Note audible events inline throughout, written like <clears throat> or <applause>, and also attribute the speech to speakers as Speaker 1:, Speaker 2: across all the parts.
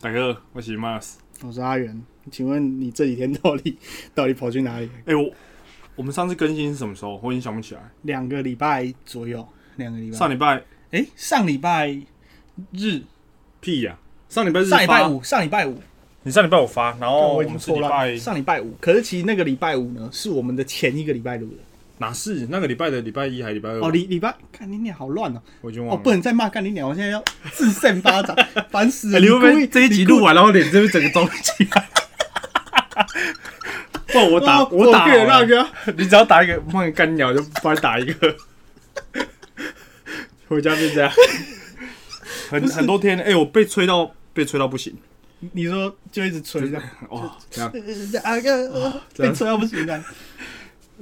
Speaker 1: 大哥，我是 Mars。
Speaker 2: 我是阿元，请问你这几天到底 <laughs> 到底跑去哪里？
Speaker 1: 哎、我我们上次更新是什么时候？我已经想不起来。
Speaker 2: 两个礼拜左右，两个礼拜。
Speaker 1: 上礼拜
Speaker 2: 哎、上礼拜日，
Speaker 1: 屁呀、上礼拜日
Speaker 2: 上礼拜
Speaker 1: 发，
Speaker 2: 五，上礼拜五，哦
Speaker 1: 你上礼拜我发，然后
Speaker 2: 我
Speaker 1: 我
Speaker 2: 已经
Speaker 1: 们是
Speaker 2: 错
Speaker 1: 礼拜
Speaker 2: 乱。上礼拜五，可是其实那个礼拜五呢，是我们的前一个礼拜录的。
Speaker 1: 哪是那个礼拜的礼拜一还是礼拜二？
Speaker 2: 哦，礼礼拜，看你俩好乱哦！
Speaker 1: 我已经
Speaker 2: 哦，
Speaker 1: 忘了。
Speaker 2: 不能再骂干你俩，我现在要自扇巴
Speaker 1: <laughs>
Speaker 2: 掌，烦死了！
Speaker 1: 哎你会不
Speaker 2: 故意
Speaker 1: 会这一集录完，然后脸这边整个肿起
Speaker 2: <laughs>
Speaker 1: 来？不，我
Speaker 2: 你
Speaker 1: 打
Speaker 2: 哦我
Speaker 1: 打
Speaker 2: 个人那
Speaker 1: 那个，
Speaker 2: 个啊，
Speaker 1: 你只要打一个放个干鸟，就帮你打一个。 <laughs> 回家就这样，很很多天，哎、我被吹到被吹到不行。
Speaker 2: 你说就一直吹
Speaker 1: <laughs>
Speaker 2: 这样，
Speaker 1: 哦，这样
Speaker 2: 呃啊个呃
Speaker 1: 这
Speaker 2: 被
Speaker 1: 样
Speaker 2: 吹到不行了。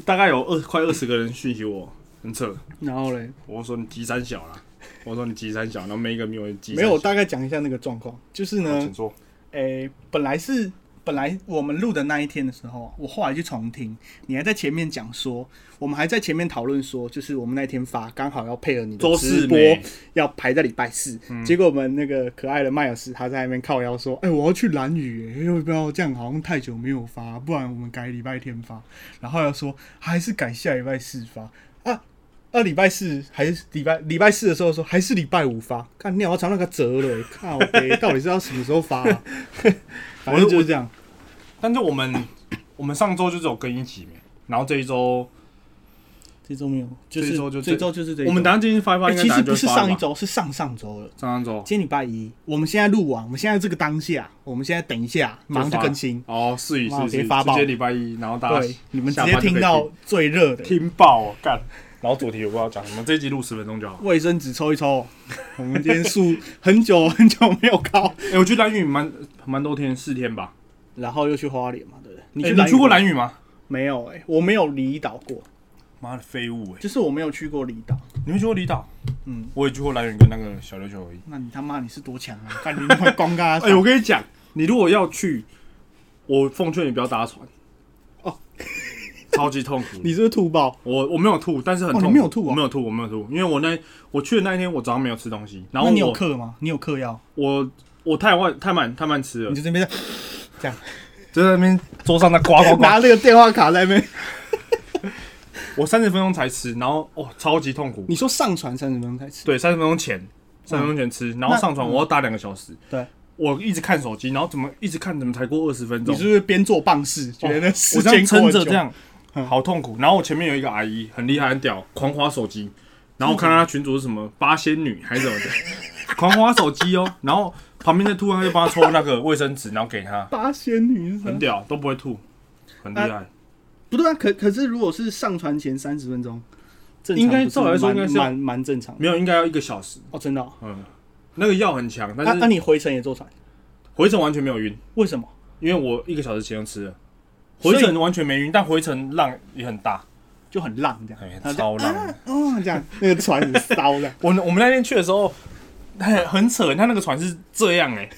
Speaker 1: 大概有二快二十个人讯息我，很扯。
Speaker 2: 然后
Speaker 1: <laughs>
Speaker 2: 嘞，
Speaker 1: 我说你鸡三小啦，我说你鸡三小，然后每一个没有人鸡
Speaker 2: 没
Speaker 1: 三小。
Speaker 2: 有，我大概讲一下那个状况，就是
Speaker 1: 好
Speaker 2: 呢
Speaker 1: 嗯请，说。
Speaker 2: 诶、本来是本来我们录的那一天的时候啊，我后来去重听，你还在前面讲说，我们还在前面讨论说，就是我们那天发刚好要配合你的
Speaker 1: 周
Speaker 2: 直
Speaker 1: 四
Speaker 2: 播
Speaker 1: 没，嗯
Speaker 2: 要排在礼拜四，结果我们那个可爱的迈尔斯他在那边靠腰说，哎、我要去蓝雨、哎要不要这样？好像太久没有发，不然我们改礼拜天发。然后又说还是改下礼拜四发啊。啊，礼拜四还是礼拜礼拜四的时候说还是礼拜五发，看尿要朝那个折 <laughs> 了、欸，靠北，到底是要什么时候发、啊？ <laughs> 反正就是这样。
Speaker 1: 但是我们 <coughs> 我们上周就只有更一集没，然后这一周
Speaker 2: 这周没有，就是
Speaker 1: 这一周就
Speaker 2: 这
Speaker 1: 这
Speaker 2: 一周就是这一周。
Speaker 1: 我们等下今天发一发，
Speaker 2: 哎
Speaker 1: 应该
Speaker 2: 其
Speaker 1: 等
Speaker 2: 实
Speaker 1: 下就
Speaker 2: 不
Speaker 1: 会
Speaker 2: 是
Speaker 1: 发了吧
Speaker 2: 上一，周，是上上周了。
Speaker 1: 上上周
Speaker 2: 今天礼拜一，我们现在录完，我们现在这个当下，我们现在等一下，马上就
Speaker 1: 发
Speaker 2: 更新。
Speaker 1: 哦，是与
Speaker 2: 哇
Speaker 1: 是
Speaker 2: 直接
Speaker 1: 是，
Speaker 2: 发
Speaker 1: 直
Speaker 2: 爆
Speaker 1: 接礼拜一，然后大家
Speaker 2: 对，你们直
Speaker 1: 下班
Speaker 2: 接
Speaker 1: 就可以
Speaker 2: 听到最热 <laughs> 的
Speaker 1: 听爆哦干。然后主题我不知道讲什么，这一集录十分钟就好。
Speaker 2: 卫生纸抽一抽。我们今天数很久很久没有高，
Speaker 1: 哎，我去蓝屿蛮蛮多天，四天吧。
Speaker 2: <laughs> 然后又去花莲嘛，对不对？
Speaker 1: 你
Speaker 2: 哎去
Speaker 1: 你去过
Speaker 2: 屿吗
Speaker 1: 蓝屿吗？
Speaker 2: 没有？哎，我没有离岛过，
Speaker 1: 妈的废物哎！
Speaker 2: 就是我没有去过离岛。
Speaker 1: 你没去过离岛？
Speaker 2: 嗯，
Speaker 1: 我也去过蓝屿跟那个小琉球而已。
Speaker 2: 那你他妈你是多强 <laughs> 啊！干你那么光嘎
Speaker 1: 哎、我跟你讲，你如果要去，我奉劝你不要搭船。
Speaker 2: 哦，
Speaker 1: 超级痛苦。
Speaker 2: <laughs> 你是不是吐爆？
Speaker 1: 我我没有吐，但是很
Speaker 2: 哦
Speaker 1: 痛苦。
Speaker 2: 你没有吐啊
Speaker 1: 我没有吐，我没有吐，因为我那我去的那一天，我早上没有吃东西，然后
Speaker 2: 那你有
Speaker 1: 我
Speaker 2: 课吗？你有课要？
Speaker 1: 我我太晚太慢太慢吃了
Speaker 2: 你，就这边
Speaker 1: 就在那边桌上那呱呱呱， <laughs>
Speaker 2: 拿那个电话卡在那边。
Speaker 1: 我三十分钟才吃，然后哦超级痛苦。
Speaker 2: 你说上传三十分钟才吃？
Speaker 1: 对，三十分钟前，三十分钟前吃，然后上床我要搭两个小时，
Speaker 2: 嗯对，
Speaker 1: 我一直看手机，然后怎么一直看，怎么才过二十分钟？
Speaker 2: 你是不是边做棒事，觉得那时
Speaker 1: 我这样
Speaker 2: 间过
Speaker 1: 撑
Speaker 2: 很
Speaker 1: 着
Speaker 2: 久嗯
Speaker 1: 这样，好痛苦。然后我前面有一个阿姨，很厉害，很屌，狂滑手机。然后我看到她群主是什么八仙女还是什么的，
Speaker 2: <laughs>
Speaker 1: 狂滑手机哦。然后旁边的吐，她就帮她抽那个卫生纸，然后给她，
Speaker 2: 八仙女是什
Speaker 1: 很
Speaker 2: 么？
Speaker 1: 屌，都不会吐，很厉害。
Speaker 2: 不对啊，可可是如果是上传前三十分钟，正常
Speaker 1: 应该
Speaker 2: 不是
Speaker 1: 照来说
Speaker 2: 蛮
Speaker 1: 应该是要
Speaker 2: 蛮蛮正常的。
Speaker 1: 没有，应该要一个小时。
Speaker 2: 哦，真的哦。
Speaker 1: 嗯，那个药很强，
Speaker 2: 那
Speaker 1: 但
Speaker 2: 那
Speaker 1: 是
Speaker 2: 你回程也坐船？
Speaker 1: 回程完全没有晕，
Speaker 2: 为什么？
Speaker 1: 因为我一个小时前就吃了。
Speaker 2: 所以
Speaker 1: 回程完全没晕，但回程浪也很大，
Speaker 2: 就很浪这样
Speaker 1: 哎，
Speaker 2: 然后
Speaker 1: 超
Speaker 2: 这样
Speaker 1: 浪。
Speaker 2: 啊哦，这样那个船很骚 <laughs> 的
Speaker 1: 我我们那天去的时候，很很扯，他那个船是这样
Speaker 2: <laughs>
Speaker 1: 哎、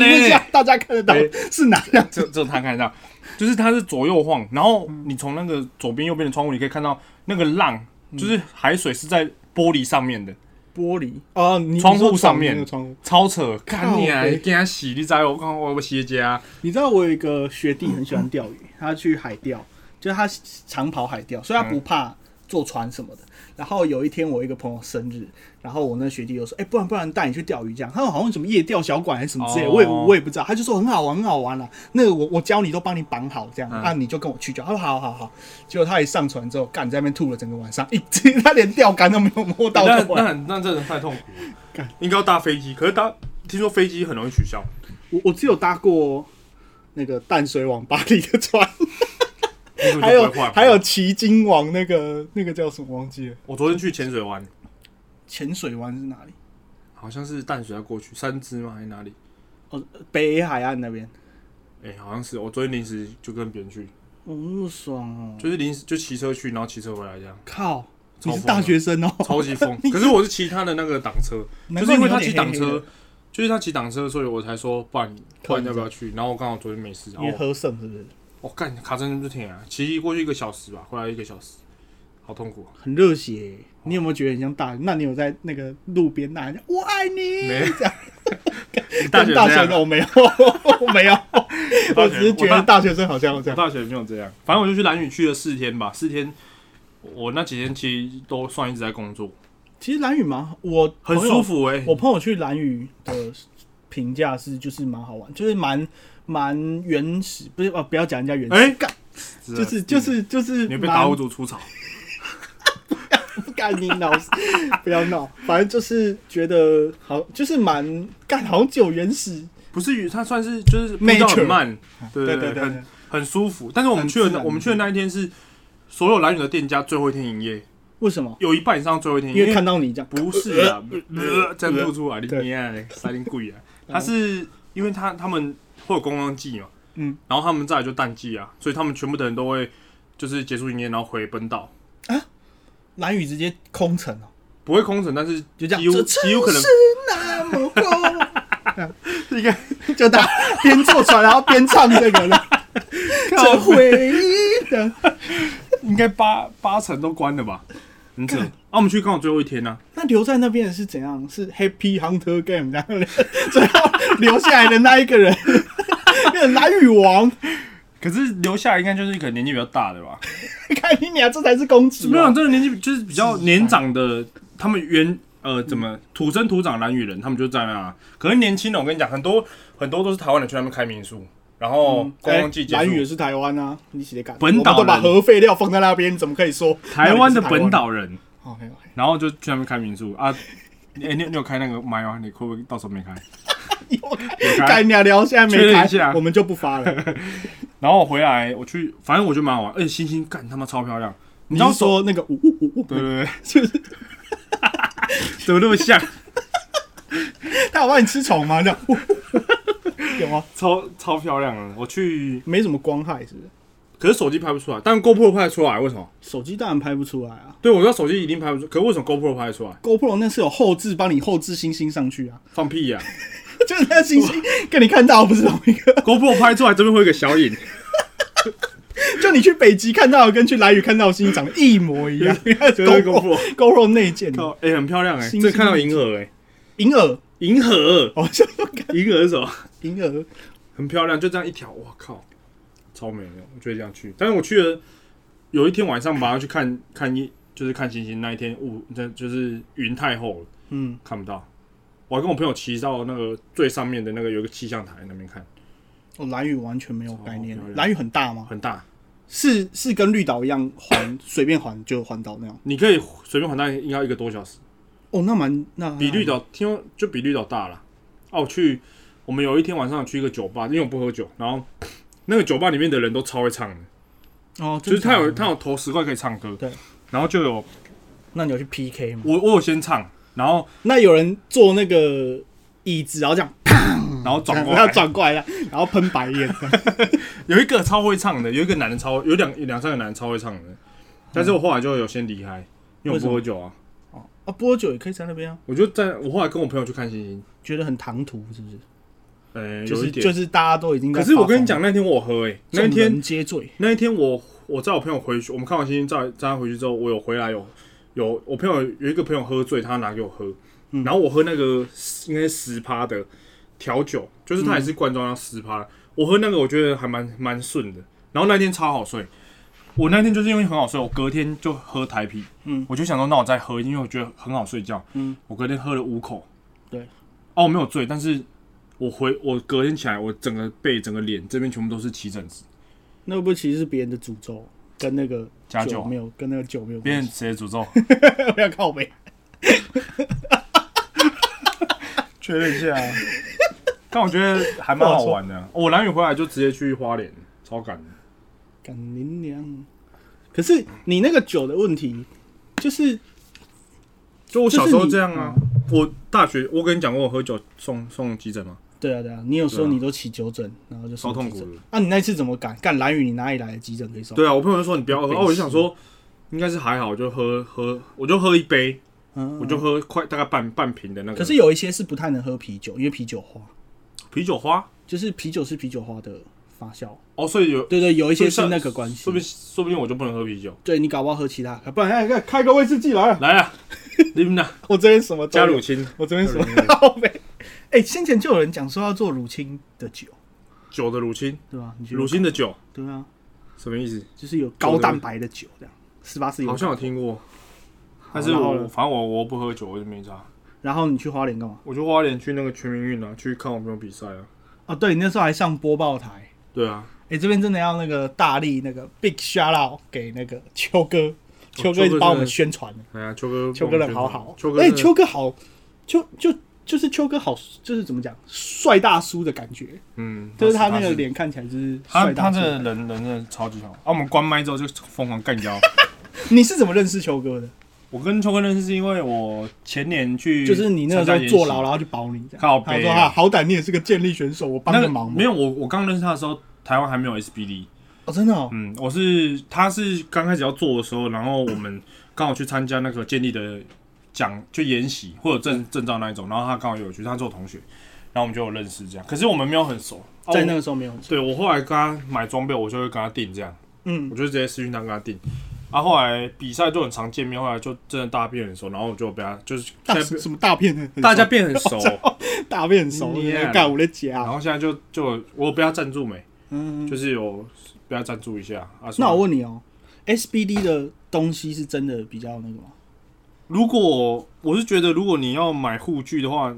Speaker 2: 请问一
Speaker 1: 对
Speaker 2: 下，大家看得到
Speaker 1: 哎
Speaker 2: 是哪样？
Speaker 1: 这这他看得到，就是它是左右晃，然后
Speaker 2: 嗯
Speaker 1: 你从那个左边右边的窗户，你可以看到那个浪，
Speaker 2: 嗯
Speaker 1: 就是海水是在玻璃上面的，
Speaker 2: 玻璃哦，你
Speaker 1: 窗户
Speaker 2: 你说
Speaker 1: 上
Speaker 2: 转
Speaker 1: 面
Speaker 2: 那个窗户。
Speaker 1: 超扯，看你啊，
Speaker 2: 靠北
Speaker 1: 你给他洗，你知道我看我我洗家，
Speaker 2: 你知道我有一个学弟很喜欢钓鱼，他去海钓，就是他长跑海钓，所以他
Speaker 1: 嗯
Speaker 2: 不怕坐船什么的。然后有一天我一个朋友生日，然后我那学弟就说：“哎、不然不然带你去钓鱼这样。”他好像什么夜钓小馆还是什么之类的，
Speaker 1: 哦
Speaker 2: 我也我也不知道。他就说很好玩很好玩啦、那个我我教你都帮你绑好这
Speaker 1: 嗯
Speaker 2: 样，啊你就跟我去就好。他说好好好。结果他一上船之后，干在那边吐了整个晚上，一直 <laughs> 他连钓竿都没有摸到
Speaker 1: 啊那
Speaker 2: 就完。
Speaker 1: 那那真的太痛苦
Speaker 2: 啊 <laughs> 干
Speaker 1: 了，应该要搭飞机，可是搭听说飞机很容易取消，
Speaker 2: 我我只有搭过那个淡水往巴黎的船。
Speaker 1: 听说就
Speaker 2: 还有
Speaker 1: 不会换
Speaker 2: 还有，奇经王那个那个叫什么忘记了？
Speaker 1: 我昨天去浅水湾，
Speaker 2: 浅水湾是哪里？
Speaker 1: 好像是淡水要过去三支吗还是哪里？
Speaker 2: 哦，北海岸那边。
Speaker 1: 哎、好像是我昨天临时就跟别人去，
Speaker 2: 哦，那么爽哦！
Speaker 1: 就是临时就骑车去，然后骑车回来这样，
Speaker 2: 靠，
Speaker 1: 超
Speaker 2: 你
Speaker 1: 疯的
Speaker 2: 是大学生哦，
Speaker 1: 超级疯。可是我是骑他的那个挡车，
Speaker 2: 难
Speaker 1: 就是
Speaker 2: 怪
Speaker 1: 因
Speaker 2: 你
Speaker 1: 为
Speaker 2: 有
Speaker 1: 他骑
Speaker 2: 点
Speaker 1: 挡
Speaker 2: 黑黑
Speaker 1: 车
Speaker 2: 的，，
Speaker 1: 就是他骑挡车，所以我才说，不然不然要不要去？然后我刚好昨天没事，然
Speaker 2: 因为
Speaker 1: 后
Speaker 2: 喝剩是不是？
Speaker 1: 我我干卡真就停啊，骑过去一个小时吧，回来一个小时，好痛
Speaker 2: <laughs>
Speaker 1: 苦啊！
Speaker 2: 很热血耶。
Speaker 1: <laughs>
Speaker 2: 你有没有觉得很像大人？那你有在那个路边呐喊“我爱你”
Speaker 1: 没
Speaker 2: 这样？
Speaker 1: 大学啊
Speaker 2: 跟大
Speaker 1: 这
Speaker 2: 学
Speaker 1: 样
Speaker 2: 生我哦没有， <laughs> 我没有，我只是觉得大学生好像这
Speaker 1: 我大
Speaker 2: 样。
Speaker 1: 学没有这样，反正我就去蓝屿去了四天吧，四天。我那几天其实都算一直在工作，
Speaker 2: 其实蓝雨蛮，我
Speaker 1: 很
Speaker 2: 朋友
Speaker 1: 舒服哎、
Speaker 2: 我朋友去蓝屿的评价是，就是蛮好玩，就是蛮蛮原始，不是哦、不要讲人家原始，
Speaker 1: 哎啊
Speaker 2: 干就是就是就是
Speaker 1: 你
Speaker 2: 蛮，
Speaker 1: 被打火组出草，
Speaker 2: 不干你脑，不要闹，反正就是觉得好，就是蛮干，好像只有原始，
Speaker 1: 不是它算是就是步调
Speaker 2: Nature
Speaker 1: 很慢，对
Speaker 2: <laughs> 对
Speaker 1: 对
Speaker 2: 对
Speaker 1: 很很舒服。但是我们
Speaker 2: 很
Speaker 1: 去的
Speaker 2: 自
Speaker 1: 那
Speaker 2: 然
Speaker 1: 我们去的那一天是所有蓝屿的店家最后一天营业，
Speaker 2: 为什么？
Speaker 1: 有一半以上最后一天营
Speaker 2: 因
Speaker 1: 业，
Speaker 2: 为看到你这样，
Speaker 1: 不是啊，呃这样
Speaker 2: 呃
Speaker 1: 吐出来，你
Speaker 2: 对
Speaker 1: 你啊，塞点鬼 <laughs> 啊！他是因为他他们会有观光季嘛，
Speaker 2: 嗯，
Speaker 1: 然后他们再来就淡季啊，所以他们全部的人都会就是结束营业，然后回奔道，
Speaker 2: 蓝雨直接空城哦、
Speaker 1: 不会空城，但是
Speaker 2: 就这样
Speaker 1: 几乎
Speaker 2: 这
Speaker 1: 几乎可能
Speaker 2: 那
Speaker 1: <laughs>
Speaker 2: 么空，
Speaker 1: 应该
Speaker 2: <laughs> 就他边坐船然后边唱这
Speaker 1: <laughs>
Speaker 2: 个了，这回忆的。
Speaker 1: 应该八八成都关了吧，很扯。啊，我们去刚好最后一天啊呢，
Speaker 2: 那留在那边的是怎样？是 Happy Hunter Game 这样的， <laughs> 最后留下来的那一个人， <laughs> 那个蓝雨王， <laughs>
Speaker 1: 可是留下来应该就是可能年纪比较大的吧，
Speaker 2: 看你俩这才是公子啊哎
Speaker 1: 没
Speaker 2: 嘛
Speaker 1: 有，真的年纪啊就是哎比较年长的，他们原呃怎么土生土长蓝屿人，他们就在那。可是年轻的，我跟你讲，很多很多都是台湾人去那边开民宿，然后观光季
Speaker 2: 哎
Speaker 1: 结
Speaker 2: 蓝雨也
Speaker 1: 束，
Speaker 2: 是台湾啊，你写的感，
Speaker 1: 本岛人
Speaker 2: 我们都把核废料放在那边，你怎么可以说
Speaker 1: 台湾的本
Speaker 2: 哦
Speaker 1: 岛人，
Speaker 2: OK，OK
Speaker 1: 然后就去那边开民宿 <laughs> 啊。哎、你你有开那个麦吗？你会不会到时候没开？
Speaker 2: <laughs>
Speaker 1: 有开
Speaker 2: 啊干你俩聊，现在
Speaker 1: 确
Speaker 2: 没
Speaker 1: 认
Speaker 2: 开
Speaker 1: 一下
Speaker 2: 我们就不发
Speaker 1: <laughs>
Speaker 2: 了。
Speaker 1: 然后我回来，我去，反正我就蛮好玩，而且星星干他妈超漂亮。你
Speaker 2: 你
Speaker 1: 知道
Speaker 2: 要说那个呜呜呜，
Speaker 1: 对
Speaker 2: 呜，
Speaker 1: 对对，
Speaker 2: 就是
Speaker 1: <laughs> 怎么那么像？
Speaker 2: 他有帮你吃虫吗？这样呜呜有啊，
Speaker 1: 超超漂亮的。我去，
Speaker 2: 没什么光害，是不是？
Speaker 1: 可是手机拍不出来，但 GoPro 拍得出来，为什么？
Speaker 2: 手机当然拍不出来啊
Speaker 1: 对，我知道手机一定拍不出，可是为什么 GoPro 拍得出来？
Speaker 2: ，GoPro 那是有后置帮你后置星星上去啊。
Speaker 1: 放屁呀、
Speaker 2: <laughs> 就是那星星跟你看到的不是同一个，
Speaker 1: <laughs>
Speaker 2: <laughs>
Speaker 1: GoPro 拍出来这边会有一个小影，
Speaker 2: 就你去北极看到的跟去蓝屿看到的星星长得一模一
Speaker 1: <laughs>
Speaker 2: 样，
Speaker 1: <laughs> 就是 GoPro。
Speaker 2: GoPro 内建
Speaker 1: 靠，哎、很漂亮哎、
Speaker 2: 星
Speaker 1: 这
Speaker 2: 星
Speaker 1: 看到银河哎、
Speaker 2: 银耳，
Speaker 1: 银河，
Speaker 2: 好像都
Speaker 1: <laughs>
Speaker 2: 看
Speaker 1: 银河是什么？
Speaker 2: <laughs> 银耳，
Speaker 1: 很漂亮，就这样一条，哇靠，超美的，我觉得这样去。但是我去了，有一天晚上吧，要去看看一，就是看星星那一天雾，这就是云太厚了，
Speaker 2: 嗯，
Speaker 1: 看不到。我还跟我朋友骑到那个最上面的那个有一个气象台那边看，
Speaker 2: 我哦蓝屿完全没有概念
Speaker 1: 超漂，亮
Speaker 2: 蓝屿很大吗？
Speaker 1: 很大，
Speaker 2: 是是跟绿岛一样环随便环就环岛那样？
Speaker 1: 你可以随便环大，应该要一个多小时。
Speaker 2: 哦，那蛮那
Speaker 1: 比绿岛听说就比绿岛大了。哦，我去，我们有一天晚上去一个酒吧，因为我不喝酒，然后那个酒吧里面的人都超会唱的，
Speaker 2: 哦，
Speaker 1: 就是他有
Speaker 2: 正常
Speaker 1: 他有投十块可以唱歌，
Speaker 2: 对，
Speaker 1: 然后就有
Speaker 2: 那你有去 PK 吗？
Speaker 1: 我我有先唱，然后
Speaker 2: 那有人坐那个椅子，然后这样
Speaker 1: 然后转过
Speaker 2: 嗯然
Speaker 1: 来
Speaker 2: 后，转过来，
Speaker 1: <laughs>
Speaker 2: 然后喷白眼，啊
Speaker 1: 有一个超会唱的，有一个男的超有两有两三个男的超会唱的，但是我后来就有先离开，因为我
Speaker 2: 为什
Speaker 1: 不
Speaker 2: 么
Speaker 1: 喝酒啊，
Speaker 2: 啊，波酒也可以在那边啊，
Speaker 1: 我就在我后来跟我朋友去看星星，
Speaker 2: 觉得很唐突是不是？
Speaker 1: 呃，
Speaker 2: 就
Speaker 1: 有一
Speaker 2: 是就
Speaker 1: 点，
Speaker 2: 是大家都已经在
Speaker 1: 可
Speaker 2: 发疯了，
Speaker 1: 是我跟你讲那天我有喝诶，那一天
Speaker 2: 众人皆醉，
Speaker 1: 那一天我我载我朋友回去，我们看完星星载载他回去之后，我有回来有有我朋友有一个朋友喝醉，他拿给我喝，
Speaker 2: 嗯
Speaker 1: 然后我喝那个应该是十趴的调酒，就是它也是罐装要十趴的，我喝那个我觉得还蛮蛮顺的，然后那天超好睡。我那天就是因为很好睡，我隔天就喝台啤，
Speaker 2: 嗯，
Speaker 1: 我就想说那我再喝，因为我觉得很好睡觉，
Speaker 2: 嗯，
Speaker 1: 我隔天喝了五口，
Speaker 2: 对，
Speaker 1: 哦，我没有醉，但是我回我隔天起来，我整个背、整个脸这边全部都是起疹子，
Speaker 2: 那会不会其实是别人的诅咒，跟那个
Speaker 1: 加酒
Speaker 2: 酒没有，跟那个酒没有
Speaker 1: 别
Speaker 2: 关
Speaker 1: 人
Speaker 2: 系？
Speaker 1: 谁诅咒？
Speaker 2: <laughs> 不要靠背，
Speaker 1: 确认一下、 <laughs> 啊。但我觉得还蛮好 <laughs> 玩的啊、我蓝雨回来就直接去花莲，超赶的。
Speaker 2: 干你娘！可是你那个酒的问题，就是
Speaker 1: 就我
Speaker 2: 就是
Speaker 1: 小
Speaker 2: 你嗯
Speaker 1: 时候这样啊，我大学我跟你讲过，我喝酒送送急诊吗？
Speaker 2: 对啊对啊，你有时
Speaker 1: 对
Speaker 2: 候
Speaker 1: 啊
Speaker 2: 你都起酒疹，然后就
Speaker 1: 超
Speaker 2: 送
Speaker 1: 痛
Speaker 2: 急
Speaker 1: 苦
Speaker 2: 诊
Speaker 1: 的。
Speaker 2: 啊，你那次怎么敢？干蓝雨，你哪里来的急诊可以送？
Speaker 1: 对啊，我朋友就说你不要喝，
Speaker 2: 北
Speaker 1: 哦、
Speaker 2: 西
Speaker 1: 我就想说应该是还好，就喝喝，我就喝一杯，
Speaker 2: 嗯，
Speaker 1: 我就喝快大概半半瓶的那个。
Speaker 2: 可是有一些是不太能喝啤酒，因为啤酒花，
Speaker 1: 啤酒花
Speaker 2: 就是啤酒是啤酒花的发酵。
Speaker 1: 哦，所以有
Speaker 2: 对对，有
Speaker 1: 所
Speaker 2: 一些
Speaker 1: 以
Speaker 2: 是
Speaker 1: 像
Speaker 2: 那个关系
Speaker 1: 说不。定说不定我就不能喝啤酒。
Speaker 2: 对你搞不好喝其他，不然哎，开开个威士忌来啊。
Speaker 1: 来啊，你们俩
Speaker 2: <laughs> 我这边什么都
Speaker 1: 加
Speaker 2: 有
Speaker 1: 乳清，
Speaker 2: 我这边什么
Speaker 1: 对对对
Speaker 2: 靠背？ <laughs> 哎、先前就有人讲说要做乳清的酒，
Speaker 1: 酒的乳清，
Speaker 2: 对吧？你觉得
Speaker 1: 乳清的酒
Speaker 2: 对啊，
Speaker 1: 什么意思？
Speaker 2: 就是有高蛋白的酒这样，十八是有
Speaker 1: 好。像有听过，但是
Speaker 2: 然后
Speaker 1: 我
Speaker 2: 呢
Speaker 1: 反正我我不喝酒，我就没差。
Speaker 2: 然后你去花莲干嘛？
Speaker 1: 我就花莲去那个全民运啊，去看我们有比赛啊。
Speaker 2: 哦，对，你那时候还上播报台。
Speaker 1: 对啊，
Speaker 2: 哎、这边真的要那个大力那个 big shout out 给那个秋哥，秋
Speaker 1: 哦秋
Speaker 2: 哥
Speaker 1: 哥
Speaker 2: 一直帮我们
Speaker 1: 真的
Speaker 2: 宣传。
Speaker 1: 哎呀，秋哥，
Speaker 2: 秋哥人好好，
Speaker 1: 秋哥
Speaker 2: 哎、
Speaker 1: 真的，
Speaker 2: 秋哥好，秋就就是秋哥好，就是怎么讲，帅大叔的感觉，
Speaker 1: 嗯，
Speaker 2: 就是他那
Speaker 1: 是
Speaker 2: 个，脸看起来就是
Speaker 1: 他
Speaker 2: 帅
Speaker 1: 他
Speaker 2: 大叔
Speaker 1: 这
Speaker 2: 的
Speaker 1: 个
Speaker 2: 感觉。
Speaker 1: 人人真的超级好。啊，我们关麦之后就疯狂干掉。 <laughs>
Speaker 2: 你是怎么认识秋哥的？
Speaker 1: 我跟秋哥认识是因为我前年去，
Speaker 2: 就是你那个时候坐牢，然后就保你这样。
Speaker 1: 靠
Speaker 2: 他
Speaker 1: 背
Speaker 2: 说
Speaker 1: 啊
Speaker 2: 哈，好歹你也是个健力选手，我帮
Speaker 1: 那
Speaker 2: 个
Speaker 1: 个
Speaker 2: 忙。
Speaker 1: 没有我我刚认识他的时候，台湾还没有 SBD。
Speaker 2: 哦，真的哦，
Speaker 1: 嗯，我是他是刚开始要做的时候，然后我们刚好去参加那个建立的讲就研习或者证证照那一种，然后他刚好有去，他做同学，然后我们就有认识这样。可是我们没有很熟，啊
Speaker 2: 在那
Speaker 1: 我
Speaker 2: 个时候没有。
Speaker 1: 对我后来跟他买装备，我就会跟他订这样，
Speaker 2: 嗯
Speaker 1: 我，就直接私讯他跟他订。啊，后来比赛就很常见面，后来就真的大家变很熟，然后我就被他就是
Speaker 2: 大
Speaker 1: 现在
Speaker 2: 什么大片很
Speaker 1: 大家变很熟，
Speaker 2: 大片很熟，
Speaker 1: 你啊
Speaker 2: 干我的
Speaker 1: 然
Speaker 2: 家。
Speaker 1: 后现在就就我有被他赞助没，
Speaker 2: 嗯，
Speaker 1: 就是有被他赞助一下啊。
Speaker 2: 那我问你哦，SBD 的东西是真的比较那个吗？
Speaker 1: 如果我是觉得，如果你要买护具的话，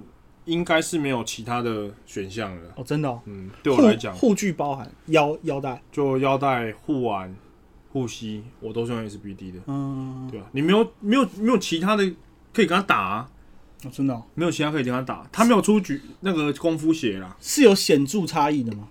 Speaker 1: 应该是没有其他的选项了。
Speaker 2: 哦，真的哦。
Speaker 1: 嗯，对我来讲，
Speaker 2: 护护具包含腰腰带。
Speaker 1: 就腰带、护腕、护膝，我都是用 SBD 的，
Speaker 2: 嗯，
Speaker 1: 对吧、你没有没有没有其他的可以跟他打、啊，
Speaker 2: 哦，真的哦，
Speaker 1: 没有其他可以跟他打，他没有出局那个功夫鞋啦，
Speaker 2: 是有显著差异的吗？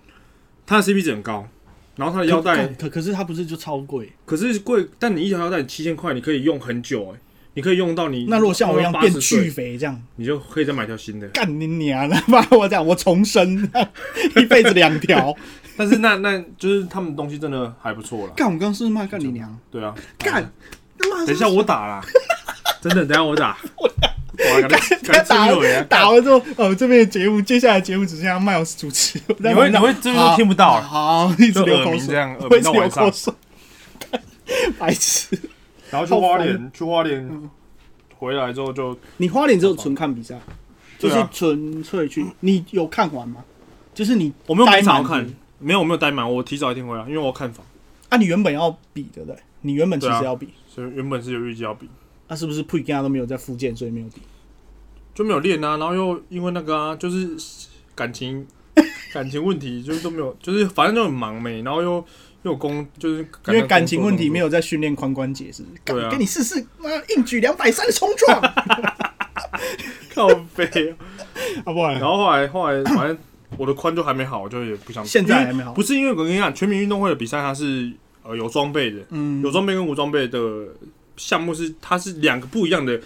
Speaker 1: 他的 CP 值很高，然后他的腰带嗯
Speaker 2: 可可可是它不是就超贵？
Speaker 1: 可是贵，但你一条腰带七千块，你可以用很久、欸，你可以用到你
Speaker 2: 那如果像我一样
Speaker 1: 80
Speaker 2: 变
Speaker 1: 岁
Speaker 2: 巨，肥这样，
Speaker 1: 你就可以再买条
Speaker 2: <laughs>
Speaker 1: 新的。
Speaker 2: 干你娘的！妈，我讲我重生， <laughs> 一辈子
Speaker 1: <laughs>
Speaker 2: 两条。
Speaker 1: 但是那那就是他们的东西真的还不错啦。
Speaker 2: 干，我刚是不是骂干你娘？
Speaker 1: 对啊，
Speaker 2: 干，他妈！
Speaker 1: 等一下我打啦， <laughs> 真的，等一下我打，我 <laughs> 打，
Speaker 2: 他
Speaker 1: 敢
Speaker 2: 打
Speaker 1: 吹牛呀，
Speaker 2: 打完之后，呃，这边的节目，接下来节目只剩下麦老师主持。
Speaker 1: 你会你会这边听不到啊，
Speaker 2: 好，好一直
Speaker 1: 就
Speaker 2: 流
Speaker 1: 耳
Speaker 2: 口
Speaker 1: 鸣这
Speaker 2: 水，
Speaker 1: 样，耳
Speaker 2: 我一
Speaker 1: 鸣
Speaker 2: 直
Speaker 1: 到
Speaker 2: 流
Speaker 1: 晚
Speaker 2: 口
Speaker 1: 上，
Speaker 2: 水。 <laughs> 白痴！
Speaker 1: 然后去花
Speaker 2: 好
Speaker 1: 莲，去花莲回来之后就
Speaker 2: 你花莲只有纯看比赛，就
Speaker 1: 对
Speaker 2: 是
Speaker 1: 啊
Speaker 2: 纯粹去。你有看完吗？就是你
Speaker 1: 我没有
Speaker 2: 呆
Speaker 1: 提早
Speaker 2: 满
Speaker 1: 看，没有我没有待满，我提早一天回来，因为我要看房，
Speaker 2: 啊，你原本要比对不对？你原本其
Speaker 1: 对
Speaker 2: 实
Speaker 1: 啊
Speaker 2: 要比，
Speaker 1: 所以原本是有预计要比，
Speaker 2: 那是不是 p r 都没有在复健，所以没有比？
Speaker 1: 就没有练啊，然后又因为那个啊，就是感 <laughs> 情感情问题，就是都没有，就是反正就很忙呗，然后又又有工，就是
Speaker 2: 因为感情问题没
Speaker 1: 有，
Speaker 2: 有在训练髋关节，是不是？干
Speaker 1: 对啊
Speaker 2: 给你试试，妈硬举两百三的冲
Speaker 1: <laughs>
Speaker 2: 撞，
Speaker 1: 靠背，啊 <laughs>
Speaker 2: 好不好？
Speaker 1: 然后后来后来反正我的髋就还没好，我就也不想
Speaker 2: 现在
Speaker 1: 因为
Speaker 2: 还没好
Speaker 1: 不是因为我跟你讲，全民运动会的比赛它是呃有装备的，
Speaker 2: 嗯
Speaker 1: 有装备跟无装备的项目是它是两个不一样的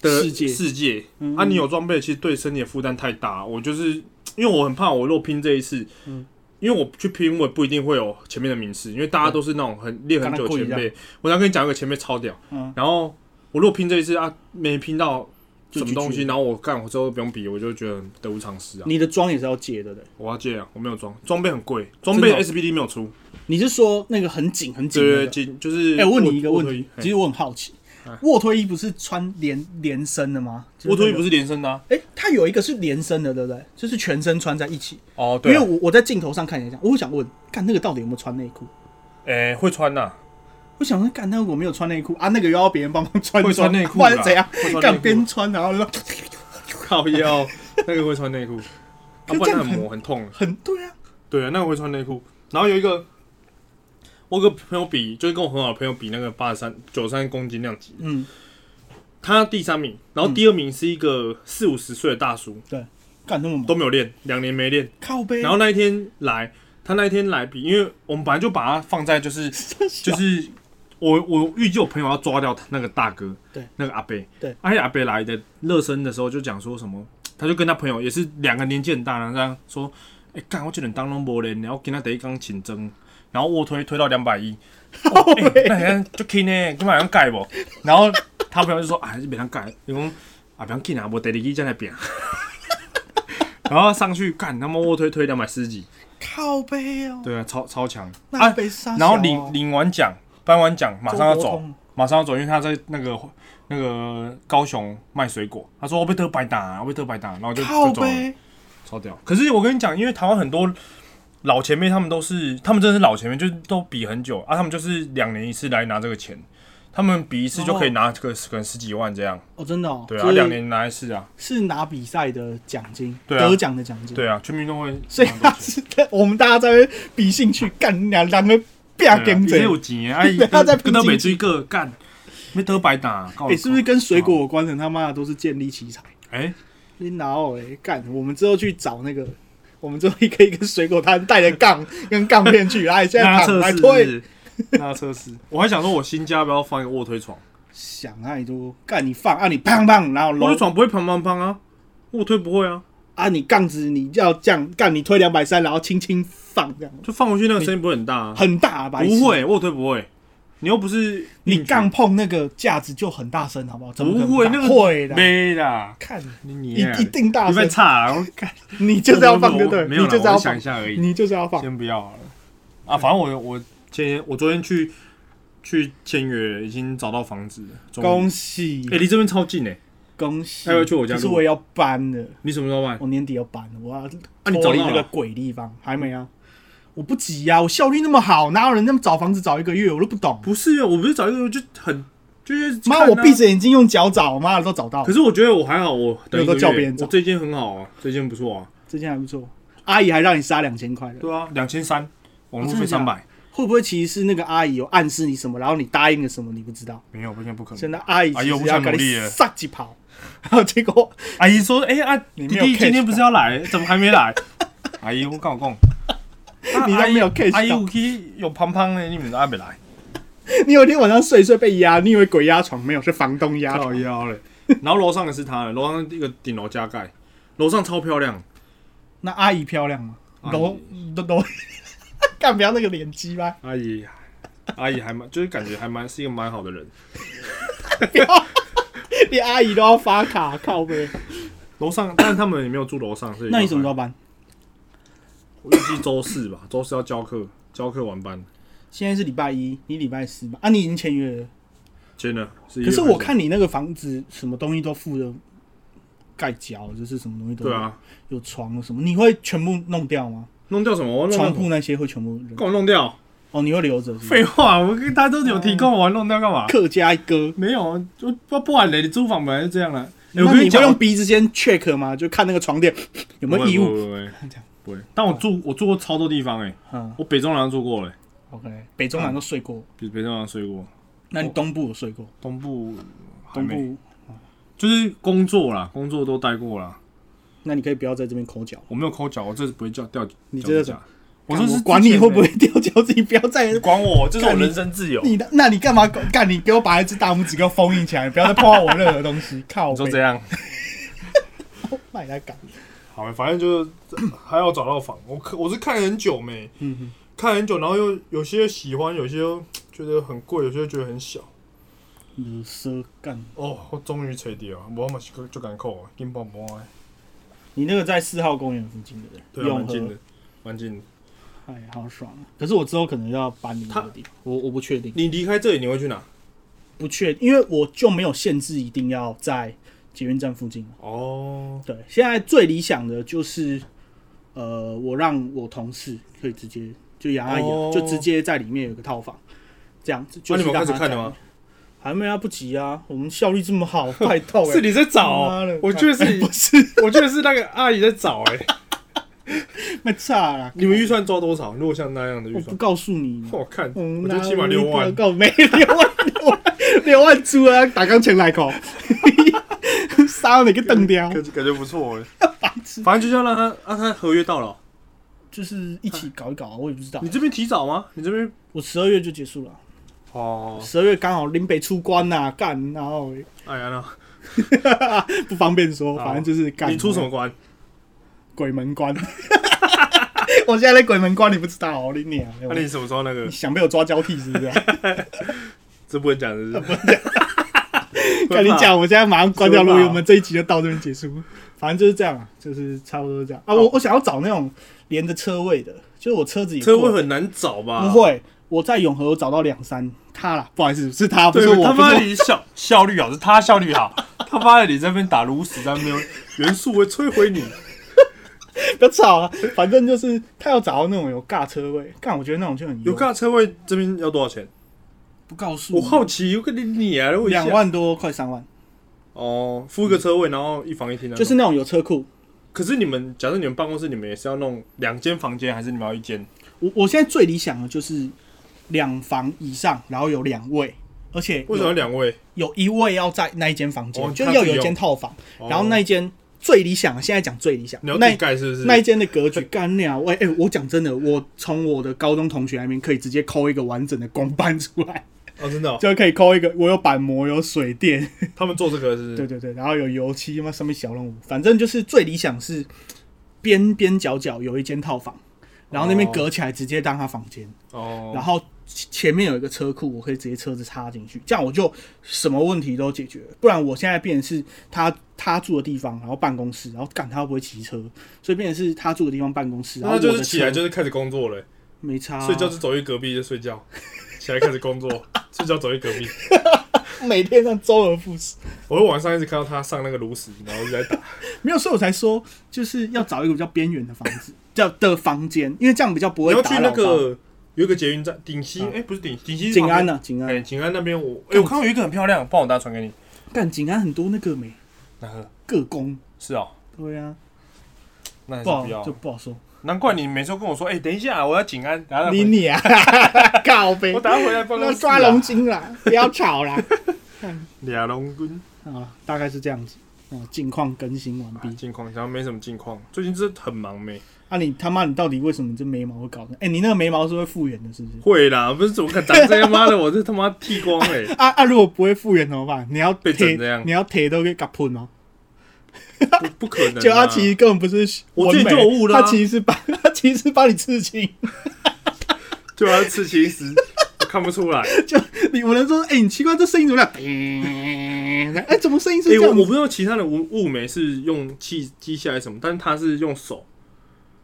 Speaker 1: 的
Speaker 2: 世界
Speaker 1: 世界。
Speaker 2: 嗯
Speaker 1: 啊，你有装备其实对身体的负担太大。我就是因为我很怕我若拼这一次，
Speaker 2: 嗯
Speaker 1: 因为我去拼我也不一定会有前面的名次，因为大家都是那种很练很久的
Speaker 2: 跟他故意
Speaker 1: 前辈。我想跟你讲一个前辈超屌，
Speaker 2: 嗯
Speaker 1: 然后我若拼这一次啊没拼到。
Speaker 2: 就
Speaker 1: 什么东
Speaker 2: GG
Speaker 1: 西？然后我干，我之后不用比，我就觉得很得不偿失啊！
Speaker 2: 你的妆也是要借的，对不对？
Speaker 1: 我要借啊，我没有装，装备很贵，装
Speaker 2: 真
Speaker 1: 备
Speaker 2: 的哦
Speaker 1: SBD 没有出，
Speaker 2: 你是说那个很紧很紧
Speaker 1: 对对
Speaker 2: 的？
Speaker 1: 对，进就是。
Speaker 2: 哎、我问你一个
Speaker 1: 卧
Speaker 2: 问
Speaker 1: 推
Speaker 2: 题，
Speaker 1: 嘿
Speaker 2: 其实我很好奇
Speaker 1: 哎，
Speaker 2: 卧推衣不是穿连连身的吗？
Speaker 1: 卧推不
Speaker 2: 是
Speaker 1: 是连身的啊、
Speaker 2: 那个？哎、它有一个是连身的，对不对？就是全身穿在一起。
Speaker 1: 哦，
Speaker 2: 因
Speaker 1: 对、
Speaker 2: 为
Speaker 1: 啊，
Speaker 2: 我我在镜头上看一下，我想问，看那个到底有没有穿内裤？
Speaker 1: 哎、会穿呐、
Speaker 2: 我想说，干那如果没有穿内裤啊，那个又要别人帮忙穿
Speaker 1: 会穿内裤
Speaker 2: 不
Speaker 1: 啦
Speaker 2: 然怎样
Speaker 1: 会穿内？裤
Speaker 2: 干边穿然后就
Speaker 1: 靠 <laughs> 腰，那个会穿内裤，啊，
Speaker 2: 可是
Speaker 1: 不
Speaker 2: 这
Speaker 1: 然
Speaker 2: 样
Speaker 1: 那很磨很痛。
Speaker 2: 很对啊，
Speaker 1: 对啊，那个会穿内裤。然后有一个，我有个朋友比，就是跟我很好的朋友比那个八十三九三公斤量级，
Speaker 2: 嗯，
Speaker 1: 他第三名，然后第二名是一个四五十岁的大叔，
Speaker 2: 干那么猛
Speaker 1: 都没有练，两年没练。
Speaker 2: 靠背，
Speaker 1: 然后那一天来，他那一天来比，因为我们本来就把他放在就是就是我我预计我朋友要抓掉他那个大哥，
Speaker 2: 对，
Speaker 1: 那个阿贝，
Speaker 2: 对，
Speaker 1: 而且阿贝来的热身的时候就讲说什么，他就跟他朋友也是两个年纪很大，然后这样说，哎、干我这人当龙博人，然后跟他第一刚请争，然后卧推推到两百一，
Speaker 2: <laughs> 靠
Speaker 1: 哎、
Speaker 2: 背，
Speaker 1: 那好像就轻呢，干嘛要改不？然后他朋友就说，啊，你别当改，你讲啊，不要紧啊，我第二季再来变。 <laughs> 然后上去干，他妈卧推推两百四十几，
Speaker 2: 靠背哦，
Speaker 1: 对啊，超超强
Speaker 2: 那
Speaker 1: 啊！
Speaker 2: 被杀小啊。
Speaker 1: 然后领领完奖，颁完奖，马上要
Speaker 2: 周伯
Speaker 1: 走
Speaker 2: 通，
Speaker 1: 马上要走，因为他在那个那个高雄卖水果。他说我被特白打，我被特白打，然后就
Speaker 2: 靠
Speaker 1: 就走了，
Speaker 2: 呗，
Speaker 1: 超屌。可是我跟你讲，因为台湾很多老前辈他们都是，他们真的是老前辈，就是都比很久啊，他们就是两年一次来拿这个钱，他们比一次就可以拿个可能十几万这样，
Speaker 2: 哦，真的哦，
Speaker 1: 对
Speaker 2: 就
Speaker 1: 啊，
Speaker 2: 是
Speaker 1: 两年拿一次啊，
Speaker 2: 是拿比赛的奖金，
Speaker 1: 对啊
Speaker 2: 得奖的奖金，
Speaker 1: 对啊，全民运动会，
Speaker 2: 所以他是在我们大家在那边比兴趣，干你俩两个啪跟
Speaker 1: 这
Speaker 2: 贼，
Speaker 1: 有钱啊，哎
Speaker 2: <laughs> 他在
Speaker 1: 跟
Speaker 2: 拼
Speaker 1: 到
Speaker 2: 经
Speaker 1: 美
Speaker 2: 济
Speaker 1: 追个干，没得白打，告
Speaker 2: 哎，是不是跟水果
Speaker 1: 哦
Speaker 2: 有关的？他妈的都是建立奇才。
Speaker 1: 哎？
Speaker 2: 你哪有嘞？干，我们之后去找那个，我们之后一个一个水果摊带着杠跟杠片去，来现在
Speaker 1: 那
Speaker 2: 躺
Speaker 1: 测
Speaker 2: 来
Speaker 1: 试
Speaker 2: 啊推，
Speaker 1: <laughs> 是不是，那测试。我还想说，我新家不要放一个卧推床，
Speaker 2: 想太多，干你放啊你砰砰，然后
Speaker 1: 卧
Speaker 2: 楼
Speaker 1: 推床不会砰砰砰啊，卧推不会啊，
Speaker 2: 啊你杠子你要这样干你推两百三，然后轻轻放这样，
Speaker 1: 就放回去那个声音不会很大啊，
Speaker 2: 很大、啊、白痴
Speaker 1: 不，会卧推不会，你又不是
Speaker 2: 你
Speaker 1: 硬举
Speaker 2: 杠碰那个架子就很大声，好不好？怎么可能
Speaker 1: 不会
Speaker 2: 大
Speaker 1: 那个
Speaker 2: 会的，
Speaker 1: 没啦，
Speaker 2: 看
Speaker 1: 你你
Speaker 2: 一一定大
Speaker 1: 你被
Speaker 2: 声，啊
Speaker 1: 差了，我看
Speaker 2: 你 <laughs> 就是要放对不对？
Speaker 1: 没有
Speaker 2: 你
Speaker 1: 啦
Speaker 2: 就是要
Speaker 1: 我想
Speaker 2: 放
Speaker 1: 一，下而已，
Speaker 2: 你就是要放，
Speaker 1: 先不要好了啊，反正我我前天我昨天去去签约了，已经找到房子了，终于
Speaker 2: 恭喜
Speaker 1: 哎离这边超近哎，
Speaker 2: 恭喜！
Speaker 1: 要不要去我家
Speaker 2: 可是
Speaker 1: 录
Speaker 2: 我也要搬了。
Speaker 1: 你什么时候办？
Speaker 2: 我年底要搬了，我要
Speaker 1: 啊你
Speaker 2: 脱
Speaker 1: 找
Speaker 2: 离
Speaker 1: 到
Speaker 2: 那
Speaker 1: 了
Speaker 2: 个鬼地方，还没啊？我不急呀、啊，我效率那么好，哪有人那么找房子找一个月？我都不懂。
Speaker 1: 不是啊，我不是找一个就很就是
Speaker 2: 妈、
Speaker 1: 看啊
Speaker 2: 我闭着眼睛用脚找，妈的都找到
Speaker 1: 可。是我觉得我还好，我等一
Speaker 2: 有
Speaker 1: 个
Speaker 2: 都叫
Speaker 1: 月
Speaker 2: 别人找
Speaker 1: 我这间很好啊，这间不错啊，
Speaker 2: 这件还不错，阿姨还让你杀两千块的，
Speaker 1: 对啊，两千三，网
Speaker 2: 哦
Speaker 1: 络
Speaker 2: 真
Speaker 1: 费
Speaker 2: 的假
Speaker 1: 三
Speaker 2: 的
Speaker 1: 百，
Speaker 2: 会不会其实是那个阿姨有暗示你什么，然后你答应了什么，你不知道？
Speaker 1: 没有，不行不可
Speaker 2: 现
Speaker 1: 能。
Speaker 2: 在阿姨
Speaker 1: 阿
Speaker 2: 其
Speaker 1: 姨我不
Speaker 2: 实要
Speaker 1: 想努
Speaker 2: 跟
Speaker 1: 力
Speaker 2: 你
Speaker 1: 了
Speaker 2: 撒几跑，然后结果
Speaker 1: 阿姨说，哎啊，
Speaker 2: 你
Speaker 1: 弟
Speaker 2: 没有
Speaker 1: 弟
Speaker 2: catch
Speaker 1: 今天不是要
Speaker 2: <laughs>
Speaker 1: 来，怎么还没来？阿姨，我跟我讲，啊
Speaker 2: 你都
Speaker 1: 阿姨
Speaker 2: 没有哦 catch 到
Speaker 1: 阿姨有去有胖胖的，你们都还没来，
Speaker 2: 你有一天晚上睡一睡被压，你以为鬼压床没有，是房东压床。
Speaker 1: 腰嘞。然后楼上的是他的，楼上一个顶楼加盖，楼上超漂亮，
Speaker 2: 那阿姨漂亮吗？
Speaker 1: 阿姨
Speaker 2: 楼楼 <laughs> 楼，干不要那个脸鸡吧？
Speaker 1: 阿姨，阿姨还蛮，就是感觉还蛮是一个蛮好的人。
Speaker 2: 连阿姨都要发卡，靠背。
Speaker 1: 楼上，但是他们也没有住楼上，所以
Speaker 2: 那你什么时
Speaker 1: 候？
Speaker 2: 候搬？
Speaker 1: 我预计周四吧，周四要教课，教课晚班。
Speaker 2: 现在是礼拜一，你礼拜四吧？啊，你已经签约了。
Speaker 1: 真的。可
Speaker 2: 可是我看你那个房子，什么东西都附的盖胶，就是什么东西都有
Speaker 1: 对，啊，
Speaker 2: 有床什么，你会全部弄掉吗？
Speaker 1: 弄掉什么？我弄
Speaker 2: 床
Speaker 1: 掉什
Speaker 2: 铺
Speaker 1: 么，
Speaker 2: 那些会全部扔？
Speaker 1: 给我弄掉。
Speaker 2: 哦，你会留着？是不是
Speaker 1: 废话，我跟他都有提
Speaker 2: 嗯
Speaker 1: 供，我还弄掉干嘛？
Speaker 2: 客家哥，
Speaker 1: 没有，就不不然嘞，你租房本来就这样了。欸
Speaker 2: 那
Speaker 1: 我跟
Speaker 2: 哎你会
Speaker 1: 讲，
Speaker 2: 用鼻子先 check 吗？就看那个床垫有没有异
Speaker 1: 不
Speaker 2: 物。
Speaker 1: 会？不会
Speaker 2: 看这样
Speaker 1: 不会，但我住我住过超多地方哎，
Speaker 2: 嗯
Speaker 1: 我北中南都住过嘞，
Speaker 2: ，OK，北中南都睡过，
Speaker 1: 北北中南睡过，
Speaker 2: 那你东部有睡过？
Speaker 1: 东部还
Speaker 2: 东
Speaker 1: 没
Speaker 2: 部，
Speaker 1: 就是工作啦，工作都待过啦。
Speaker 2: 那你可以不要在这边抠脚。
Speaker 1: 我没有抠脚，我这是不会叫掉。
Speaker 2: 你
Speaker 1: 脚
Speaker 2: 这
Speaker 1: 趾
Speaker 2: 是
Speaker 1: 甲我说是
Speaker 2: 管你
Speaker 1: 之前
Speaker 2: 会不会
Speaker 1: 欸
Speaker 2: 掉脚趾，你不要再
Speaker 1: 你管我，这是我
Speaker 2: 干你
Speaker 1: 人身自由。
Speaker 2: 你的，那你干嘛干？你给我把那只大拇指给我封印起来，不要再碰到我任何东西。靠
Speaker 1: 你
Speaker 2: 背，
Speaker 1: 说这样，
Speaker 2: 那你来搞。
Speaker 1: 好，反正就是 <coughs> 还要找到房。我看我是看很久没，
Speaker 2: 嗯哼，
Speaker 1: 看很久，然后又有些喜欢，有些又觉得很贵，有些又觉得很小。
Speaker 2: 你蛇干，
Speaker 1: 哦，我终于找到啊！我嘛是就敢扣啊，金棒棒的，
Speaker 2: 你那个在四号公园附近的，
Speaker 1: 对啊，
Speaker 2: 永
Speaker 1: 蛮近
Speaker 2: 和
Speaker 1: 的，，蛮近的。
Speaker 2: 哎，好爽啊！可是我之后可能要搬离那个地方，我我不确定，
Speaker 1: 你离开这里你会去哪？
Speaker 2: 不确，因为我就没有限制一定要在捷运站附近。
Speaker 1: 哦，
Speaker 2: 对，现在最理想的就是，呃，我让我同事可以直接就杨阿姨啊、
Speaker 1: 哦
Speaker 2: 就直接在里面有个套房，这样子。就
Speaker 1: 那
Speaker 2: 是
Speaker 1: 你们
Speaker 2: 让
Speaker 1: 开始
Speaker 2: 她
Speaker 1: 看了
Speaker 2: 在
Speaker 1: 吗？
Speaker 2: 还没啊，不急啊，我们效率这么好，快到哎、
Speaker 1: 哦是你在找
Speaker 2: 妈
Speaker 1: 哦
Speaker 2: 的，
Speaker 1: 我觉得是
Speaker 2: 不 <laughs> 是
Speaker 1: 我觉得是那个阿姨在找哎。
Speaker 2: 那差啦，
Speaker 1: <laughs> 你们预算抓多少？如果像那样的预
Speaker 2: 我不
Speaker 1: 算，
Speaker 2: 告诉你。
Speaker 1: 我看
Speaker 2: 嗯
Speaker 1: 我觉得起码六
Speaker 2: 那我
Speaker 1: 万
Speaker 2: 不。告没六万 <laughs> 六万六万出啊，打钢琴来口， <laughs> 杀了你个灯雕，
Speaker 1: 感感觉不错 <laughs> 哎、反正就是要让他让他合约到了哦。
Speaker 2: 就是一起搞一搞啊，我也不知道
Speaker 1: 你，这边提早吗？你这边
Speaker 2: 我十二月就结束了，
Speaker 1: 哦，
Speaker 2: 十二月刚好林北出关呐、干，然后
Speaker 1: 哎呀，那
Speaker 2: 不方便说，
Speaker 1: 好
Speaker 2: 反正就是干。
Speaker 1: 哦你出什么关？
Speaker 2: 鬼门关？ <laughs> 我现在在鬼门关，你不知道哦，你娘！
Speaker 1: 那、啊你什么时候那个
Speaker 2: 你？想被我抓交替是
Speaker 1: <laughs>
Speaker 2: 不是、啊？
Speaker 1: 这不能讲的是？
Speaker 2: 跟你讲，我现在马上关掉录
Speaker 1: 是
Speaker 2: 音，
Speaker 1: 吧
Speaker 2: 我们这一集就到这边结束。反正就是这样啊，就是差不多是这样啊。
Speaker 1: 好
Speaker 2: 我我想要找那种连着车位的，就是我车子也
Speaker 1: 车位啊
Speaker 2: 过
Speaker 1: 很难找吧？
Speaker 2: 不，会，我在永和有找到两三，他啦，不好意思，是他，不
Speaker 1: 对
Speaker 2: 是我，
Speaker 1: 他
Speaker 2: 不是
Speaker 1: 妈的
Speaker 2: 我。
Speaker 1: 你效效率好，是他效率好，他妈的你在那边打炉石，在那边元素会摧毁你。
Speaker 2: 不要吵啊！反正就是他要找到那种有尬车位，干，我觉得那种就很
Speaker 1: 有尬车位这边要多少钱？
Speaker 2: 不告诉
Speaker 1: 我好奇，有个你你啊，我一下
Speaker 2: 两万多快三万，
Speaker 1: 哦，付一个车位，然后一房一厅那种
Speaker 2: 就是那种有车库。
Speaker 1: 可是你们假设你们办公室，你们也是要弄两间房间，还是你们要一间？
Speaker 2: 我我现在最理想的就是两房以上，然后有两位，而且
Speaker 1: 为什么要两位？
Speaker 2: 有有一位要在那一间房间，
Speaker 1: 哦
Speaker 2: 就
Speaker 1: 他
Speaker 2: 是要
Speaker 1: 自己
Speaker 2: 有一间
Speaker 1: 用
Speaker 2: 套房，
Speaker 1: 哦
Speaker 2: 然后那一间最理想，现在讲最理想，
Speaker 1: 你要
Speaker 2: 那
Speaker 1: 自己盖是不是？
Speaker 2: 那一间的格局干了，喂、哎、我讲真的，我从我的高中同学那边可以直接抠一个完整的公办出来，
Speaker 1: 哦，真的哦，
Speaker 2: 就可以抠一个，我有板模，有水电， <laughs>
Speaker 1: 他们做这个是不
Speaker 2: 对
Speaker 1: 是？
Speaker 2: 对对，然后有油漆嘛，上面小任务，反正就是最理想是边边角角有一间套房，然后那边
Speaker 1: 哦
Speaker 2: 隔起来直接当他房间，然
Speaker 1: 哦，
Speaker 2: 后前面有一个车库，我可以直接车子插进去，这样我就什么问题都解决了。不然我现在变成是他他住的地方，然后办公室，然后赶他会不会骑车，所以变成是他住的地方办公室，然
Speaker 1: 那
Speaker 2: 后
Speaker 1: 他
Speaker 2: 我的啊
Speaker 1: 就
Speaker 2: 车
Speaker 1: 是起来就是开始工作了，欸
Speaker 2: 没差、
Speaker 1: 睡觉就走一隔壁就睡觉，起来开始工作， <laughs> 睡觉走一隔壁。
Speaker 2: 每天让周而复始。
Speaker 1: 我晚上一直看到他上那个炉石，然后一直在打。
Speaker 2: 没有，所以我才说就是要找一个比较边缘的房子， <laughs> 叫的房间，因为这样比较不
Speaker 1: 你
Speaker 2: 会
Speaker 1: 要
Speaker 2: 打
Speaker 1: 去
Speaker 2: 扰
Speaker 1: 那
Speaker 2: 到。
Speaker 1: 个有一个捷运站顶溪，
Speaker 2: 啊
Speaker 1: 哎，不是顶顶溪，
Speaker 2: 景安呢、啊？景
Speaker 1: 哎，
Speaker 2: 安，
Speaker 1: 景安那边我哎，我看到有一个很漂亮，帮我搭传给你。
Speaker 2: 干景安很多那个没
Speaker 1: 哪个？
Speaker 2: 个工，
Speaker 1: 是哦，
Speaker 2: 对啊，
Speaker 1: 那还是
Speaker 2: 不
Speaker 1: 不
Speaker 2: 好就
Speaker 1: 要。
Speaker 2: 不好说。
Speaker 1: 难怪你每次都跟我说，哎，等一下，我要景安，等一下再回来
Speaker 2: 你你啊， <laughs> 靠呗
Speaker 1: 我。等一下回来办公
Speaker 2: 那
Speaker 1: 室啊。
Speaker 2: 抓龙筋啦，不要吵啦。
Speaker 1: 啊俩龙棍。
Speaker 2: <laughs> 好啦，大概是这样子。哦，近况更新完毕。
Speaker 1: 近况，然后没什么近况，最近真的很忙没。
Speaker 2: 啊你，他妈，你到底为什么这眉毛会搞成？哎、你那个眉毛是会复原的，是不是？
Speaker 1: 会啦，不是怎么可能长这样？妈的，我这他妈剃光哎、
Speaker 2: 啊啊！如果不会复原怎么办？你要
Speaker 1: 被
Speaker 2: 贴
Speaker 1: 整这，样
Speaker 2: 你要贴都给搞喷吗？
Speaker 1: 不不可能、啊。
Speaker 2: <laughs> 就他其实根本不是
Speaker 1: 我
Speaker 2: 纹
Speaker 1: 自己
Speaker 2: 眉
Speaker 1: 就有啊悟啦
Speaker 2: 他其实是把 <laughs> 他其实是帮你刺青。 <laughs>
Speaker 1: 就要刺青时，我看不出来。
Speaker 2: 就你我能说，哎、你奇怪，这声音怎么了？ <laughs> 哎、怎么声音是
Speaker 1: 哎、
Speaker 2: 这
Speaker 1: 我
Speaker 2: 样
Speaker 1: 我
Speaker 2: 子？
Speaker 1: 不知道其他的雾雾眉是用器机械还是什么，但是他是用手，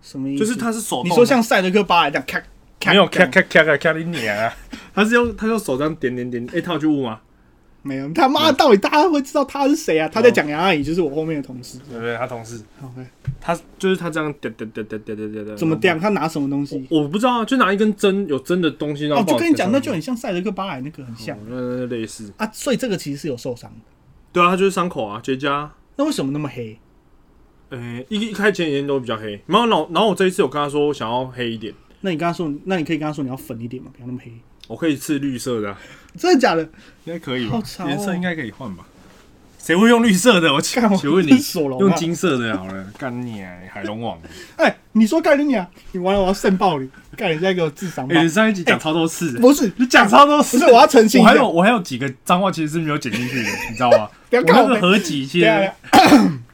Speaker 2: 什么意思？
Speaker 1: 就是他是手动的。
Speaker 2: 你说像赛德克巴莱这样咔咔，
Speaker 1: 没有
Speaker 2: 这
Speaker 1: 咔
Speaker 2: 样
Speaker 1: 咔咔咔咔你娘啊！他是用他用手这样点点点。哎、他有去雾吗？
Speaker 2: 没有，他妈的到底大家会知道他是谁啊？他在讲杨阿姨，就是我后面的同事。
Speaker 1: 对不对？他同事，
Speaker 2: 好哎
Speaker 1: 他就是他这样点点点点点点点点。
Speaker 2: 怎么掉？？他拿什么东西？
Speaker 1: 我不知道啊，就拿一根针，有针的东西让
Speaker 2: 哦
Speaker 1: 我。，
Speaker 2: 就跟你讲，那就很像赛德克巴莱那个很像、
Speaker 1: 嗯类似。
Speaker 2: 啊，所以这个其实是有受伤的。
Speaker 1: 对啊，他就是伤口啊，结痂啊。
Speaker 2: 那为什么那么黑？
Speaker 1: 诶、一一开前眼睛都比较黑，然后然后然后我这一次有跟他说我想要黑一点，
Speaker 2: 那你跟他说，那你可以跟他说你要粉一点嘛，不要那么黑。
Speaker 1: 我可以吃绿色的啊、
Speaker 2: 真的假的？
Speaker 1: 应该可以
Speaker 2: 好潮哦
Speaker 1: 该可以换吧？谁会用绿色的？我请
Speaker 2: 干我
Speaker 1: 请问你
Speaker 2: 索隆啊
Speaker 1: 用金色的好了，干你啊、海龙王！
Speaker 2: 哎、你说盖你啊，你完了我要肾爆你，盖人家给我智商
Speaker 1: <laughs>
Speaker 2: 吧
Speaker 1: 哎、。你上一集讲超多次，
Speaker 2: 不是，嗯
Speaker 1: 你讲超多次，
Speaker 2: 不是我要澄清一
Speaker 1: 我
Speaker 2: 下
Speaker 1: 还有我还有几个脏话其实是没有剪进去的，你知道吗？
Speaker 2: <laughs> 不要
Speaker 1: 我
Speaker 2: 看
Speaker 1: 那
Speaker 2: 我
Speaker 1: 个
Speaker 2: 们
Speaker 1: 合集其
Speaker 2: 对
Speaker 1: 实
Speaker 2: 啊，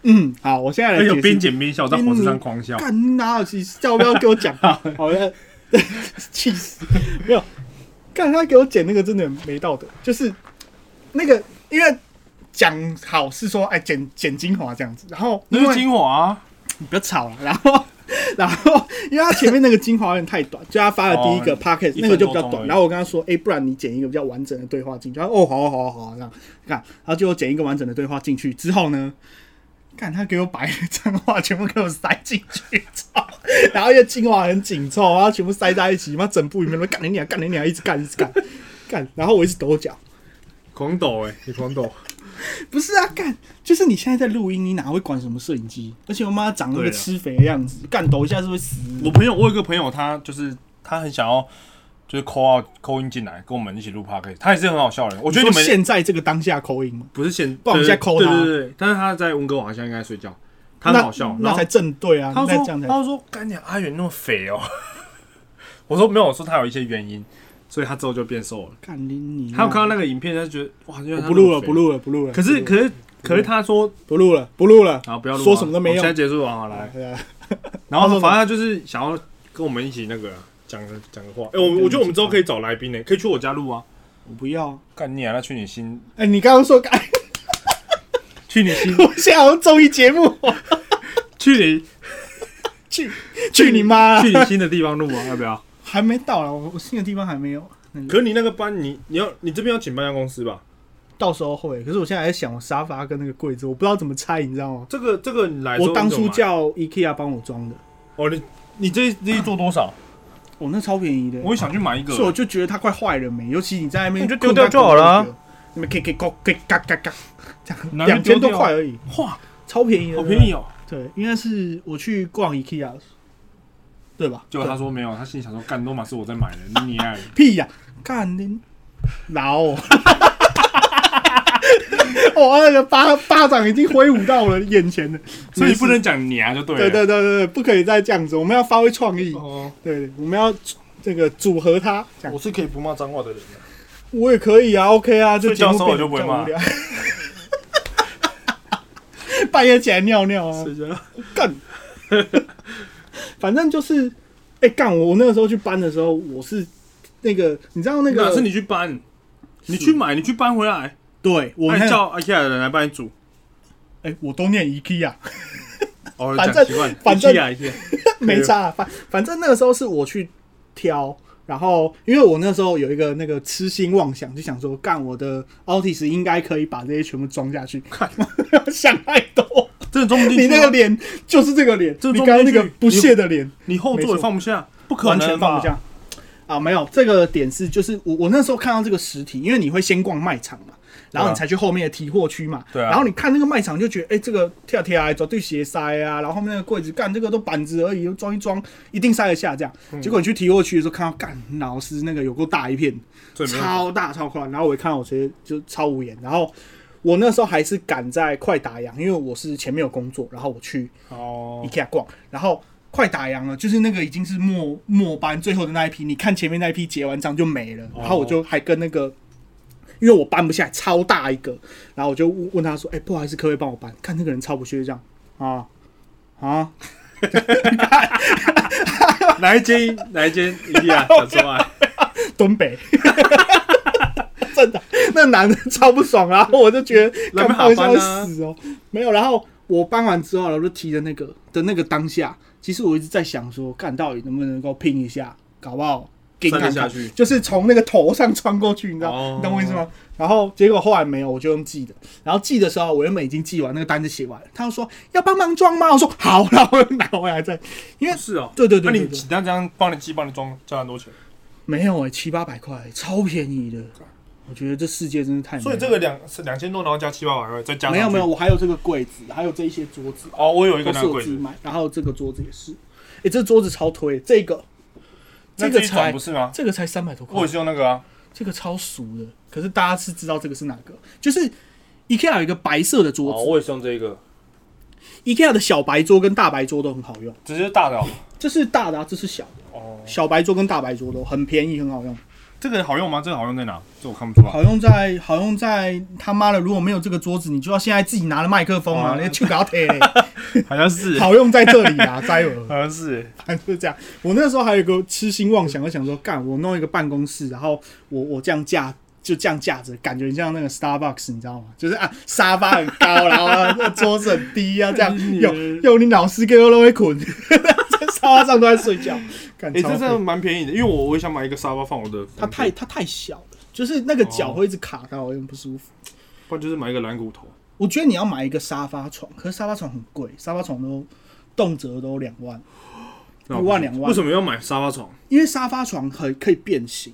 Speaker 2: 嗯，好，我现在来
Speaker 1: 而且
Speaker 2: 解
Speaker 1: 有
Speaker 2: 释。
Speaker 1: 边剪边笑，我在火车上狂笑。
Speaker 2: 干你哪有气势？叫不要给我讲？好的， <laughs> 气死！没有，干他给我剪那个真的很没道德，就是那个因为讲好是说哎剪剪精华这样子，然后
Speaker 1: 那
Speaker 2: 因
Speaker 1: 是
Speaker 2: 为
Speaker 1: 精华、啊，
Speaker 2: 你不要吵了，然后。然后，因为他前面那个精华有点太短，就他发了第一个
Speaker 1: 哦
Speaker 2: podcast，、
Speaker 1: 一分
Speaker 2: 那个就比较
Speaker 1: 多钟而
Speaker 2: 短。
Speaker 1: 已
Speaker 2: 然后我跟他说，哎、不然你剪一个比较完整的对话进去。他说，哦，好啊好啊好啊，这样看，然后就剪一个完整的对话进去之后呢，看他给我把一个脏话全部给我塞进去，操！然后因为精华很紧凑，然后全部塞在一起，妈整部里面都干你娘，干你娘，一直干一直干干，然后我一直抖脚。
Speaker 1: 狂抖哎、你狂抖，
Speaker 2: 不是啊，干，就是你现在在录音，你哪会管什么摄影机？而且我妈长那个
Speaker 1: 对啊
Speaker 2: 吃肥的样子，干抖一下是会死。
Speaker 1: 我朋友，我有一个朋友，他就是他很想要，就是扣二扣音进来，跟我们一起录 p o d 他也是很好笑的人。我觉得
Speaker 2: 说
Speaker 1: 你们
Speaker 2: 现在这个当下口音吗？
Speaker 1: 不是现，
Speaker 2: 不然我们现在
Speaker 1: 对
Speaker 2: call 他
Speaker 1: 对对对，但是他在温哥华现在应该睡觉，他
Speaker 2: 那
Speaker 1: 很好笑。然
Speaker 2: 那
Speaker 1: 后
Speaker 2: 才正对啊！
Speaker 1: 他
Speaker 2: 那
Speaker 1: 说
Speaker 2: 这样才
Speaker 1: 他说干你阿远那么肥哦， <laughs> 我说没有，我说他有一些原因，所以他之后就变瘦了。
Speaker 2: 干你你啊！
Speaker 1: 他有看到那个影片，他就觉得哇，原来
Speaker 2: 我
Speaker 1: 他
Speaker 2: 不录
Speaker 1: 那
Speaker 2: 了，
Speaker 1: 么肥
Speaker 2: 不。录了，不录了。
Speaker 1: 可是
Speaker 2: 不录
Speaker 1: 可是可是他说
Speaker 2: 不录了，不录了。
Speaker 1: 啊不要录啊，
Speaker 2: 说什么都没
Speaker 1: 我们
Speaker 2: 用
Speaker 1: 现在结束完好来。
Speaker 2: 对啊
Speaker 1: 然后反正他就是想要跟我们一起那个讲个讲个话。哎，我我觉得我们之后可以找来宾呢，可以去我家录啊。
Speaker 2: 我不要啊。
Speaker 1: 干你啊！那去你新，
Speaker 2: 哎，你刚刚说， <laughs> 哎，
Speaker 1: 去你
Speaker 2: <laughs>
Speaker 1: 新，
Speaker 2: 我现在好像综艺节目，
Speaker 1: 去你
Speaker 2: 去去你妈啊！
Speaker 1: 去你新的地方录啊！要不要？
Speaker 2: 还没到了，我我新的地方还没有。那个
Speaker 1: 可是你那个班，你你要你这边要请搬家公司吧？
Speaker 2: 到时候会，可是我现在还在想我沙发跟那个柜子，我不知道怎么拆，你知道吗？
Speaker 1: 这个这个你来的时
Speaker 2: 我
Speaker 1: 候
Speaker 2: 当
Speaker 1: 你
Speaker 2: 初
Speaker 1: 怎么买
Speaker 2: 叫 IKEA 帮我装的，
Speaker 1: 哦，你你这这一做多少？
Speaker 2: 我、那超便宜的，
Speaker 1: 我也想去买一个
Speaker 2: 所以我就觉得它快坏了没，尤其你在那边
Speaker 1: 你就丢掉就好了啊
Speaker 2: 你们可以可以可以嘎嘎嘎，这
Speaker 1: 拿
Speaker 2: 样
Speaker 1: 去
Speaker 2: 两千
Speaker 1: 丢
Speaker 2: 多
Speaker 1: 掉
Speaker 2: 块而已，
Speaker 1: 哇，
Speaker 2: 超便宜的，
Speaker 1: 好便
Speaker 2: 宜。
Speaker 1: 宜哦！
Speaker 2: 对，应该是我去逛 IKEA，的对吧？
Speaker 1: 结果他说没有，他心里想说，干都嘛是我在买的，你
Speaker 2: <laughs>
Speaker 1: 爱
Speaker 2: 屁呀、干你老！我、 <laughs> 哇那个巴巴掌已经挥舞到我的眼前了，
Speaker 1: 所以不能讲你啊，就对
Speaker 2: 对
Speaker 1: 了。
Speaker 2: 对对对对，不可以再这样子，我们要发挥创意，
Speaker 1: 哦，
Speaker 2: 对，我们要这个组合它，这样
Speaker 1: 我是可以不骂脏话的人啊。
Speaker 2: 我也可以啊，OK 啊，这
Speaker 1: 睡
Speaker 2: 节
Speaker 1: 觉
Speaker 2: 目
Speaker 1: 的时候我就
Speaker 2: 变得
Speaker 1: 不会
Speaker 2: 比较
Speaker 1: 骂
Speaker 2: 无聊。 <laughs> 半夜起来尿尿啊，干，反正就是，哎、干，我那个时候去搬的时候，我是那个，你知道那
Speaker 1: 哪
Speaker 2: 个
Speaker 1: 是你去搬？你去买，你去搬回来，
Speaker 2: 对，我
Speaker 1: 那
Speaker 2: 那
Speaker 1: 你叫 IKEA 的人来帮你煮。
Speaker 2: 哎、我都念 IKEA， <laughs>
Speaker 1: 哦，
Speaker 2: 反
Speaker 1: 讲
Speaker 2: 正
Speaker 1: 习惯啊了
Speaker 2: 反正
Speaker 1: IKEA
Speaker 2: <laughs>
Speaker 1: IKEA
Speaker 2: 没差啊，反反正那个时候是我去挑，然后因为我那时候有一个那个痴心妄想，就想说干我的 Altis 应该可以把这些全部装下去， <laughs>
Speaker 1: 看
Speaker 2: 想太多，
Speaker 1: 真的装不进去
Speaker 2: 你
Speaker 1: 啊。
Speaker 2: 那个脸就是这个脸，
Speaker 1: 这
Speaker 2: 你
Speaker 1: 装不
Speaker 2: 刚刚那个
Speaker 1: 进去
Speaker 2: 不屑的脸，
Speaker 1: 你后座也放不下，不可
Speaker 2: 完
Speaker 1: 能
Speaker 2: 全
Speaker 1: 吧
Speaker 2: 放不。下。啊，没有这个点是，就是我我那时候看到这个实体，因为你会先逛卖场嘛，然后
Speaker 1: 对啊
Speaker 2: 你才去后面的提货区嘛，
Speaker 1: 对啊
Speaker 2: 然后你看那个卖场就觉得，哎、这个跳跳啊，走对鞋塞啊，然后后面那个柜子干这个都板子而已，又装一装，一定塞得下这样。
Speaker 1: 嗯
Speaker 2: 结果你去提货区的时候看到，干老师那个有够大一片，
Speaker 1: 最没有
Speaker 2: 超大超宽，然后我一看到我直接就超无言，然后。我那时候还是赶在快打烊，因为我是前面有工作，然后我去
Speaker 1: 哦，
Speaker 2: IKEA 逛，然后快打烊了，就是那个已经是末末班最后的那一批，你看前面那一批结完账就没了，然后我就还跟那个。因为我搬不下来，超大一个，然后我就问问他说：“哎、不好意思，可不可以帮我搬？”看那个人超不屑，这样啊啊，
Speaker 1: 哪一间哪一间 <laughs> IKEA 讲出来？
Speaker 2: 东北，真的， <laughs> 那男的超不
Speaker 1: <laughs>
Speaker 2: 爽，然后我就觉得
Speaker 1: 那
Speaker 2: 干
Speaker 1: 边
Speaker 2: 爆一
Speaker 1: 好
Speaker 2: 下
Speaker 1: 搬
Speaker 2: 会
Speaker 1: 啊
Speaker 2: 死哦、没有，然后我搬完之后，然后就提的那个的那个当下，其实我一直在想说，干到底能不能够拼一下，搞不好给
Speaker 1: 塞得
Speaker 2: 看
Speaker 1: 下
Speaker 2: 看
Speaker 1: 去，
Speaker 2: 就是从那个头上穿过去，你知道，
Speaker 1: 哦
Speaker 2: 你懂我意思吗？然后结果后来没有，我就用寄的，然后寄的时候，我原本已经寄完那个单子写完了，他就说要帮忙装吗？我说好，然后我又拿回来再，
Speaker 1: 是哦，
Speaker 2: 对对
Speaker 1: 那
Speaker 2: 对
Speaker 1: 你
Speaker 2: 对对
Speaker 1: 那这样帮你寄帮你装，加很多钱。
Speaker 2: 没有哎、七八百块，超便宜的。我觉得这世界真是太美
Speaker 1: 所以
Speaker 2: 了
Speaker 1: 这个两是两千多，然后加七八百块，再加上
Speaker 2: 没有
Speaker 1: 去
Speaker 2: 没有，。我还有这个柜子，还有这一些桌子，
Speaker 1: 哦，我有一个
Speaker 2: 都
Speaker 1: 那
Speaker 2: 是
Speaker 1: 个
Speaker 2: 我
Speaker 1: 柜
Speaker 2: 自
Speaker 1: 子
Speaker 2: 己，买。然后这个桌子也是，哎、这桌子超推，这个
Speaker 1: 那
Speaker 2: 这个
Speaker 1: 一款
Speaker 2: 才
Speaker 1: 不是吗？
Speaker 2: 这个才三百多
Speaker 1: 我
Speaker 2: 块
Speaker 1: 也，是用那个啊，
Speaker 2: 这个超俗的。可是大家是知道这个是哪个？就是 IKEA 有一个白色的桌
Speaker 1: 哦，
Speaker 2: 子、
Speaker 1: 我也是用这一个，
Speaker 2: i k e a 的小白桌跟大白桌都很好用，
Speaker 1: 直接大的哦
Speaker 2: 这是大的、啊，这是小的，
Speaker 1: 哦。
Speaker 2: 小白桌跟大白桌都很便宜，很好用。
Speaker 1: 这个好用吗？这个好用在哪？这我看不出来。
Speaker 2: 好用在好用在他妈的，如果没有这个桌子，你就要现在自己拿了麦克风啊，
Speaker 1: 哦
Speaker 2: 你去搞铁嘞。
Speaker 1: 好像是，
Speaker 2: <laughs> 好用在这里啊，摘耳。
Speaker 1: 好像是。
Speaker 2: 反正就是这样。我那时候还有一个痴心妄想，我想说，干，我弄一个办公室，然后我我这样架。就这样架着，感觉很像那个 Starbucks，你知道吗？就是啊，沙发很高，然后啊桌子很低啊，这样有 <laughs> 有你老师给我都会捆， <laughs> 在沙发上都在睡觉，感
Speaker 1: 哎，
Speaker 2: 觉
Speaker 1: 这真的蛮便宜的，因为我我也想买一个沙发放我的房间，
Speaker 2: 它太它太小了，就是那个脚会一直卡到，有点不舒服。
Speaker 1: 不然就是买一个蓝骨头。
Speaker 2: 我觉得你要买一个沙发床，可是沙发床很贵，沙发床都动辄都两万，
Speaker 1: 那我
Speaker 2: 一万两万
Speaker 1: 为什么要买沙发床？
Speaker 2: 因为沙发床很可以变形，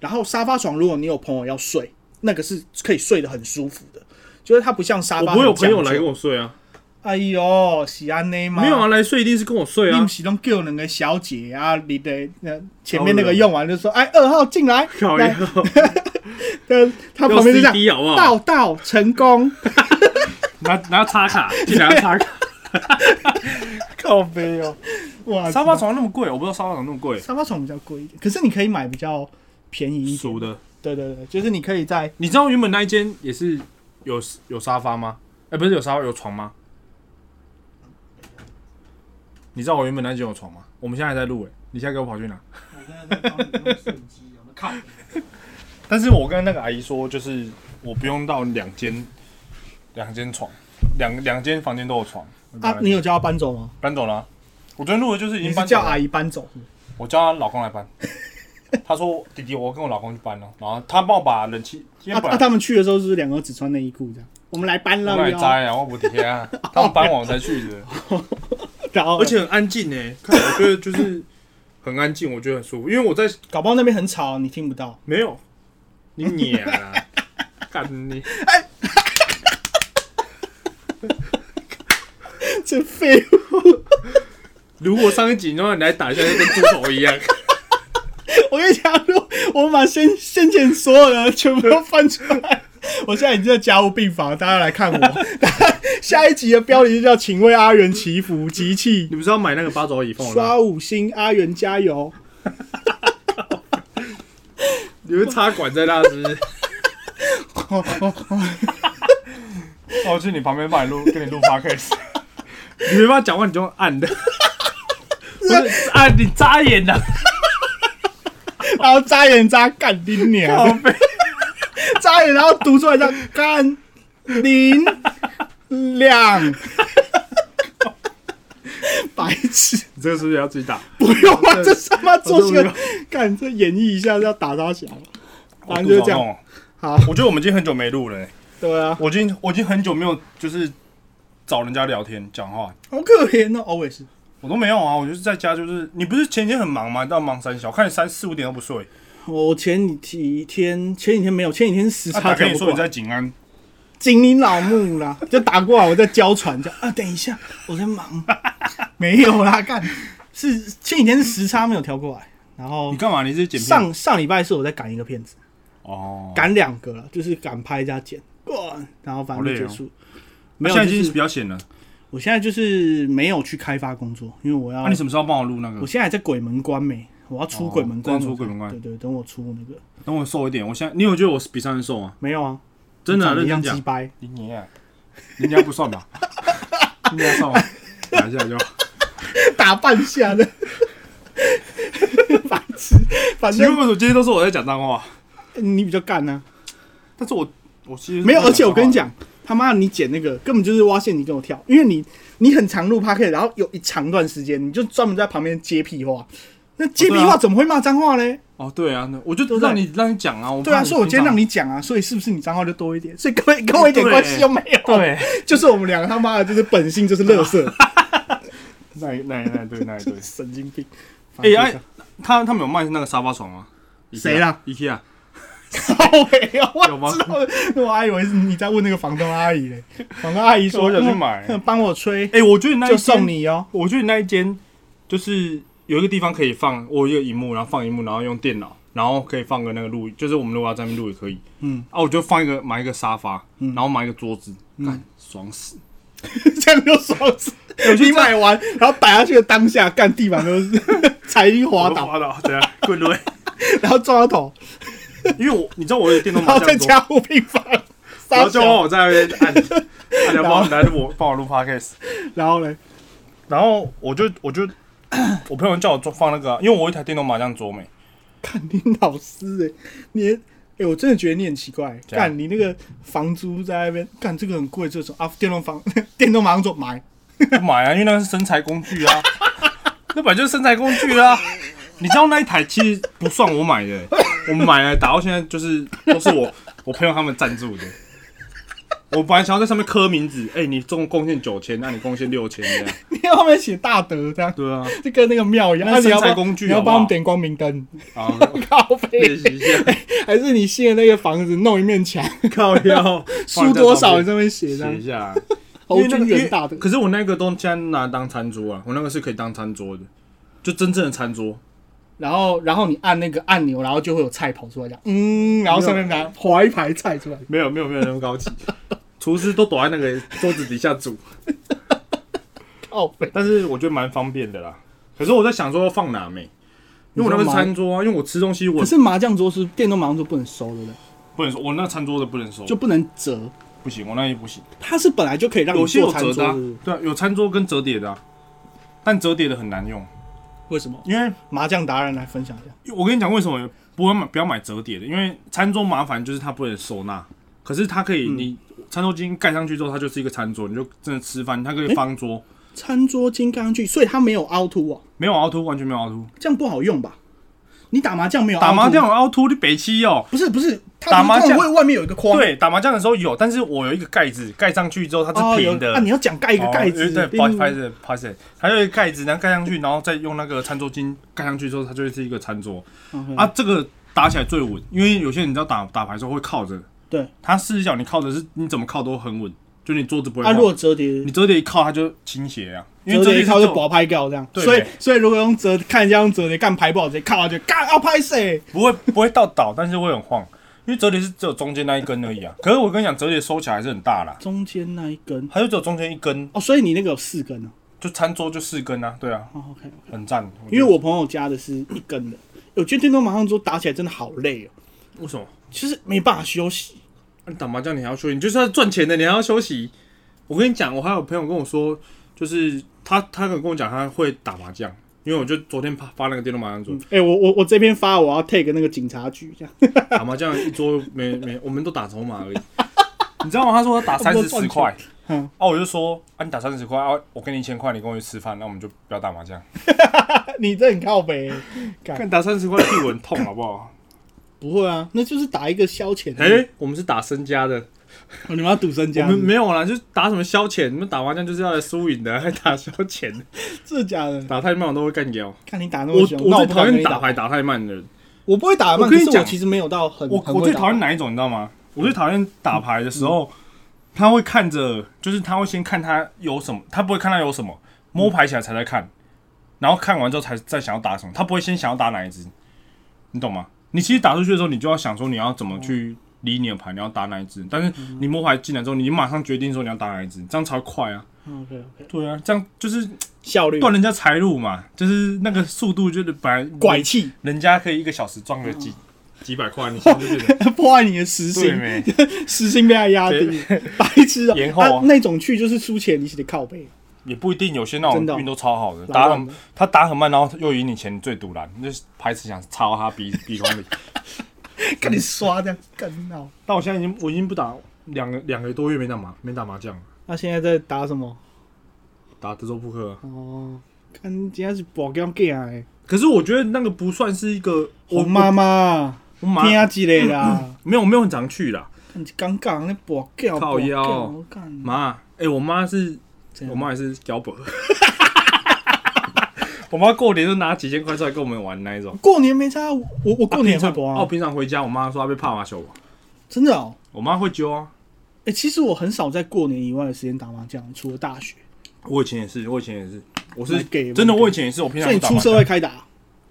Speaker 2: 然后沙发床如果你有朋友要睡，那个是可以睡得很舒服的，就是它不像沙
Speaker 1: 我
Speaker 2: 发。
Speaker 1: 不会有朋友来跟。我睡啊，
Speaker 2: 哎呦，是安内吗？
Speaker 1: 没有啊，，来睡一定是跟我睡
Speaker 2: 你
Speaker 1: 啊
Speaker 2: 不。是都叫两个小姐啊，你的那前面那个用完就说，哎，二号进来，
Speaker 1: 靠
Speaker 2: 来
Speaker 1: <laughs> 腰，
Speaker 2: 但他旁
Speaker 1: 用
Speaker 2: 边就这
Speaker 1: CD
Speaker 2: 样，
Speaker 1: 好不好？
Speaker 2: 到到成功，
Speaker 1: 拿拿插 <laughs> 卡，进来要插卡。靠背 <laughs> 哦，
Speaker 2: 哇，
Speaker 1: 沙发床那么贵，我不知道沙发床那么贵，
Speaker 2: 沙发床比较贵一点，可是你可以买比较便宜一
Speaker 1: 熟
Speaker 2: 点。
Speaker 1: 的。
Speaker 2: 对对对，就是你可以在
Speaker 1: 你知道原本那一间也是有有沙发吗？哎、不是有沙发有床吗？你知道我原本那间有床吗？我们现在还在录哎、你现在给我跑去哪？
Speaker 3: 我现在在帮你用瞬机，我们靠，
Speaker 1: 但是我跟那个阿姨说，就是我不用到两间两间床，两两间房间都有床。
Speaker 2: 啊啊，你有叫他搬走吗？
Speaker 1: 搬走了啊、我昨天录的就是已
Speaker 2: 你
Speaker 1: 经
Speaker 2: 是
Speaker 1: 搬走
Speaker 2: 叫
Speaker 1: 了
Speaker 2: 阿姨搬走？
Speaker 1: 我叫她老公来搬。 <laughs> 她说：“弟弟，我跟我老公去搬了。”然后她帮我把冷气，因
Speaker 2: 啊
Speaker 1: 为本
Speaker 2: 啊！
Speaker 1: 来
Speaker 2: 他们去的时候是不是两个只穿内衣裤这样？我们来搬
Speaker 1: 我
Speaker 2: 了
Speaker 1: 来
Speaker 2: 哟，
Speaker 1: 摘啊，我不贴 <laughs> 啊，他们搬完我才去的。
Speaker 2: 然
Speaker 1: <laughs>
Speaker 2: 后
Speaker 1: 而且很安静呢、看我觉得就是很安静，我觉得很舒服，因为我在
Speaker 2: 搞不好那边很吵，你听不到。
Speaker 1: 没有你撵啊，干你！
Speaker 2: 这废物，
Speaker 1: 如果上一集的话，你来打一下，就跟猪头一样。 <laughs>
Speaker 2: 我跟你讲，如果我们把先先前所有的全部都翻出来， <laughs> 我现在已经在家务病房，大家来看我。 <laughs> 大家下一集的标题就叫“请为阿元祈福”，集气
Speaker 1: 你不是要买那个八爪椅放我那？
Speaker 2: 刷五星，阿元加油！ <laughs>
Speaker 1: 你会插管在那是 <laughs> 不是？我哦去你旁边帮你录，跟你录 podcast。你没办法讲话，你就用按的。 <laughs> 不是按你扎眼呐、
Speaker 2: 然后眨眼眨干你
Speaker 1: 啊！
Speaker 2: 娘，眨眼然后读出来叫干林亮， <laughs> 白痴。
Speaker 1: 你这个是不是要自己打？
Speaker 2: 不用啊，这他妈做这
Speaker 1: 我
Speaker 2: 个，干这演绎一下是要打他响，反正就是这样。好，
Speaker 1: 哦我觉得我们已经很久没录了、欸，
Speaker 2: 对啊，
Speaker 1: 我已经我已经很久没有就是找人家聊天讲话，
Speaker 2: 好可怜哦，哦我也是，
Speaker 1: 我都没有啊。我就是在家，就是你不是前几天很忙吗？到忙三小，看你三四五点都不睡。
Speaker 2: 我前几天前几天没有，前几天时
Speaker 1: 他、
Speaker 2: 差
Speaker 1: 啊打跟你
Speaker 2: 调不
Speaker 1: 说
Speaker 2: 过
Speaker 1: 你
Speaker 2: 来，
Speaker 1: 在景安，
Speaker 2: 紧你老木啦， <laughs> 就打过来，我在交传，这样啊，等一下，我在
Speaker 1: <laughs>
Speaker 2: 忙，没有啦，干是前几天是时差没有调过来，然后
Speaker 1: 你干嘛？你是剪片
Speaker 2: 上上礼拜是我在赶一个片子，
Speaker 1: 哦，
Speaker 2: 赶两个了，就是赶拍加剪，哇，然后反正就结束，
Speaker 1: 哦
Speaker 2: 没
Speaker 1: 那
Speaker 2: 有，
Speaker 1: 现在
Speaker 2: 就
Speaker 1: 已
Speaker 2: 是
Speaker 1: 经比较闲了。
Speaker 2: 我现在就是没有去开发工作，因为我要
Speaker 1: 那、啊你什么时候帮我录那个
Speaker 2: 我？现在还在鬼门关没，我要出鬼门关，
Speaker 1: 哦刚出鬼门关
Speaker 2: 对对，等我出那个
Speaker 1: 等我瘦一点。我现在，你有觉得我比上次瘦吗？
Speaker 2: 没有啊，
Speaker 1: 真的、啊，
Speaker 2: 长得
Speaker 1: 认
Speaker 2: 一
Speaker 1: 真
Speaker 2: 样鸡
Speaker 1: 讲。
Speaker 2: 掰， <laughs>
Speaker 1: 你娘，人家不算 <laughs> 吧？人家算吗？打一下就好。 <laughs>
Speaker 2: 打半下的， <laughs> 白痴，反
Speaker 1: 其实
Speaker 2: 正
Speaker 1: 为什么今天都是我在讲脏话？
Speaker 2: 你比较干啊呢、
Speaker 1: 但是我我其实
Speaker 2: <laughs> 没有，
Speaker 1: 不想
Speaker 2: 而且我跟你
Speaker 1: 脏
Speaker 2: 讲，他妈的你剪那个根本就是挖陷阱跟我跳，因为你你很常录 p o c a s t 然后有一长段时间你就专门在旁边接屁话，那接屁
Speaker 1: 哦对
Speaker 2: 话
Speaker 1: 啊
Speaker 2: 怎么会骂脏话嘞？
Speaker 1: 话哦，对啊，那我就
Speaker 2: 对不对
Speaker 1: 让你让你讲啊，我
Speaker 2: 对
Speaker 1: <laughs>
Speaker 2: 啊，
Speaker 1: 怕
Speaker 2: 所以我今天
Speaker 1: 平常
Speaker 2: 让你讲啊，所以是不是你脏话就多一点？所
Speaker 1: <laughs>
Speaker 2: 以跟我跟我一点关系都没有，，
Speaker 1: 对，
Speaker 2: 就是我们两个他妈的就是本性就是乐色，，
Speaker 1: 那那那对那 <laughs> 对
Speaker 2: 神经病。
Speaker 1: 哎哎，他他们有卖那个沙发床吗？
Speaker 2: 谁啦
Speaker 1: ？IKEA
Speaker 2: 靠 <laughs> 北哦，
Speaker 1: 有
Speaker 2: 我
Speaker 1: 吗
Speaker 2: 知道了，我还以为是你在问那个房东阿姨嘞。房东阿姨说
Speaker 1: <laughs> 我想去买
Speaker 2: 嗯帮我吹，
Speaker 1: 哎，我觉得你那一
Speaker 2: 就
Speaker 1: 间
Speaker 2: 送，你哦。
Speaker 1: 我觉得你那一间就是有一个地方可以放，我有一个荧幕，然后放荧幕，然后用电脑，然后可以放个那个录，就是我们如果要在那边录也可以。
Speaker 2: 嗯，
Speaker 1: 啊，我就放一个买一个沙发，然后买一个桌子，干爽死！
Speaker 2: <laughs> 这样就爽死。你买完，然后摆下去的当下，干地板都
Speaker 1: <laughs>
Speaker 2: 是彩衣滑
Speaker 1: 我都
Speaker 2: 倒，
Speaker 1: 滑倒，对啊，滚轮。
Speaker 2: 然后撞到头，
Speaker 1: <laughs> 因为我你知道我有电动
Speaker 2: 然
Speaker 1: 麻
Speaker 2: 后在
Speaker 1: 将桌，
Speaker 2: 家务病房。
Speaker 1: 然
Speaker 2: 撒
Speaker 1: 后就哦让
Speaker 2: 娇，
Speaker 1: 我在那边
Speaker 2: <laughs>
Speaker 1: 按，按
Speaker 2: 然
Speaker 1: 然
Speaker 2: 后
Speaker 1: 后来我帮我录 podcast。
Speaker 2: 然后嘞，
Speaker 1: 然后我就我就 <coughs> 我朋友叫我做放那个啊、因为我有一台电动麻将桌没，
Speaker 2: 看你老师哎，你哎，我真的觉得你很奇怪。
Speaker 1: 这样
Speaker 2: 干你那个房租在那边，干这个很贵，这种啊，电动房 <laughs> 电动马上做买，
Speaker 1: 不买啊，因为那是身材工具啊， <laughs> 那本来就是身材工具啊。你知道那一台其实不算我买的、欸我买来打到现在就是都是我我朋友他们赞助的。我本来想要在上面刻名字，哎、你总共贡献九千，那你贡献六千这样，
Speaker 2: 你后面写大德这样。
Speaker 1: 对啊，
Speaker 2: 就跟那个庙一样，啊
Speaker 1: 那是
Speaker 2: 你要
Speaker 1: 生
Speaker 2: 帮
Speaker 1: 财工具
Speaker 2: 你要
Speaker 1: 好不
Speaker 2: 帮
Speaker 1: 好
Speaker 2: 我们点光明灯， <laughs>
Speaker 1: 好
Speaker 2: 靠
Speaker 1: 练
Speaker 2: 背，
Speaker 1: 习一下，
Speaker 2: 还是你新的那个房子弄一面墙，
Speaker 1: <laughs> 靠腰，
Speaker 2: 输多少
Speaker 1: 写
Speaker 2: 你上面写上
Speaker 1: 一，下。
Speaker 2: 侯
Speaker 1: 因为那个
Speaker 2: 军远大的
Speaker 1: 因为，可是我那个东西拿来当餐桌啊，我那个是可以当餐桌的，就真正的餐桌。
Speaker 2: 然后然后你按那个按钮，然后就会有菜跑出来，这样，嗯，然后上面拿划一排菜出来，
Speaker 1: 没有没有没有那么高级， <laughs> 厨师都躲在那个桌子底下煮，
Speaker 2: 靠背，
Speaker 1: 但是我觉得蛮方便的啦。可是我在想说要放哪没，因为我那个是餐桌啊，因为我吃东西我
Speaker 2: <laughs> 可是麻将桌是电动麻将桌不能收的，
Speaker 1: 不能收，我那餐桌的不能收，
Speaker 2: 就不能折，
Speaker 1: 不行，我那也不行。
Speaker 2: 它是本来就可以让你
Speaker 1: 有些有
Speaker 2: 做餐桌
Speaker 1: 折的、啊
Speaker 2: 的，是不是，
Speaker 1: 对啊，有餐桌跟折叠的、啊，但折叠的很难用，
Speaker 2: 为什么？
Speaker 1: 因为
Speaker 2: 麻将达人来分享一下，
Speaker 1: 我跟你讲为什么不要买不要买折叠的，因为餐桌麻烦就是它不能收纳，
Speaker 2: 嗯
Speaker 1: 可是它可以、你餐桌巾盖上去之后，它就是一个餐桌，你就真的吃饭，它可以方桌，
Speaker 2: 餐桌金刚锯，所以它没有凹凸哦，
Speaker 1: 没有凹凸，完全没有凹凸。
Speaker 2: 这样不好用吧？你打麻将没有凹
Speaker 1: 打
Speaker 2: 凸
Speaker 1: 麻将有凹凸，你北七哦。
Speaker 2: 不是不是，它
Speaker 1: 打麻将
Speaker 2: 它会外面有一个框，
Speaker 1: 对，打麻将的时候有，但是我有一个盖子，盖上去之后它
Speaker 2: 哦
Speaker 1: 是
Speaker 2: 有
Speaker 1: 平的。
Speaker 2: 啊，你要讲盖一个盖子，
Speaker 1: 哦对，
Speaker 2: 嗯
Speaker 1: 不好意思，不好意思，不好意思，还有一个盖子，然后盖上去，然后再用那个餐桌巾盖上去之后，它就会是一个餐桌。
Speaker 2: 嗯
Speaker 1: 啊，这个打起来最稳，因为有些人你知道打打牌的时候会靠着，
Speaker 2: 对，
Speaker 1: 他四只脚你靠着是，你怎么靠都很稳，就你桌子不会
Speaker 2: 啊，
Speaker 1: 晃。
Speaker 2: 如果折叠
Speaker 1: 你，折叠一靠，它就倾斜啊，因为
Speaker 2: 折叠
Speaker 1: 叠
Speaker 2: 靠
Speaker 1: 是
Speaker 2: 就保拍掉这样，
Speaker 1: 对
Speaker 2: 所以所以如果用折看人家用折叠干牌不好，直接靠下去干要拍谁？
Speaker 1: 不会不会到倒，但是会很晃，因为折叠是只有中间那一根而已啊。可是我跟你讲，折叠收起来还是很大啦，
Speaker 2: 中间那一根
Speaker 1: 它就只有中间一根，
Speaker 2: 哦，所以你那个有四根哦。
Speaker 1: 就餐桌就四根啊，对啊，
Speaker 2: 哦，OK，
Speaker 1: 很赞。觉
Speaker 2: 因
Speaker 1: 得
Speaker 2: 为我朋友家的是一根的，我觉得电动麻将桌打起来真的好累哦，
Speaker 1: 为什么
Speaker 2: 其实没办法休息。
Speaker 1: 你打麻将你还要休息，你就是要赚钱的，你还要休息。我跟你讲，我还有朋友跟我说，就是他他跟我讲他会打麻将，因为我就昨天发发那个电动麻将 <laughs> 桌，
Speaker 2: 哎、我我我这边发我要 take 那个警察局这样， <laughs>
Speaker 1: 打麻将一桌没没，我们都打筹码而已。 <laughs> 你知道吗？他说他打三四
Speaker 2: 我们赚
Speaker 1: 十
Speaker 2: 钱
Speaker 1: 块，
Speaker 2: 嗯
Speaker 1: <laughs> 啊，我就说啊，你打三十块啊，我给你一千块，你跟我去吃饭，那我们就不要打麻将。
Speaker 2: 你这很靠北、
Speaker 1: 看打三十块屁股很痛，好不 <laughs> 好？
Speaker 2: 不会啊，那就是打一个消遣。
Speaker 1: 哎、我们是打身家的，
Speaker 2: 哦你们要赌身
Speaker 1: 我
Speaker 2: 家
Speaker 1: 们
Speaker 2: 是不是？
Speaker 1: 没有啦，就是打什么消遣。你们打麻将就是要来输赢的，还打消遣， <laughs>
Speaker 2: 真的假的？
Speaker 1: 打太慢我都会干掉。
Speaker 2: 看你打那
Speaker 1: 我
Speaker 2: 么凶，那
Speaker 1: 我最
Speaker 2: 不敢
Speaker 1: 讨
Speaker 2: 跟
Speaker 1: 厌
Speaker 2: 你
Speaker 1: 打
Speaker 2: 打
Speaker 1: 牌，打太慢的人。
Speaker 2: 我不会打得慢，
Speaker 1: 我跟你
Speaker 2: 可是
Speaker 1: 讲
Speaker 2: 其实没有到很
Speaker 1: 我
Speaker 2: 很
Speaker 1: 我
Speaker 2: 会
Speaker 1: 最
Speaker 2: 打嗯
Speaker 1: 讨厌哪一种，你知道吗？我最讨厌打牌的时候，他会看着，就是他会先看他有什么，他不会看他有什么，
Speaker 2: 嗯
Speaker 1: 摸牌起来才在看，然后看完之后才再想要打什么，他不会先想要打哪一只，你懂吗？你其实打出去的时候，你就要想说你要
Speaker 2: 嗯
Speaker 1: 怎么去理你的牌，你要打哪一只，但是你摸牌进来之后，你马上决定说你要打哪一只，这样才快啊。
Speaker 2: OK OK，
Speaker 1: 对啊，这样就是
Speaker 2: 效率
Speaker 1: 断人家财路嘛，就是那个速度就是本来
Speaker 2: 拐气，
Speaker 1: 人家可以一个小时赚个
Speaker 2: 嗯
Speaker 1: 几几百块，你现在就变成
Speaker 2: <laughs> 破坏你的时
Speaker 1: 对
Speaker 2: 薪，
Speaker 1: 没？
Speaker 2: <laughs> 时薪被他压低， <laughs> 白痴啊！
Speaker 1: 延后啊
Speaker 2: 啊那种去就是输钱，你写的
Speaker 1: <laughs>
Speaker 2: 靠背，
Speaker 1: 也不一定，有些那
Speaker 2: 真的
Speaker 1: 种
Speaker 2: 哦
Speaker 1: 运都超好的，
Speaker 2: 打
Speaker 1: 打
Speaker 2: 乱
Speaker 1: 很他打很慢，然后又赢你钱，你最堵拦，你就是排斥想插到他鼻 <laughs> 鼻孔里。
Speaker 2: 跟你刷这样干闹。
Speaker 1: 但我现在已经我已经不打两个两个多月没打麻没打麻将了，
Speaker 2: 那啊现在在打什么？
Speaker 1: 打德州扑克了。啊
Speaker 2: 哦，看今天是保镖 g a 哎，
Speaker 1: 可是我觉得那个不算是一个我
Speaker 2: 我妈妈
Speaker 1: 我麻
Speaker 2: 天啊之类
Speaker 1: <laughs>
Speaker 2: 的啊，
Speaker 1: 没有我没有很常去啦。
Speaker 2: 很尴尬，那保镖
Speaker 1: 靠腰
Speaker 2: 干
Speaker 1: 妈，哎、我妈是
Speaker 2: 怎样
Speaker 1: 我妈也是
Speaker 2: <laughs>
Speaker 1: 摇本。我妈过年就拿几千块出来跟我们玩那一种。
Speaker 2: 过年没差，我我过年也会博
Speaker 1: 哦，
Speaker 2: 啊，
Speaker 1: 平常回家我妈说她被怕麻球，
Speaker 2: 真的哦。
Speaker 1: 我妈会揪啊。
Speaker 2: 哎、其实我很少在过年以外的时间打麻将，除了大学。
Speaker 1: 我以前也是，我以前也是，我
Speaker 2: 蛮
Speaker 1: 是
Speaker 2: gay，
Speaker 1: 真的，
Speaker 2: 蛮 gay
Speaker 1: 我以前也是，我平
Speaker 2: 所
Speaker 1: 常
Speaker 2: 以你
Speaker 1: 不打
Speaker 2: 出
Speaker 1: 麻将
Speaker 2: 社会开打，啊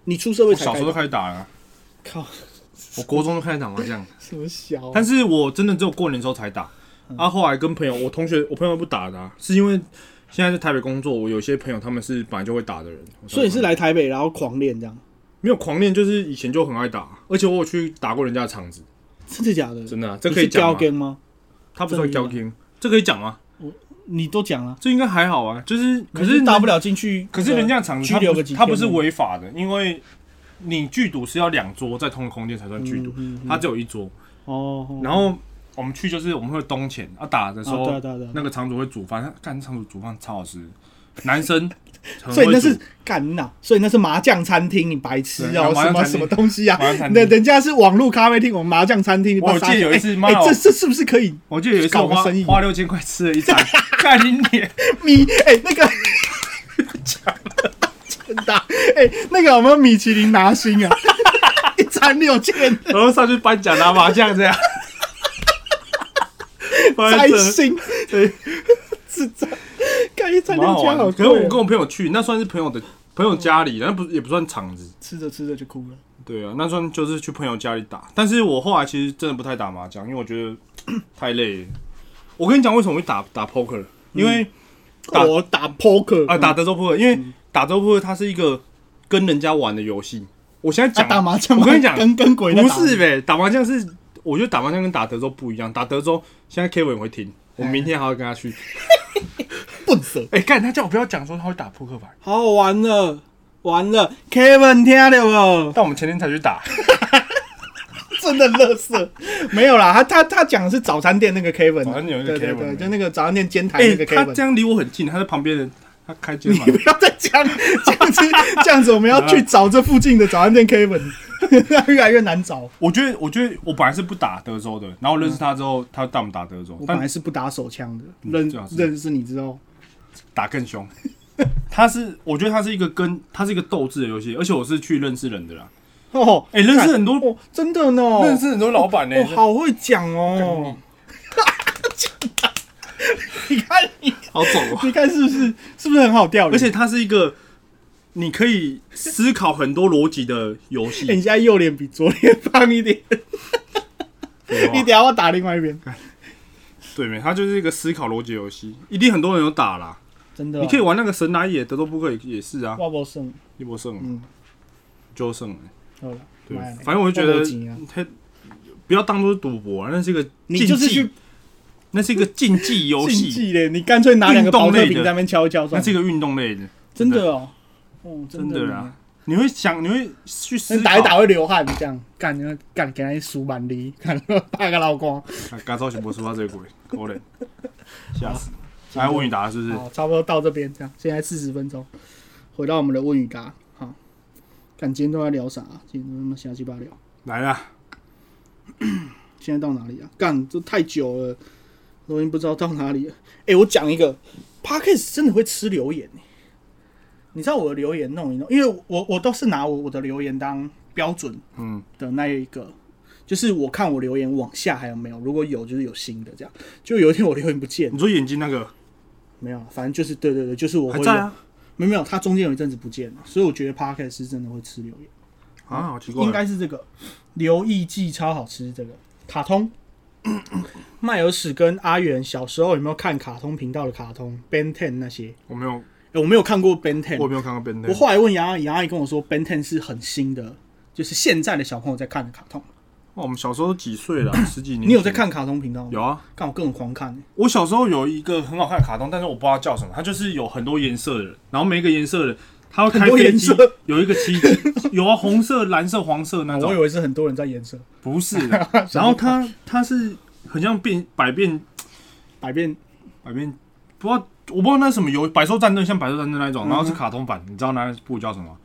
Speaker 2: 你出社会
Speaker 1: 我
Speaker 2: 才
Speaker 1: 小
Speaker 2: 开
Speaker 1: 时候就
Speaker 2: 打。哦
Speaker 1: 开始打了，
Speaker 2: 靠，
Speaker 1: 我国中就开始打麻将，
Speaker 2: 什么小、啊？
Speaker 1: 但是我真的只有过年的时候才打，
Speaker 2: 嗯
Speaker 1: 啊，后来跟朋友，我同学，我朋友不打的啊、是因为现在在台北工作，我有些朋友他们是本来就会打的人，我才
Speaker 2: 所以是
Speaker 1: 会打
Speaker 2: 来台北然后狂练这样，
Speaker 1: 没有狂练，就是以前就很爱打，啊而且我有去打过人家的场子，
Speaker 2: 真的假的？
Speaker 1: 真的啊、这可以
Speaker 2: 你是
Speaker 1: 讲吗？
Speaker 2: game 吗？
Speaker 1: 他不算
Speaker 2: 真的
Speaker 1: 交 g 这可以讲吗？
Speaker 2: 你都讲了，
Speaker 1: 这应该还好啊，就是可
Speaker 2: 你
Speaker 1: 是
Speaker 2: 大不了进去。
Speaker 1: 可是人家的场子
Speaker 2: 拘
Speaker 1: 他
Speaker 2: 留
Speaker 1: 不
Speaker 2: 个
Speaker 1: 是
Speaker 2: 几天
Speaker 1: 他不是违法的，因为你聚赌是要两桌在同一个空间才算聚赌，
Speaker 2: 嗯嗯嗯
Speaker 1: 他只有一桌。
Speaker 2: 哦，哦
Speaker 1: 然后我们去就是我们会东钱啊打的时
Speaker 2: 哦
Speaker 1: 候
Speaker 2: 对啊对啊对啊，
Speaker 1: 那个场主会煮饭，干场主煮饭超好吃，男生很
Speaker 2: <laughs> 所以
Speaker 1: 会
Speaker 2: 那
Speaker 1: 煮
Speaker 2: 是干呐，所以那是麻将餐厅，你白痴
Speaker 1: 对
Speaker 2: 哦、
Speaker 1: 麻将餐
Speaker 2: 什么
Speaker 1: 厅
Speaker 2: 什么东西啊
Speaker 1: 麻将？餐厅
Speaker 2: 那人家是网络咖啡厅，我们麻将餐厅。你把它
Speaker 1: 我记得有一次
Speaker 2: 哎
Speaker 1: 妈
Speaker 2: 哎、
Speaker 1: 我
Speaker 2: 这这是不是可以
Speaker 1: 我记得有一次
Speaker 2: 搞
Speaker 1: 我
Speaker 2: 个
Speaker 1: 花
Speaker 2: 生意啊
Speaker 1: 花六千块吃了一餐， <laughs> 看你脸，
Speaker 2: 米？哎、那个真的啊，哎、那个有没有米其林拿星啊？ <laughs> 一餐六千，
Speaker 1: 然后上去颁奖打麻将
Speaker 2: <laughs>
Speaker 1: 这样，
Speaker 2: 摘
Speaker 1: 反正
Speaker 2: 星，对，是这干一餐
Speaker 1: 蛮
Speaker 2: 六
Speaker 1: 好
Speaker 2: 千
Speaker 1: 玩的。
Speaker 2: 好
Speaker 1: 可
Speaker 2: 贵
Speaker 1: 是
Speaker 2: 哦、
Speaker 1: 我跟我朋友去，那算是朋友的朋友家里，那不也不算场子。
Speaker 2: 吃着吃着就哭了。
Speaker 1: 对啊，那算就是去朋友家里打。但是我后来其实真的不太打麻将，因为我觉得 <clears throat> 太累了。我跟你讲为什么会打打 poker，了因为打
Speaker 2: 我打 poker
Speaker 1: 啊、打德州扑克，因为打德州扑克它是一个跟人家玩的游戏。我现在
Speaker 2: 啊
Speaker 1: 讲、
Speaker 2: 打麻将吗，
Speaker 1: 我跟你讲
Speaker 2: 跟跟鬼在
Speaker 1: 不
Speaker 2: 打
Speaker 1: 是呗，打麻将是我觉得打麻将跟打德州不一样。打德州现在 Kevin 会听，我明天还要跟他去。
Speaker 2: 笨死。
Speaker 1: <laughs> 哎、干他叫我不要讲说他会打扑 <laughs> 克牌，
Speaker 2: 好好玩了，完了，Kevin 听到
Speaker 1: 但我们前天才去 <laughs> 打。
Speaker 2: 不？真的乐色，没有啦，他他他讲的是早餐店那个 Kevin，啊
Speaker 1: 早餐店有一个
Speaker 2: 对对
Speaker 1: Kevin
Speaker 2: 对，就那个早餐店煎台
Speaker 1: 哎、
Speaker 2: 那个
Speaker 1: 他这
Speaker 2: Kevin，
Speaker 1: 样离我很近，他在旁边的，他开肩
Speaker 2: 你
Speaker 1: 膀
Speaker 2: 不要再 <laughs> 讲这样子，这样子我们要去找这附近的早餐店 Kevin，越来越难找。
Speaker 1: <laughs> 我觉得，我觉得我本来是不打德州的，然后认识他之后，他带我们打德州
Speaker 2: 我，本
Speaker 1: 但
Speaker 2: 来是不打手枪的，认
Speaker 1: 最好是
Speaker 2: 认识你之后，
Speaker 1: 打更凶。 <laughs> 他是，我觉得他是一个跟他是一个斗志的游戏，而且我是去认识人的啦。
Speaker 2: 哦，
Speaker 1: 哎、认识很多，
Speaker 2: 哦，真的呢，
Speaker 1: 认识很多老板呢、
Speaker 2: 哦，好会讲哦。 <laughs> 你看，你
Speaker 1: 好走哦。
Speaker 2: 你看是不是是不是很好钓鱼？
Speaker 1: 而且它是一个你可以思考很多逻辑的游戏
Speaker 2: 欸。你现在右脸比左脸胖一点，
Speaker 1: 对吧
Speaker 2: 你等一下要打另外一边，
Speaker 1: 对没？它就是一个思考逻辑游戏，一定很多人有打啦。
Speaker 2: 真的啊。
Speaker 1: 你可以玩那个神来也、德州扑克也也是啊，
Speaker 2: 挖不胜，
Speaker 1: 一波胜、
Speaker 2: 嗯，
Speaker 1: 就胜了。
Speaker 2: 好了，
Speaker 1: 对
Speaker 2: 买，
Speaker 1: 反正我就觉得
Speaker 2: 挖不及啊
Speaker 1: 它不要当做赌博、啊，那是一个
Speaker 2: 你
Speaker 1: 竞
Speaker 2: 就是
Speaker 1: 技
Speaker 2: 去，
Speaker 1: 那是一个竞技游
Speaker 2: <laughs> 竞
Speaker 1: 戏，
Speaker 2: 技嘞，你干脆拿两个
Speaker 1: 运动
Speaker 2: 保特
Speaker 1: 类
Speaker 2: 瓶
Speaker 1: 的
Speaker 2: 在那边敲一敲算
Speaker 1: 那
Speaker 2: 了，
Speaker 1: 是一个运动类的，
Speaker 2: 真的哦，哦，
Speaker 1: 真
Speaker 2: 的
Speaker 1: 的
Speaker 2: 啦
Speaker 1: 啦，。哦你会想，你会去思
Speaker 2: 那
Speaker 1: 考。
Speaker 2: 打一打会流汗，这样干，那干给他输满力， <laughs> 干打个老光，
Speaker 1: 啊，嘎造型博出他这个鬼，狗脸，吓死！来问你答是不是？
Speaker 2: 好，差不多到这边这样，现在四十分钟，回到我们的问与答，好，看今天都在聊啥、啊今天都他妈瞎鸡巴聊。
Speaker 1: 来啊啦，
Speaker 2: 现在到哪里啊？干，这太久了，我已经不知道到哪里了。哎、我讲一个 p a c k a s 真的会吃留言、欸、你知道我的留言弄一弄，因为我我都是拿我我的留言当标准
Speaker 1: 嗯，
Speaker 2: 的那一个，就是我看我留言往下还有没有，如果有就是有新的这样。就有一天我留言不见，
Speaker 1: 你说眼睛那个
Speaker 2: 没有，啊反正就是对对对，就是我
Speaker 1: 还
Speaker 2: 会
Speaker 1: 在啊？
Speaker 2: 没有没有，它中间有一阵子不见了，所以我觉得 p a c k a s 是真的会吃留言。
Speaker 1: 啊，好奇怪，
Speaker 2: 应该是这个刘义记超好吃，这个卡通。 <coughs> 麦尔史跟阿元小时候有没有看卡通频道的卡通 Ben Ten 那些？
Speaker 1: 我没有，
Speaker 2: 诶我没有看过 Ben Ten，
Speaker 1: 我没有看过变态
Speaker 2: 我。后来问杨阿姨，杨阿姨跟我说 Ben Ten 是很新的，就是现在的小朋友在看的卡通。
Speaker 1: 哦哇，我们小时候都几岁了啊？十几年前？
Speaker 2: 嗯你有在看卡通频道吗？
Speaker 1: 有，啊，
Speaker 2: 看我各种狂看、
Speaker 1: 我小时候有一个很好看的卡通，但是我不知道叫什么，它就是有很多颜色的人，然后每一个颜色的它会开
Speaker 2: 很多
Speaker 1: 飞
Speaker 2: 颜
Speaker 1: 机
Speaker 2: 色，
Speaker 1: 有一个奇迹，有啊，红色、蓝色、黄色那
Speaker 2: <laughs> 我以
Speaker 1: 种，
Speaker 2: 为是很多人在颜色
Speaker 1: 不是的。然后它它是很像变百变
Speaker 2: 百变，
Speaker 1: 百变，不知道我不知道那是什么游，百兽战队像百兽战队那一
Speaker 2: 嗯
Speaker 1: 种，然后是卡通版，你知道那部叫什么？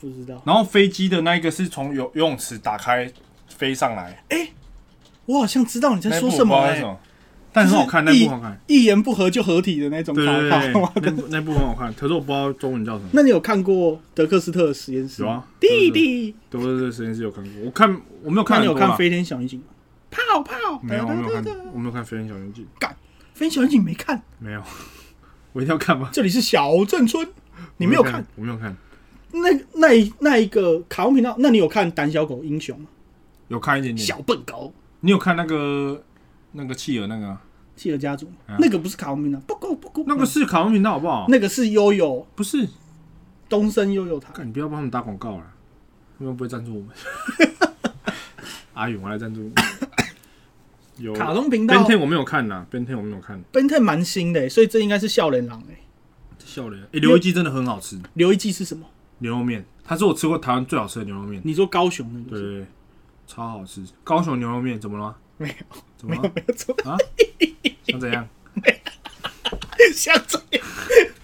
Speaker 2: 不知道。
Speaker 1: 然后飞机的那一个是从游游泳池打开飞上来，
Speaker 2: 我好像知道你在
Speaker 1: 那
Speaker 2: 说
Speaker 1: 部
Speaker 2: 什么、
Speaker 1: 我不知道那
Speaker 2: 诶
Speaker 1: 什么但很好看，那
Speaker 2: 就是
Speaker 1: 部很好看。
Speaker 2: 一言不合就合体的那种
Speaker 1: 对
Speaker 2: 卡
Speaker 1: 对对
Speaker 2: 通。啊
Speaker 1: 对，那部那部很好看，可是我不知道中文叫什么。
Speaker 2: 那你有看过德克斯特的实验室？
Speaker 1: 有啊，
Speaker 2: 弟弟。
Speaker 1: 对对对，实验室有看过，我看我没有
Speaker 2: 那
Speaker 1: 看
Speaker 2: 你
Speaker 1: 很
Speaker 2: 有
Speaker 1: 多
Speaker 2: 看
Speaker 1: 啦
Speaker 2: 《飞天小女警》吗？泡泡，
Speaker 1: 没有，我没有看
Speaker 2: 哒哒哒哒，
Speaker 1: 我没有看《飞天小女警》，
Speaker 2: 飞天小女警没看，
Speaker 1: 没有，我一定要看吗？
Speaker 2: 这里是小镇村，你没有看？
Speaker 1: 我没有看，
Speaker 2: 那那一那一个卡通频道，那你有看《胆小狗英雄》吗？
Speaker 1: 有看一点点。
Speaker 2: 小笨狗，
Speaker 1: 你有看那个那个企鹅那个啊？
Speaker 2: 企鹅家族
Speaker 1: 嗯，
Speaker 2: 那个不是卡通频道，不够不够，
Speaker 1: 那个是卡通频道好不好？
Speaker 2: 那个是悠悠
Speaker 1: 不是，
Speaker 2: 东森悠悠台，
Speaker 1: 看你不要帮他们打广告了，他们不会赞助我们。 <laughs> 阿远，我来赞助你。有
Speaker 2: 卡通频
Speaker 1: b e
Speaker 2: 道
Speaker 1: n。Ten 我没有看呐 b e n Ten 我没有看。
Speaker 2: Ben Ten 蛮新的欸，所以这应该是笑脸狼哎。
Speaker 1: 笑脸，诶，刘一记真的很好吃，
Speaker 2: 刘一季是什么？
Speaker 1: 牛肉面，它是我吃过台湾最好吃的牛肉面。
Speaker 2: 你说高雄那
Speaker 1: 对
Speaker 2: 个是？
Speaker 1: 对对，超好吃。高雄牛肉面怎么了吗？
Speaker 2: 没有，
Speaker 1: 怎么了
Speaker 2: <laughs> 没有错，
Speaker 1: 啊？想怎样？
Speaker 2: 想这样，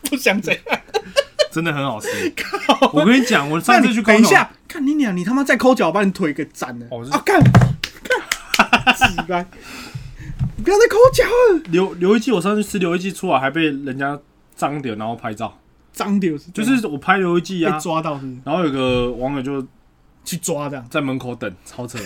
Speaker 2: <laughs> 不想这样。
Speaker 1: 真的很好吃。我跟你讲，我上次去高
Speaker 2: 那
Speaker 1: 雄，
Speaker 2: 你等一下，看你俩，你他妈再抠脚，把你腿给斩了！
Speaker 1: 哦是
Speaker 2: 啊，干干， <laughs> 奇怪，你不要再抠脚了，
Speaker 1: 刘刘一记，我上次吃刘一记出来还被人家脏点，然后拍照，
Speaker 2: 脏丢
Speaker 1: 就
Speaker 2: 这样
Speaker 1: 是我拍刘一记啊
Speaker 2: 被，抓到是不是？
Speaker 1: 然后有个网友就
Speaker 2: 去抓
Speaker 1: <laughs>
Speaker 2: 这样，
Speaker 1: 在门口等，超
Speaker 2: <laughs>
Speaker 1: 扯。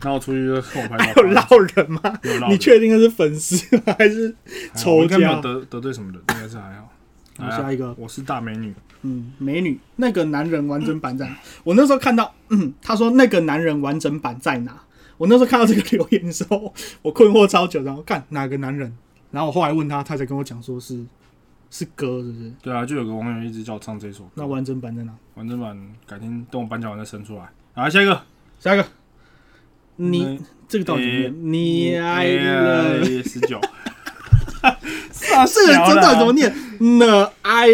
Speaker 1: 然后我出去就看我拍照，
Speaker 2: 有捞人吗？
Speaker 1: 有捞人
Speaker 2: <laughs> 你确定那是粉丝吗还是
Speaker 1: 还好我
Speaker 2: 仇
Speaker 1: 应该没有
Speaker 2: 家？
Speaker 1: 得得罪什么人，应该是还好。
Speaker 2: 好
Speaker 1: 来啊
Speaker 2: 下一个
Speaker 1: 我是大美女，
Speaker 2: 嗯，美女，那个男人完整版在哪？我那时候看到，嗯，他说那个男人完整版在哪？我那时候看到这个留言的时候， <laughs> 我困惑超久，然后看哪个男人，然后我后来问他，他才跟我讲说是是歌，是不是？
Speaker 1: 对啊，就有个网友一直叫我唱这首歌，
Speaker 2: 那完整版在哪？
Speaker 1: 完整版改天等我颁奖完再生出来。来下一个，
Speaker 2: 下一个，你
Speaker 1: 嗯
Speaker 2: 这个到底怎么
Speaker 1: 诶
Speaker 2: 念？你
Speaker 1: 哎
Speaker 2: 爱了，
Speaker 1: 十九，
Speaker 2: 啊， <laughs> 这个真的怎么念？呢爱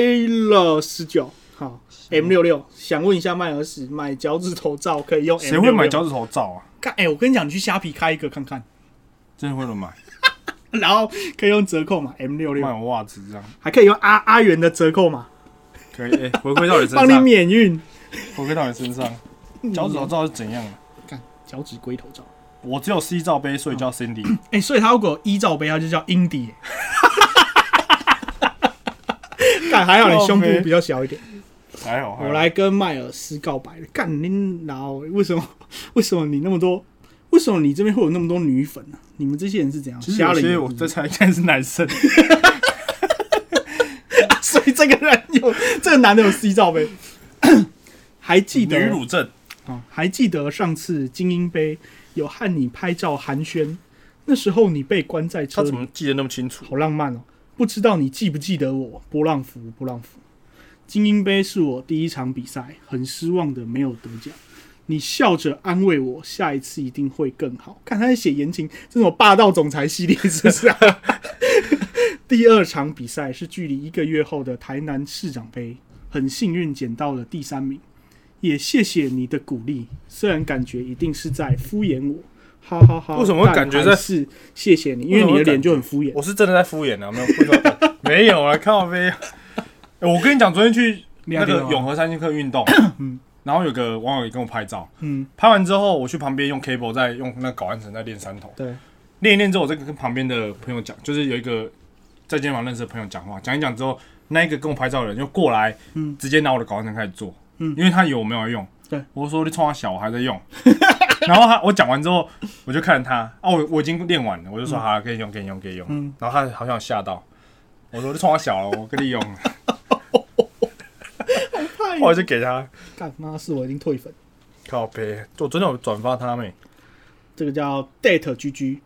Speaker 2: 了十九，好，M 六六，想问一下迈尔史买脚趾头罩可以用 M
Speaker 1: 谁会买脚趾头罩啊？
Speaker 2: 干？哎，我跟你讲，你去虾皮开一个看看，
Speaker 1: 真的会有人买？
Speaker 2: 然后可以用折扣码 M 六
Speaker 1: 卖
Speaker 2: 六，
Speaker 1: 我袜子这样，
Speaker 2: 还可以用阿阿元的折扣码
Speaker 1: 可以，哎、回归到你身
Speaker 2: 帮你
Speaker 1: 上，
Speaker 2: 免运。
Speaker 1: 回归到你身上，脚趾头罩是怎样的？
Speaker 2: 嗯脚趾龟头罩，
Speaker 1: 我只有 C 罩杯，所以叫
Speaker 2: <laughs>
Speaker 1: Cindy。
Speaker 2: 哎、所以他如果一罩杯，他就叫 indie 耶。 <laughs> 干还好你胸部比较小一点。
Speaker 1: 还好，还好
Speaker 2: 我来跟迈尔斯告白了，干你老欸！为什么？ <laughs> 为什么你那么多？为什么你这边会有那么多女粉呢、你们这些人是怎样？
Speaker 1: 其实有
Speaker 2: 瞎了眼
Speaker 1: 些
Speaker 2: 是
Speaker 1: 我
Speaker 2: 不是
Speaker 1: 在猜，应该是男生。
Speaker 2: <laughs> 所以这个人有这个男的有 C 罩杯， <coughs> 还记得
Speaker 1: <laughs> 女乳症，
Speaker 2: 哦，还记得上次精英杯有和你拍照寒暄，那时候你被关在
Speaker 1: 他
Speaker 2: 车里
Speaker 1: 怎么记得那么清楚？
Speaker 2: 好浪漫哦！不知道你记不记得我，波浪符，波浪符。精英杯是我第一场比赛，很失望的没有得奖。你笑着安慰我，下一次一定会更好。看他在写言情，这种霸道总裁系列是不是啊？ <laughs> 第二场比赛是距离一个月后的台南市长杯，很幸运捡到了第三名，也谢谢你的鼓励。虽然感觉一定是在敷衍我，哈哈哈
Speaker 1: 为什么会
Speaker 2: 但
Speaker 1: 感觉
Speaker 2: 还
Speaker 1: 在
Speaker 2: 是谢谢你，因为你的脸就很敷衍。
Speaker 1: 我是真的在敷衍啊，没有不知 <laughs> 道没有啊，靠呗、哎 <laughs> 我跟你讲，昨天去那
Speaker 2: 聊
Speaker 1: 个
Speaker 2: 天吗
Speaker 1: 永和三星课 <coughs> 运动，然后有个网友也跟我拍照，
Speaker 2: 嗯，
Speaker 1: 拍完之后我去旁边用 cable 在用那个搞安绳在练三头，
Speaker 2: 对，
Speaker 1: 练一练之后我再跟旁边的朋友讲，就是有一个在健身房认识的朋友讲话，讲一讲之后，那一个跟我拍照的人就过来，
Speaker 2: 嗯
Speaker 1: 直接拿我的搞安绳开始做，
Speaker 2: 嗯
Speaker 1: 因为他以为我没有用，
Speaker 2: 对，
Speaker 1: 我说你冲他小，我还在
Speaker 2: <laughs>
Speaker 1: 用。然后他我讲完之后，我就看着他，哦，我我已经练完了，我就说好、可以用，可以用，可以用。
Speaker 2: 嗯
Speaker 1: 然后他好像有吓到，我说你冲他小了，我跟
Speaker 2: <laughs>
Speaker 1: 你用，我就给他
Speaker 2: 干妈是我已经退粉，
Speaker 1: 靠背。我昨天有转发他妹，
Speaker 2: 这个叫 date GG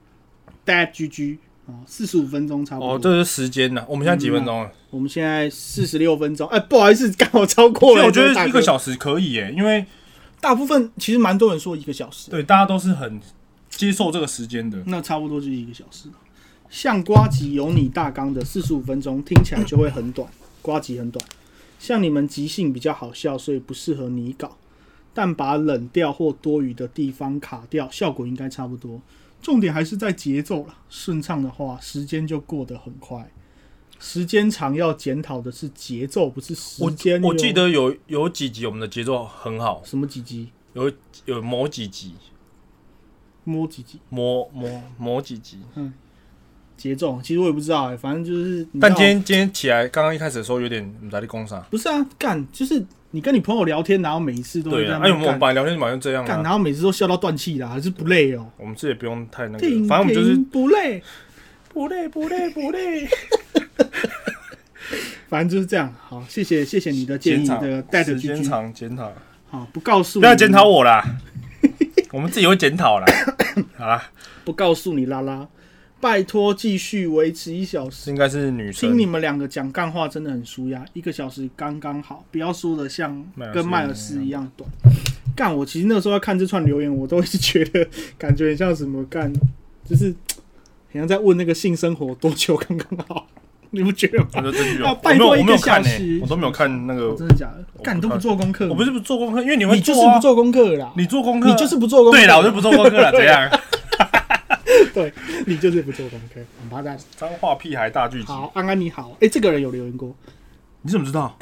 Speaker 2: date GG 啊，四十五分钟差不多。
Speaker 1: 哦，这是时间呢，我们现在几分钟了？
Speaker 2: 我们现在四十六分钟，哎、不好意思，刚好超过
Speaker 1: 所以
Speaker 2: 了。
Speaker 1: 我觉
Speaker 2: 这大
Speaker 1: 得
Speaker 2: 哥
Speaker 1: 一个，小时可以耶，因为
Speaker 2: 大部分其实蛮多人说一个小时，
Speaker 1: 对大家都是很接受这个时间的。
Speaker 2: 那差不多就是一个小时了。像瓜吉有你大纲的四十五分钟，听起来就会
Speaker 1: <coughs>
Speaker 2: 很短，瓜吉很短。像你们即兴比较好笑，所以不适合你搞，但把冷掉或多余的地方卡掉，效果应该差不多。重点还是在节奏啦，顺畅的话，时间就过得很快。时间长要检讨的是节奏，不是时
Speaker 1: 我
Speaker 2: 间哟。
Speaker 1: 我记得有有几集我们的节奏很好，
Speaker 2: 什么几集
Speaker 1: 有有某几集，
Speaker 2: 摸几集
Speaker 1: 某某某几集。
Speaker 2: 节奏，其实我也不知道哎、反正就是你知道。
Speaker 1: 但今天今天起来，刚刚一开始的时候有点我们在攻啥？
Speaker 2: 不是啊，干就是你跟你朋友聊天，然后每一次都会
Speaker 1: 对
Speaker 2: 这
Speaker 1: 啊，
Speaker 2: 样
Speaker 1: 哎，我们我
Speaker 2: 干
Speaker 1: 们本来聊天马上这样
Speaker 2: 干，
Speaker 1: 啊，
Speaker 2: 然后每次都笑到断气啦，还是不累哦。
Speaker 1: 我们自己也不用太那个
Speaker 2: 停，
Speaker 1: 反正我们就是
Speaker 2: 停不
Speaker 1: 哎
Speaker 2: 累，
Speaker 1: 不累不累不累。
Speaker 2: 反正就是这样。好，谢谢谢谢你的 <laughs> 建议，
Speaker 1: 检
Speaker 2: 这
Speaker 1: 讨
Speaker 2: 个带着
Speaker 1: 时
Speaker 2: 去
Speaker 1: 间长检讨，
Speaker 2: 好，不告诉
Speaker 1: 不要检讨
Speaker 2: 我，
Speaker 1: 我啦， <laughs>
Speaker 2: <laughs>
Speaker 1: 我们自己会检讨啦。好啦，
Speaker 2: 不告诉你拉拉，拜托继续维持一小时。
Speaker 1: 应该是女生
Speaker 2: 听你们两个讲干话真的很舒压，一个小时刚刚好，不要说的像
Speaker 1: 迈尔斯
Speaker 2: 跟迈尔斯一样短。干，我其实那时候要看这串留言，我都是觉得感觉很像什么干，就是很像在问那个性生活多久刚刚好，你不觉得吗？
Speaker 1: 我就真有，我没
Speaker 2: 啊
Speaker 1: 有
Speaker 2: 拜托
Speaker 1: 我没有
Speaker 2: 一个小
Speaker 1: 看呢、
Speaker 2: 时
Speaker 1: 我都没有看那个
Speaker 2: 哦，真的假的？
Speaker 1: 不
Speaker 2: 干你都不
Speaker 1: 看
Speaker 2: 做功课，
Speaker 1: 我不是不做功课，因为你会
Speaker 2: 你就是
Speaker 1: 做啊
Speaker 2: 不，做功课啦，
Speaker 1: 你做功课，
Speaker 2: 你就是不做功课。
Speaker 1: 对啦，我就不做功课了，怎 <laughs> 样？
Speaker 2: 对， <laughs> 你就是不做功课，王八蛋。
Speaker 1: 脏话屁孩大聚集，
Speaker 2: 好，安安你好，哎，这个人有留言过，
Speaker 1: 你怎么知道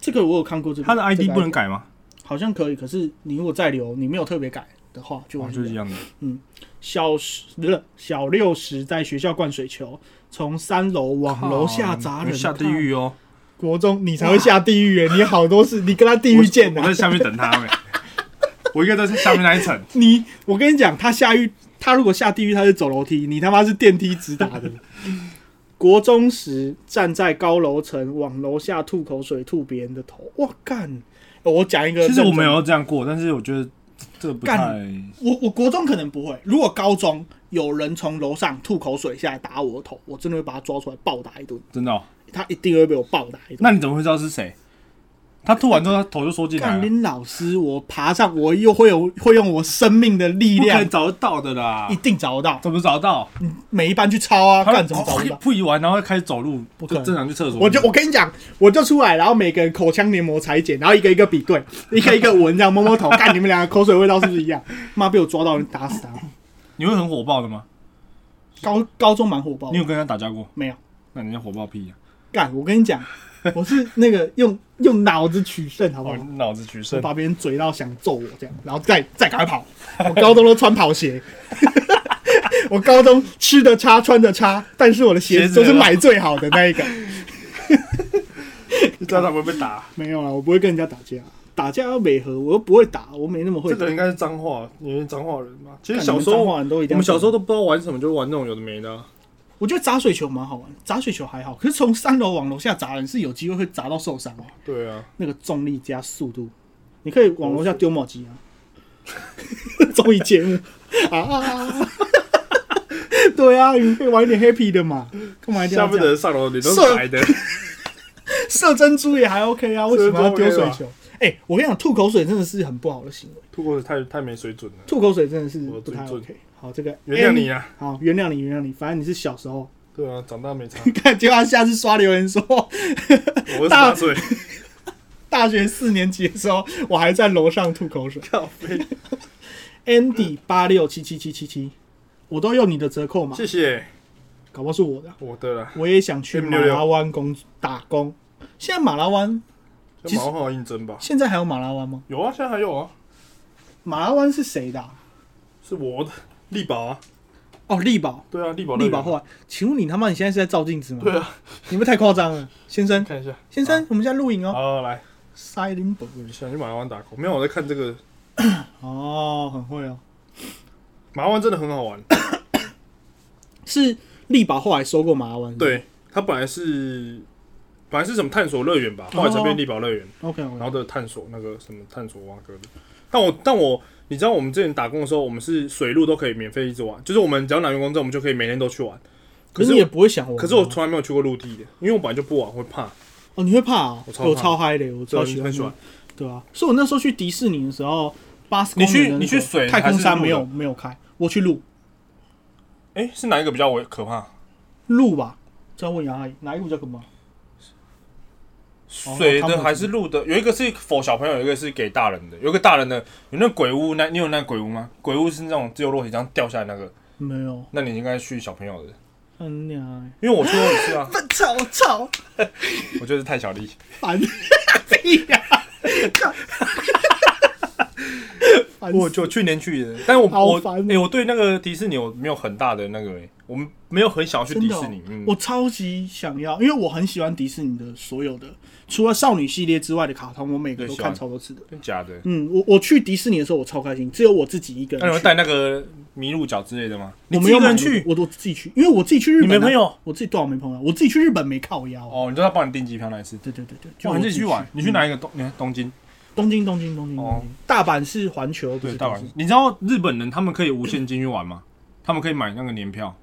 Speaker 2: 这个我有看过这个，
Speaker 1: 他的
Speaker 2: 这
Speaker 1: ID
Speaker 2: 个
Speaker 1: 不能，改吗？
Speaker 2: 好像可以，可是你如果再留，你没有特别改的话，就
Speaker 1: 哦
Speaker 2: 完
Speaker 1: 就是
Speaker 2: 全改
Speaker 1: 这样的，
Speaker 2: 小十不是小六十在学校灌水球，从三楼往楼下砸人，
Speaker 1: 你哦下地。狱 <laughs> 哦！
Speaker 2: 国中你才会下地狱耶！你好多事，你跟他地狱见啊
Speaker 1: 我我
Speaker 2: 的。
Speaker 1: 在下面等他们， <laughs> 我应该在下面那一 <laughs> 层。
Speaker 2: <laughs> 你我跟你讲，他下狱，他如果下地狱，他是走楼梯，你他妈是电梯直达
Speaker 1: <laughs>
Speaker 2: 的。国中时站在高楼层往楼下吐口水，吐别人的头。哇干！我讲一个，
Speaker 1: 其实我没有，这样过，但是我觉得这不
Speaker 2: 干
Speaker 1: 太。
Speaker 2: 我我国中可能不会，如果高中有人从楼上吐口水下来打我的头，我真的会把他抓出来暴打一顿，
Speaker 1: 真的、哦？
Speaker 2: 他一定会被我暴打一顿。
Speaker 1: 那你怎么会知道是谁？他吐完之后，他头就缩进来
Speaker 2: 干
Speaker 1: 了，
Speaker 2: 林老师，我爬上，我又会有会用我生命的力
Speaker 1: 不可
Speaker 2: 量
Speaker 1: 能，找得到的啦
Speaker 2: 一！定找得到。
Speaker 1: 怎么找到？
Speaker 2: 每一班去抄啊，干怎么找得到？
Speaker 1: <laughs> 不移完，然后开始走路，
Speaker 2: 不可能
Speaker 1: 就正常去厕所。
Speaker 2: 我就我跟你讲，我就出来，然后每个人口腔黏膜裁剪，然后一个一个比对，一个一个闻，这样摸摸头， <laughs> 看你们两个口水味道是不是一样？妈被我抓到，你打死他！
Speaker 1: 你会很火爆的吗？
Speaker 2: 高高中蛮火爆
Speaker 1: 你
Speaker 2: 的，
Speaker 1: 有跟他打架过？
Speaker 2: 没有
Speaker 1: 那人家火爆屁呀、啊
Speaker 2: 干，我跟
Speaker 1: <laughs>
Speaker 2: 你讲，我是那个用用脑子取胜，好不好？
Speaker 1: 哦脑子取
Speaker 2: 我 <laughs>
Speaker 1: 胜，
Speaker 2: 把别人嘴到想揍我这样，然后再再赶快跑。我高中都穿跑鞋， <laughs> 我高中吃的差穿的差，但是我的鞋
Speaker 1: 鞋
Speaker 2: 子
Speaker 1: 子
Speaker 2: 都是买最好的那一个。
Speaker 1: 知道他们会被打。
Speaker 2: 没有啊，我不会跟人家打架，打架要美和，我又不会打，我没那么会
Speaker 1: 这
Speaker 2: 打。
Speaker 1: 个应该是脏话，你们脏话人吧？其实
Speaker 2: 干
Speaker 1: 小时候
Speaker 2: 你们彰化人都一
Speaker 1: 我
Speaker 2: 定要
Speaker 1: 们小时候都不知道玩什么，就玩那种有的没的啊。
Speaker 2: 我觉得砸水球蛮好玩，砸水球还好，可是从三楼往楼下砸人是有机会会砸到受伤的，
Speaker 1: 对啊，
Speaker 2: 那个重力加速度，你可以往楼下丢毛巾
Speaker 1: <laughs>
Speaker 2: 啊。综艺节目啊啊
Speaker 1: <laughs>
Speaker 2: 啊！啊对啊，你们可以玩一点 happy 的嘛，干嘛一定
Speaker 1: 下
Speaker 2: 要
Speaker 1: 面
Speaker 2: 这
Speaker 1: 的
Speaker 2: 样？
Speaker 1: 人上楼你都是
Speaker 2: 射
Speaker 1: 白的， <laughs>
Speaker 2: 射珍珠也还 OK 啊，为什么要丢
Speaker 1: 射珍珠
Speaker 2: 水
Speaker 1: OK
Speaker 2: 球？哎、我跟你讲，吐口水真的是很不好的行为，
Speaker 1: 吐口水太太没水准了。
Speaker 2: 吐口水真的是
Speaker 1: 我
Speaker 2: 不太
Speaker 1: 尊重
Speaker 2: OK。好，这个
Speaker 1: 原谅你啊，
Speaker 2: 好，原谅你，原谅你，反正你是小时候。 <laughs>
Speaker 1: 对啊，长大没差。
Speaker 2: 看，结果他下次刷留言说， <laughs>
Speaker 1: 我二十八岁，
Speaker 2: 大学四年级的时候，我还在楼上吐口水。
Speaker 1: 靠背
Speaker 2: Andy 八六七七七七七，我都用你的折扣
Speaker 1: <laughs>
Speaker 2: 码，
Speaker 1: 谢谢
Speaker 2: 搞不好是我的。
Speaker 1: 我的啦，
Speaker 2: 我也想去马拉湾工打工。现在马拉湾，
Speaker 1: 这蛮好应征吧？
Speaker 2: 现在还有马拉湾吗？
Speaker 1: 有啊，现在还有啊，
Speaker 2: 马拉湾是谁的啊、
Speaker 1: 是我的力宝啊，
Speaker 2: 哦，力宝，
Speaker 1: 对啊，力宝乐
Speaker 2: 力
Speaker 1: 园
Speaker 2: 宝后来，请问你他妈你现在是在照镜子吗？
Speaker 1: 对啊，
Speaker 2: 你们太夸张了，先
Speaker 1: <laughs>
Speaker 2: 生，
Speaker 1: 看一下，
Speaker 2: 先生，我们现在录影哦。
Speaker 1: 好来，
Speaker 2: 塞林伯
Speaker 1: 我想去马湾打工，没有我在看这个
Speaker 2: 哦，很会哦，
Speaker 1: 马湾真的很好玩，
Speaker 2: 是力宝后来收购马拉湾。
Speaker 1: 对，它本来是本来是什么探索乐园吧，后来才变力宝乐园。
Speaker 2: ，OK，
Speaker 1: 然后的探索那个什么探索挖哥的。但我但我你知道我们之前打工的时候，我们是水路都可以免费一直玩，就是我们只要拿员工证，我们就可以每天都去玩。可
Speaker 2: 可是
Speaker 1: 是
Speaker 2: 你也不会想我吗，啊
Speaker 1: 可是我从来没有去过陆地的，因为我本来就不玩，会怕，
Speaker 2: 哦，你会怕哦
Speaker 1: 我，超怕
Speaker 2: 我超嗨的，我
Speaker 1: 所
Speaker 2: 超
Speaker 1: 以
Speaker 2: 喜
Speaker 1: 我
Speaker 2: 欢
Speaker 1: 很喜欢，。
Speaker 2: 对啊，所以我那时候去迪士尼的时候，巴斯光
Speaker 1: 你去
Speaker 2: 年的那个
Speaker 1: 你去水
Speaker 2: 太空山
Speaker 1: 还是
Speaker 2: 没有
Speaker 1: 路
Speaker 2: 没有开，我去路
Speaker 1: 哎，是哪一个比较危可怕？
Speaker 2: 路吧，再问杨阿姨哪一个比较可怕？
Speaker 1: 水
Speaker 2: 他们
Speaker 1: 的还是路的？有一个是否小朋友，有一个是给大人的。有一个大人的，有那鬼屋，那你有那鬼屋吗？鬼屋是那种只有落体这样掉下来那个，
Speaker 2: 没有，
Speaker 1: 那你应该去小朋友的，
Speaker 2: 嗯呀，
Speaker 1: 因为我去过一次 <laughs> 啊，
Speaker 2: 笨操操
Speaker 1: 我就是太小力，
Speaker 2: 烦屁 <laughs> 呀！
Speaker 1: <laughs>
Speaker 2: 烦死
Speaker 1: 我就去年去的，但我
Speaker 2: 好
Speaker 1: 我
Speaker 2: 烦
Speaker 1: 哎、我对那个迪士尼我没有很大的那个、欸，我们没有很想要去
Speaker 2: 真
Speaker 1: 迪
Speaker 2: 的哦
Speaker 1: 士尼，嗯，
Speaker 2: 我超级想要，因为我很喜欢迪士尼的所有的，除了少女系列之外的卡通，我每个
Speaker 1: 对
Speaker 2: 都
Speaker 1: 喜
Speaker 2: 看
Speaker 1: 欢
Speaker 2: 超多次的。
Speaker 1: 真假的？
Speaker 2: 嗯，我我去迪士尼的时候，我超开心，只有我自己一个
Speaker 1: 那你会
Speaker 2: 人去。
Speaker 1: 带那个麋鹿角之类的吗？
Speaker 2: 我
Speaker 1: 你
Speaker 2: 没
Speaker 1: 自己
Speaker 2: 有
Speaker 1: 一个人
Speaker 2: 买那个
Speaker 1: 去？
Speaker 2: 我我自己去，因为我自己去日本、啊
Speaker 1: 你没朋友，
Speaker 2: 我自己多少没朋友，啊我自己去日本没靠腰。
Speaker 1: 哦，你知道他帮你订机票那一次，
Speaker 2: 对对对对，就
Speaker 1: 就
Speaker 2: 我
Speaker 1: 你自己去玩。你去
Speaker 2: 嗯
Speaker 1: 哪一个东？你看东京，
Speaker 2: 东京，东京，东京，
Speaker 1: 哦
Speaker 2: 东京。大阪是环球，不
Speaker 1: 对，
Speaker 2: 是
Speaker 1: 大
Speaker 2: 东
Speaker 1: 阪
Speaker 2: 京。。
Speaker 1: 你知道日本人他们可以无限进去玩吗？他们可以买那个年票？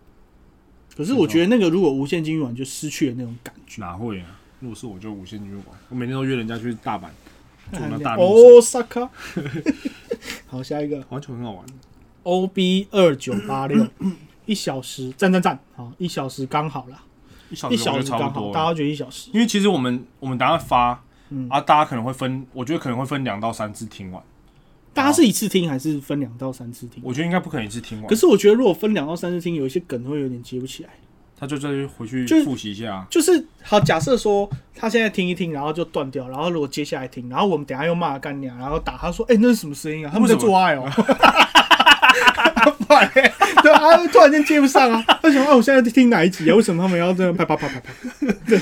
Speaker 2: 可是我觉得那个如果无限金鱼玩，就失去了那种
Speaker 1: <laughs>
Speaker 2: 感觉。
Speaker 1: 哪会啊？如果是我就无限进去玩，我每天都约人家去大阪，住那大陆上，
Speaker 2: 哦，萨
Speaker 1: <laughs>
Speaker 2: 卡。好，下一个
Speaker 1: 环球很好玩。
Speaker 2: O B 二九八六，一小时，赞赞赞，好，一小时刚好啦，
Speaker 1: 一小
Speaker 2: 一
Speaker 1: 时我觉
Speaker 2: 小
Speaker 1: 得
Speaker 2: 时
Speaker 1: 差
Speaker 2: 刚
Speaker 1: 不多
Speaker 2: 好，
Speaker 1: 了，
Speaker 2: 大家觉得一小时？
Speaker 1: 因为其实我们我们等下发，
Speaker 2: 嗯
Speaker 1: 啊，大家可能会分，我觉得可能会分两到三次听完，
Speaker 2: 大家是一次听还是分两到三次听？
Speaker 1: 我觉得应该不可能一次听完，
Speaker 2: 可是我觉得如果分两到三次听，有一些梗会有点接不起来。
Speaker 1: 他就再去回去
Speaker 2: 就是
Speaker 1: 复习一下啊，
Speaker 2: 就是好，假设说他现在听一听，然后就断掉，然后如果接下来听，然后我们等一下又骂干娘，然后打他说，哎、那是什么声音啊？他们在做爱哦、不然嘞对啊，他突然间接不上啊，他想啊，我现在在听哪一集啊？为什么他们要这样啪啪啪啪啪？对，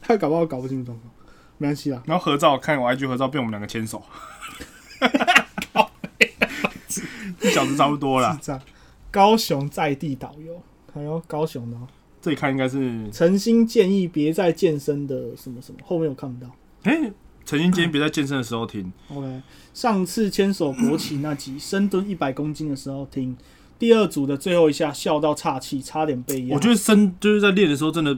Speaker 2: 他搞不好搞不清楚状况，没关系啦。
Speaker 1: 然后合照，看我 IG 合照被我们两个牵手，一小时差不多啦
Speaker 2: 是，这样，高雄在地导游，还有高雄的哦、
Speaker 1: 这里看应该是，
Speaker 2: 诚心建议别再健身的什么什么，后面我看不到。
Speaker 1: 哎、曾经今天别在健身的时候
Speaker 2: <laughs>
Speaker 1: 听，
Speaker 2: OK，上次牵手勃起那集，深蹲一百公斤的时候听，第二组的最后一下笑到岔气，差点被压。
Speaker 1: 我觉得深就是在练的时候真的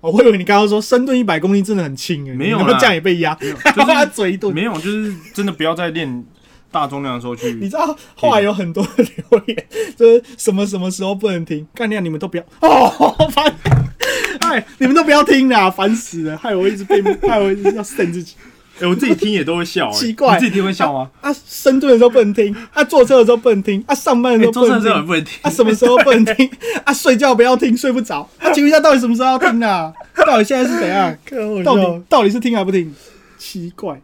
Speaker 2: 哦，我以为你刚刚说深蹲一百公斤真的很轻诶，欸
Speaker 1: 没有
Speaker 2: 你
Speaker 1: 啦
Speaker 2: 他妈这样也被压，
Speaker 1: 有
Speaker 2: 他妈嘴一顿。
Speaker 1: 没有，就是真的不要再练大重量的时候
Speaker 2: <laughs>
Speaker 1: 去，
Speaker 2: 你知道后来有很多的留言，就是什么什么时候不能听？干掉你们都不要 <laughs> 哦，烦！ <laughs> 哎，你们都不要听啦，烦死了，害我一直被，害我一直要扇自己。
Speaker 1: 哎，我自己听也都会笑，哎
Speaker 2: <laughs> 奇怪
Speaker 1: 你自己听会笑
Speaker 2: <laughs>
Speaker 1: 吗？
Speaker 2: 啊，深蹲的时候不能听，啊，坐车的时候不能听，啊，上班的时
Speaker 1: 哎，
Speaker 2: 候
Speaker 1: 周
Speaker 2: 不能
Speaker 1: 深这
Speaker 2: 听，
Speaker 1: 种也不能听
Speaker 2: <laughs> 啊，，什么时候不能 <laughs> 听？啊，睡觉不要听，睡不着。啊，请问一下，到底什么时候要听啊？到底现在是怎样？到底到底是听还不听？奇怪。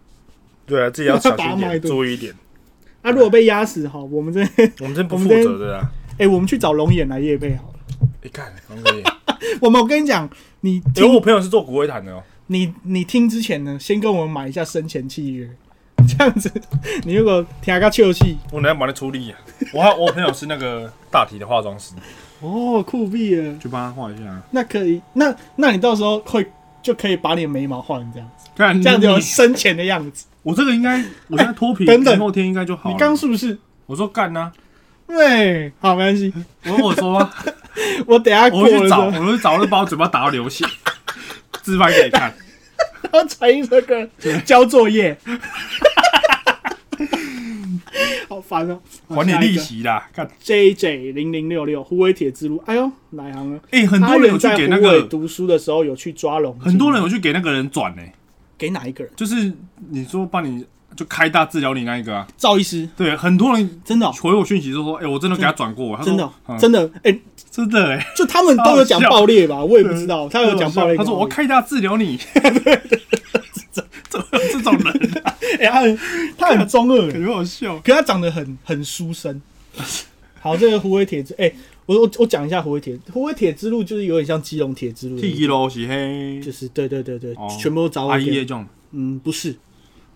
Speaker 4: 对啊，自己要小心
Speaker 2: <laughs> 打
Speaker 4: 一
Speaker 2: 麦
Speaker 4: 点，
Speaker 2: 对
Speaker 4: 注意一点。
Speaker 2: 啊，如果被压死哈，我 <laughs> 们真的，
Speaker 4: 我们真不负责的啦。
Speaker 2: 哎、我们去找龙眼来夜配好了。
Speaker 4: 你看，很可以。
Speaker 2: 我们我跟你讲，你
Speaker 4: <laughs> 因为
Speaker 2: 听
Speaker 4: 我朋友是做骨灰坛的哦，
Speaker 2: 你你听之前呢，先跟我们买一下生前契约，这样子，你如果听个旧戏，
Speaker 4: 我能帮他出力啊。我还我朋友是那个大体的化妆师，
Speaker 2: 哦，酷毙了，
Speaker 1: 去帮他画一下。啊
Speaker 2: 那可以，那那你到时候会就可以把你的眉毛画成这样，
Speaker 1: 看
Speaker 2: 这样
Speaker 1: 你
Speaker 2: 就有生前的样子。
Speaker 1: 我这个应该，我现在脱皮
Speaker 2: 哎 <laughs> 等等
Speaker 1: 之后天应该就好
Speaker 2: 你
Speaker 1: 了。
Speaker 2: 刚是不是？
Speaker 1: 我说干呐，
Speaker 2: 对，好，没关系，
Speaker 1: 我我说啊，
Speaker 2: <laughs> 我等一下过
Speaker 1: 我会
Speaker 2: 了
Speaker 1: 去
Speaker 2: 之
Speaker 1: 找，
Speaker 2: 后，
Speaker 1: 我会去找，我就把我嘴巴打到流血，自拍给你
Speaker 2: <laughs>
Speaker 1: 看。
Speaker 2: 然后传一这个交
Speaker 1: <laughs>
Speaker 2: 作业，好烦哦、好
Speaker 1: 还你
Speaker 2: 下一
Speaker 1: 利
Speaker 2: 个
Speaker 1: 息啦！看，
Speaker 2: JJ 零零六六，胡伟铁之路，哎呦，哪行了？
Speaker 1: 哎、很多人有去
Speaker 2: 在
Speaker 1: 给那
Speaker 2: 胡伟
Speaker 1: 个，
Speaker 2: 读书的时候有去抓龙筋，
Speaker 1: 很多人有去给那个人转呢、
Speaker 2: 给哪一个人？
Speaker 1: 就是你说帮你就开大治疗你那一个啊，
Speaker 2: 赵医师，
Speaker 1: 对，很多人
Speaker 2: 真的哦、
Speaker 1: 回我讯息就说，哎、我真的给他转过，他说
Speaker 2: 真的哦、
Speaker 1: 嗯
Speaker 2: 真的，哎、
Speaker 1: 真的哎、
Speaker 2: 就他们都有讲爆裂吧？我也不知道，他有讲爆裂。
Speaker 1: 他说我，开大治疗
Speaker 2: <laughs>
Speaker 1: 你，怎么有这种
Speaker 2: <laughs>
Speaker 1: 人、啊，
Speaker 2: 哎、他很他很中二，
Speaker 1: 很好笑。
Speaker 2: 可他长得很很书生。 <laughs> 好，这个胡伟铁之，哎、我我我讲一下胡伟铁，胡伟铁之路就是有点像基隆铁之路的意
Speaker 1: 剃
Speaker 2: 思，
Speaker 1: 一喽，洗黑
Speaker 2: 就是对对对对，
Speaker 1: 哦
Speaker 2: 全部都找我
Speaker 1: 阿姨
Speaker 2: 给
Speaker 1: 这，种，
Speaker 2: 嗯，不是，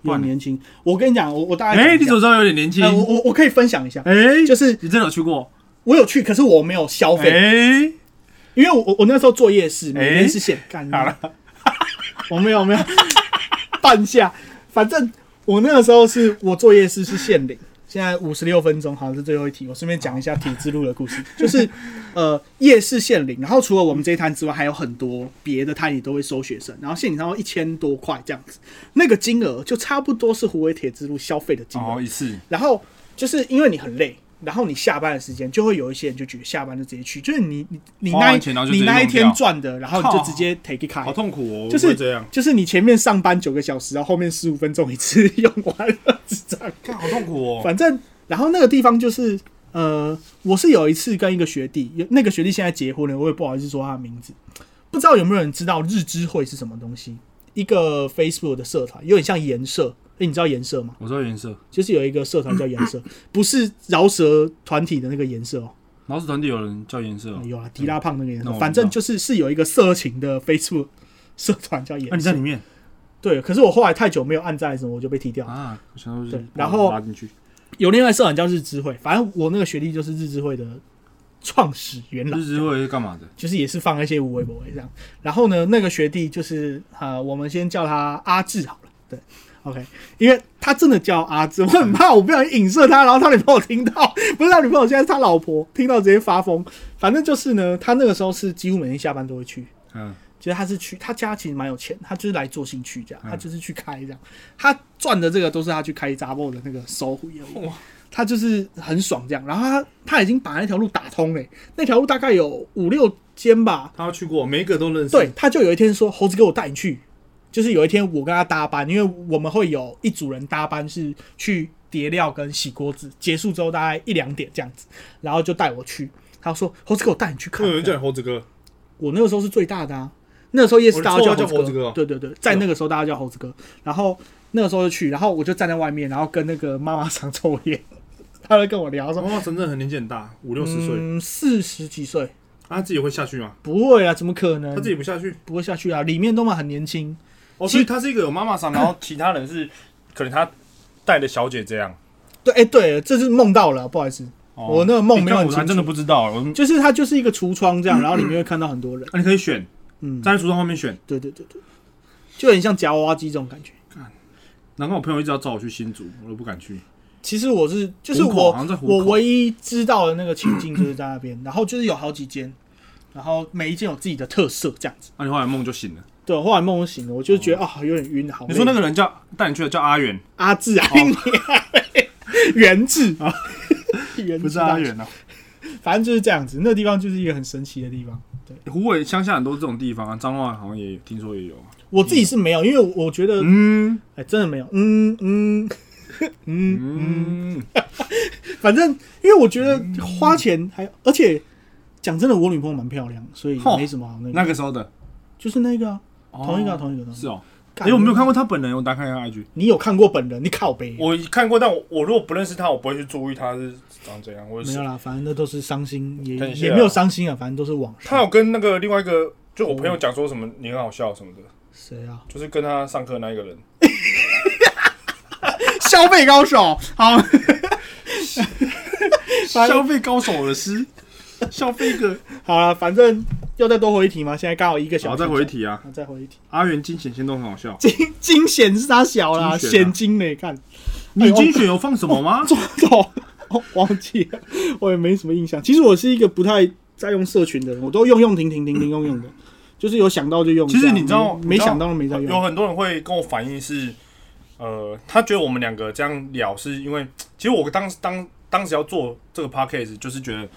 Speaker 1: 不
Speaker 2: 有
Speaker 1: 然呢
Speaker 2: 年轻。我跟你讲，我我大概
Speaker 1: 哎、
Speaker 2: 讲一
Speaker 1: 你
Speaker 2: 下
Speaker 1: 怎么知道有点年轻？
Speaker 2: 呃，我我我可以分享一下，
Speaker 1: 哎、
Speaker 2: 就是
Speaker 1: 你真的有去过？
Speaker 2: 我有去，可是我没有消
Speaker 1: 哎、
Speaker 2: 费，因为我我我那时候做夜市，每天
Speaker 1: 哎
Speaker 2: 是现干
Speaker 1: 好
Speaker 2: 的，
Speaker 1: 了，
Speaker 2: 我没有没有半价，反正我那个时候是我做夜市是现领。现在五十六分钟，好像是最后一题。我顺便讲一下体制路的故事，就是呃夜市现领，然后除了我们这一摊之外，还有很多别的摊也都会收学生，然后现领差不多一千多块这样子，那个金额就差不多是湖北铁之路消费的金额。
Speaker 1: 哦，一次，
Speaker 2: 然后就是因为你很累，然后你下班的时间就会有一些人就觉得下班就直接去，就是你你你
Speaker 1: 花
Speaker 2: 那
Speaker 1: 完
Speaker 2: 一
Speaker 1: 钱然后就直
Speaker 2: 你
Speaker 1: 接
Speaker 2: 那一
Speaker 1: 用掉
Speaker 2: 天赚的，然后你就
Speaker 1: 靠
Speaker 2: 直接 take 开
Speaker 1: 好，痛苦哦，
Speaker 2: 哎就
Speaker 1: 我
Speaker 2: 是
Speaker 1: 会这样，
Speaker 2: 就是你前面上班九个小时，然后后面十五分钟一次用完了，是这样。
Speaker 1: 看好痛苦哦。
Speaker 2: 反正然后那个地方就是呃，我是有一次跟一个学弟，有那个学弟现在结婚了，我也不好意思说他的名字，不知道有没有人知道日知会是什么东西？一个 Facebook 的社团，有点像颜社。诶，你知道颜社吗？
Speaker 1: 我知道颜色，
Speaker 2: 就是有一个社团叫颜
Speaker 1: <laughs>
Speaker 2: 色，不是饶舌团体的那个颜色哦，
Speaker 1: 老师团队有人叫颜色、哦，
Speaker 2: 有啊，迪拉胖那个颜
Speaker 1: 那
Speaker 2: 色，
Speaker 1: 我
Speaker 2: 反正就是是有一个色情的 Facebook 社团叫
Speaker 1: 那、
Speaker 2: 颜
Speaker 1: 啊你在
Speaker 2: 色
Speaker 1: 里。面
Speaker 2: 对，可是我后来太久没有按赞什么，我就被踢掉了。
Speaker 1: 啊？我想说是
Speaker 2: 对然后
Speaker 1: 拉进去，
Speaker 2: 有另外一个社团叫日知会，反正我那个学弟就是日知会的创始元老
Speaker 1: 日。之会是干嘛的？
Speaker 2: 嗯就是也是放一些无微不微这样。然后呢，那个学弟就是呃，我们先叫他阿志好了，对，OK，因为他真的叫阿志，我很怕我不小心影射他，然后他女朋友听到，不是他女朋友，现在是他老婆听到直接发疯。反正就是呢，他那个时候是几乎每天下班都会去。
Speaker 1: 嗯，
Speaker 2: 其实他是去，他家其实蛮有钱，他就是来做兴趣这样，他就是去开这样，他赚的这个都是他去开杂货的那个收入业务，他就是很爽这样。然后他他已经把那条路打通嘞、欸那条路大概有五六间吧，
Speaker 1: 他去过，每一个都认识。
Speaker 2: 对，，他就有一天说：“猴子哥，我带你去。”就是有一天我跟他搭班，因为我们会有一组人搭班是去叠料跟洗锅子，结束之后大概一两点这样子，然后就带我去。他说：“猴子哥，我带你去看。
Speaker 4: 有人叫你猴子哥，
Speaker 2: 我那个时候是最大的啊，那个时候夜市大家
Speaker 4: 我的
Speaker 1: 啊
Speaker 2: 叫
Speaker 4: 绰号叫猴子哥
Speaker 2: 哥
Speaker 4: 哦，
Speaker 2: 对对对，在那个时候大家叫猴子哥。然后那个时候就去，然后我就站在外面，然后跟那个妈妈桑抽烟，他就跟我聊说
Speaker 1: 哇，哦真正很年纪很大，五：“六十岁，
Speaker 2: 嗯，四十几岁
Speaker 1: 他自己会下去吗？
Speaker 2: 不会啊，怎么可能
Speaker 1: 他自？己不下去，
Speaker 2: 不会下去啊，里面都嘛很年轻。”
Speaker 4: 哦，所以他是一个有妈妈桑，然后其他人是可能他带的小姐这样。
Speaker 2: 对，哎、对，这是梦到了，不好意思，
Speaker 1: 哦
Speaker 2: 我那个梦没有
Speaker 1: 欸干
Speaker 2: 很
Speaker 1: 我还
Speaker 2: 清
Speaker 1: 真的
Speaker 2: 楚，
Speaker 1: 不知道。我们
Speaker 2: 就是它就是一个橱
Speaker 1: <clears throat>
Speaker 2: 窗这样，然后里面会看到很多人，
Speaker 1: 啊，你可以选，
Speaker 2: 嗯，
Speaker 1: 站在橱窗后面选。
Speaker 2: 对对对对，就很像夹娃娃机这种感觉。
Speaker 1: 难怪我朋友一直要找我去新竹，我都不敢去。
Speaker 2: 其实我是，就是
Speaker 1: 虎口
Speaker 2: 我
Speaker 1: 好像在虎口
Speaker 2: 我唯一知道的那个情境就是在那
Speaker 1: <clears throat>
Speaker 2: 边，然后就是有好几间，然后每一间有自己的特色这样子。
Speaker 1: 啊，你后来梦就醒了。
Speaker 2: 对，后来梦都醒了，我就觉得啊、有点晕，
Speaker 1: 哦
Speaker 2: 好累。
Speaker 1: 你说那个人叫带你去的叫阿远，
Speaker 2: 阿志啊，你啊
Speaker 1: 哦
Speaker 2: <laughs> 原志 <laughs> 啊，原志大学
Speaker 1: 啊，
Speaker 2: 反正就是这样子。那个地方就是一个很神奇的地方。
Speaker 1: 湖北乡下很多这种地方啊，彰化好像也有听说也有啊。
Speaker 2: 我自己是没有，因为我觉得，哎、
Speaker 1: 嗯
Speaker 2: 真的没有，嗯嗯， <laughs>
Speaker 1: 嗯，
Speaker 2: 反正因为我觉得花钱还，而且讲真的，我女朋友蛮漂亮，所以
Speaker 1: 吼
Speaker 2: 没什么好那个，
Speaker 1: 哦那个时候的
Speaker 2: 就是那个啊，同一个啊、同一个同一
Speaker 1: 是
Speaker 2: 个。
Speaker 1: 哦。
Speaker 2: 干
Speaker 1: 哎，我没有看，过他本人，我打开他 IG。
Speaker 2: 你有看过本人？你靠啊背。
Speaker 5: 我看过，但我我如果不认识他，我不会去注意他是长怎样。我
Speaker 2: 没有
Speaker 5: 是
Speaker 2: 啦，反正那都是伤心，也
Speaker 5: 等一下
Speaker 2: 也没有伤心啊，反正都是往事。
Speaker 5: 他有跟那个另外一个，就我朋友讲说什么你很好笑什么的，
Speaker 2: 谁啊？ <laughs>
Speaker 5: 就是跟他上课那一个人，
Speaker 6: 消费高手，好，
Speaker 2: 反正
Speaker 1: 消费高手的
Speaker 2: <laughs>
Speaker 1: 诗，消费个。
Speaker 2: 好了，反正要再多回一题吗？现在刚好一个小
Speaker 1: 好，
Speaker 2: 时，
Speaker 1: 再回一，题啊。
Speaker 2: 好再回一题。 <laughs>
Speaker 1: 阿元惊险先动很好笑。
Speaker 2: 惊惊险是他小啦，
Speaker 1: 惊险啊
Speaker 2: 险金呢？看， <laughs> 哎
Speaker 1: 你精选有放什么吗？
Speaker 2: 做到，我哦 <laughs> 忘记了，我也没什么印象。其实我是一个不太在用社群的人，我都用用停停停停用
Speaker 1: <coughs>
Speaker 2: 用的，就是有想到就用。
Speaker 5: 其实
Speaker 2: 这样
Speaker 5: 你知道
Speaker 2: 没没
Speaker 5: 你知道
Speaker 2: 想到都没在
Speaker 5: 有
Speaker 2: 用。
Speaker 5: 很多人会跟我反映是，呃，他觉得我们两个这样聊是因为，其实我当当当时要做这个 podcast，就是觉得，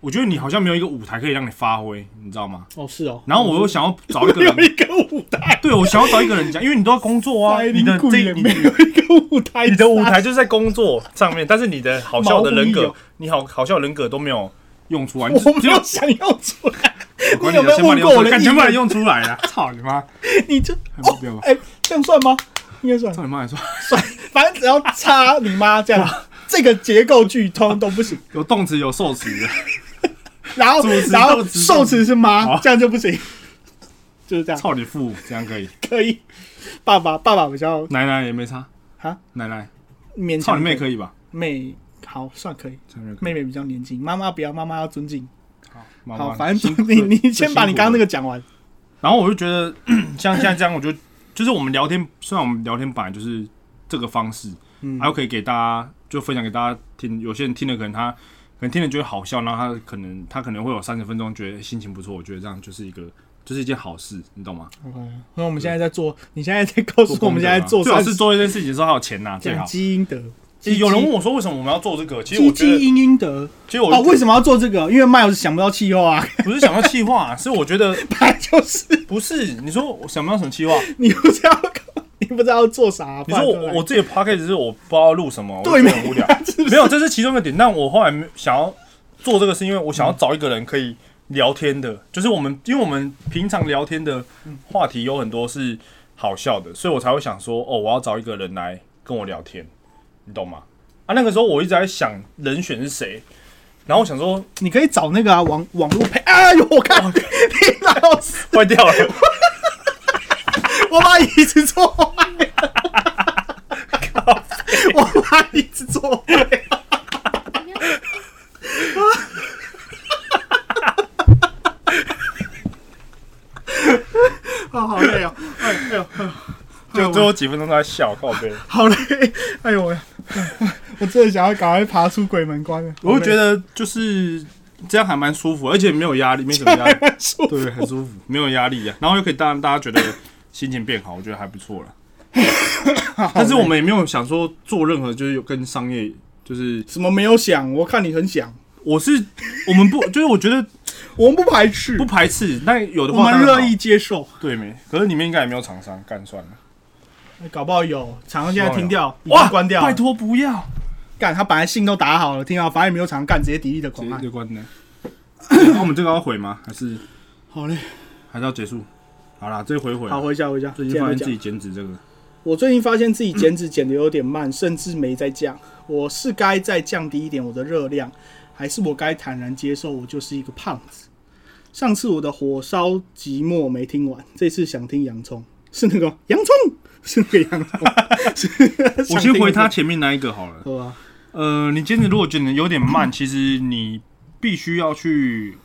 Speaker 1: 我觉得你好像没有一个舞台可以让你发挥，你知道吗？
Speaker 2: 哦，是哦。
Speaker 1: 然后我又想要找
Speaker 5: <laughs>
Speaker 1: 一个
Speaker 2: 没 <laughs> 有
Speaker 1: 人，
Speaker 2: 一个舞台，
Speaker 1: 对我想要找一个人讲，因为你都要工作啊，
Speaker 2: 塞
Speaker 1: 你的哎
Speaker 2: 林贵
Speaker 1: 这
Speaker 2: 也
Speaker 1: 你
Speaker 2: 没有一个舞台，
Speaker 5: 你的舞台就是在工作上面，但是你的好笑的人
Speaker 2: 毛不易
Speaker 5: 格
Speaker 2: 哦，
Speaker 5: 你好好笑的人格都没有。
Speaker 1: 用出来，你
Speaker 2: <laughs> 我
Speaker 1: 只
Speaker 2: 没有想要出来。
Speaker 1: 我管
Speaker 2: 你有没有
Speaker 1: 先把
Speaker 2: 问
Speaker 1: 你
Speaker 2: 过我
Speaker 1: 用出
Speaker 2: 的
Speaker 1: 来干
Speaker 2: 意
Speaker 1: 全把
Speaker 2: 见
Speaker 1: 你用出来了， <laughs> 操你妈！
Speaker 2: 你就
Speaker 1: 还不掉吧？
Speaker 2: 哎、这样算吗？应该算，
Speaker 1: 操你妈！还说 <laughs>
Speaker 2: 反正只要插你妈这样，这个结构句通都不行。
Speaker 1: 有动词有受词的，
Speaker 2: 然后
Speaker 1: 主持
Speaker 2: 然后
Speaker 1: 动词
Speaker 2: 受词是妈，
Speaker 1: 好
Speaker 2: 这样就不行，就是这样。
Speaker 1: 操你父，这样可以。
Speaker 2: 可以，爸爸爸爸比较
Speaker 1: 奶奶也没差
Speaker 2: 哈，
Speaker 1: 奶奶，
Speaker 2: 勉
Speaker 1: 操
Speaker 2: 强。
Speaker 1: 你妹
Speaker 2: 以，
Speaker 1: 可以吧？
Speaker 2: 妹好算可以，
Speaker 1: 操你妹可以
Speaker 2: 妹妹比较年轻，妈妈不要，妈妈要尊敬。
Speaker 1: 妈妈
Speaker 2: 好，反正
Speaker 1: 辛苦
Speaker 2: 你
Speaker 1: 了
Speaker 2: 你先把你刚刚
Speaker 1: 最辛苦
Speaker 2: 那。个
Speaker 1: 了
Speaker 2: 讲完。
Speaker 1: 然后我就觉得， <clears throat> 像现在这样，我就就是我们聊天，虽然我们聊天本来就是这个方式，
Speaker 2: 嗯
Speaker 1: 还有可以给大家就分享给大家听。有些人听了可能他可能听了觉得好笑，然后他可能他可能会有三十分钟觉得心情不错，我觉得这样就是一个就是一件好事，你懂吗？
Speaker 2: 那我们现在在做，你现在在告诉我们现在在做
Speaker 1: 啊最好
Speaker 2: 善
Speaker 1: 是
Speaker 2: 事，
Speaker 1: 做一件事情的时候还有钱拿，最
Speaker 2: <laughs> 讲
Speaker 1: 好。
Speaker 2: 基因德，
Speaker 5: 其实有人问我说为什么我们要做这个，其实
Speaker 2: 基
Speaker 5: 我觉
Speaker 2: 基
Speaker 5: 得，
Speaker 2: 因因德。
Speaker 5: 其实我
Speaker 2: 哦，为什么要做这个？因为 Miles 想不到气候啊， <laughs>
Speaker 5: 不是想要气话，是我觉得
Speaker 2: 本来就是
Speaker 5: 不是。你说我想不到什么气话？
Speaker 2: 你不知道， <laughs> 你不知道做啥。
Speaker 5: 你说
Speaker 2: 不然就
Speaker 5: 我
Speaker 2: 来
Speaker 5: 我自己的 podcast 是我不知道录什么，我
Speaker 2: 对
Speaker 5: 觉得
Speaker 2: 面
Speaker 5: 很无聊。没有，这是其中一个点。但我后来没想要做这个，是因为我想要找一个人可以聊天的，就是我们，因为我们平常聊天的话题有很多是好笑的，所以我才会想说，哦，我要找一个人来跟我聊天，你懂吗？啊，那个时候我一直在想人选是谁，然后我想说 <laughs>
Speaker 2: 你可以找那个啊网网络配，哎呦，我看林老师。
Speaker 5: 坏掉了，
Speaker 2: <laughs> 我把椅子坐坏了，我把椅子坐坏了。 <laughs> 啊，好累哦！哎哎呦，
Speaker 5: 就最后几分钟都在笑，靠背。
Speaker 2: 好累！ <laughs> 哎呦喂，我真的想要赶快爬出鬼门关了。
Speaker 1: 我会觉
Speaker 2: 得
Speaker 1: 得就是这样还蛮舒服，而且没有压力，没什么
Speaker 2: <laughs>
Speaker 1: 压力，对，很舒服，没有压力啊。然后又可以让大家觉得心情变好，我觉得还不错
Speaker 2: <laughs>
Speaker 1: 了。但是我们也没有想说做任何就是有跟商业，就是
Speaker 2: 什么没有想？我看你很想，
Speaker 1: 我是我
Speaker 2: <laughs>
Speaker 1: 们不就是我觉得
Speaker 2: 我们不排斥
Speaker 1: 不，排斥，但有的
Speaker 2: 我
Speaker 1: 话
Speaker 2: 们
Speaker 1: 当然
Speaker 2: 乐
Speaker 1: 好
Speaker 2: 意接受。
Speaker 5: 对没？可是里面应该也没有厂商，干算了。
Speaker 2: 搞不好有，厂商现在停掉，已经
Speaker 1: 啊哇
Speaker 2: 关掉了
Speaker 1: 拜。托不要，
Speaker 2: 干，他本来信都打好了，听到反正也没有常干，直接敌意的
Speaker 1: 直
Speaker 2: 狂
Speaker 1: 接
Speaker 2: 按。
Speaker 1: 就关了。那我们这个要毁吗？还是
Speaker 2: 好嘞，
Speaker 1: 还是要结束？好啦，这回毁了。
Speaker 2: 好回家回家。
Speaker 1: 最
Speaker 2: 接
Speaker 1: 近
Speaker 2: 着
Speaker 1: 发现
Speaker 2: 讲
Speaker 1: 自己减脂这个，
Speaker 2: 我最近发现自己减脂减的有点慢，甚至没在降。我是该再降低一点我的热量，还是我该坦然接受我就是一个胖子？上次我的火烧寂寞没听完，这次想听洋葱，是那个洋葱，是那个洋
Speaker 1: <laughs>
Speaker 2: 葱。是
Speaker 1: 我先回他
Speaker 2: 想听洋葱，
Speaker 1: 前面那一个好了。
Speaker 2: 好吧？
Speaker 1: 呃，你减脂如果减的有点慢，其实你必须要去，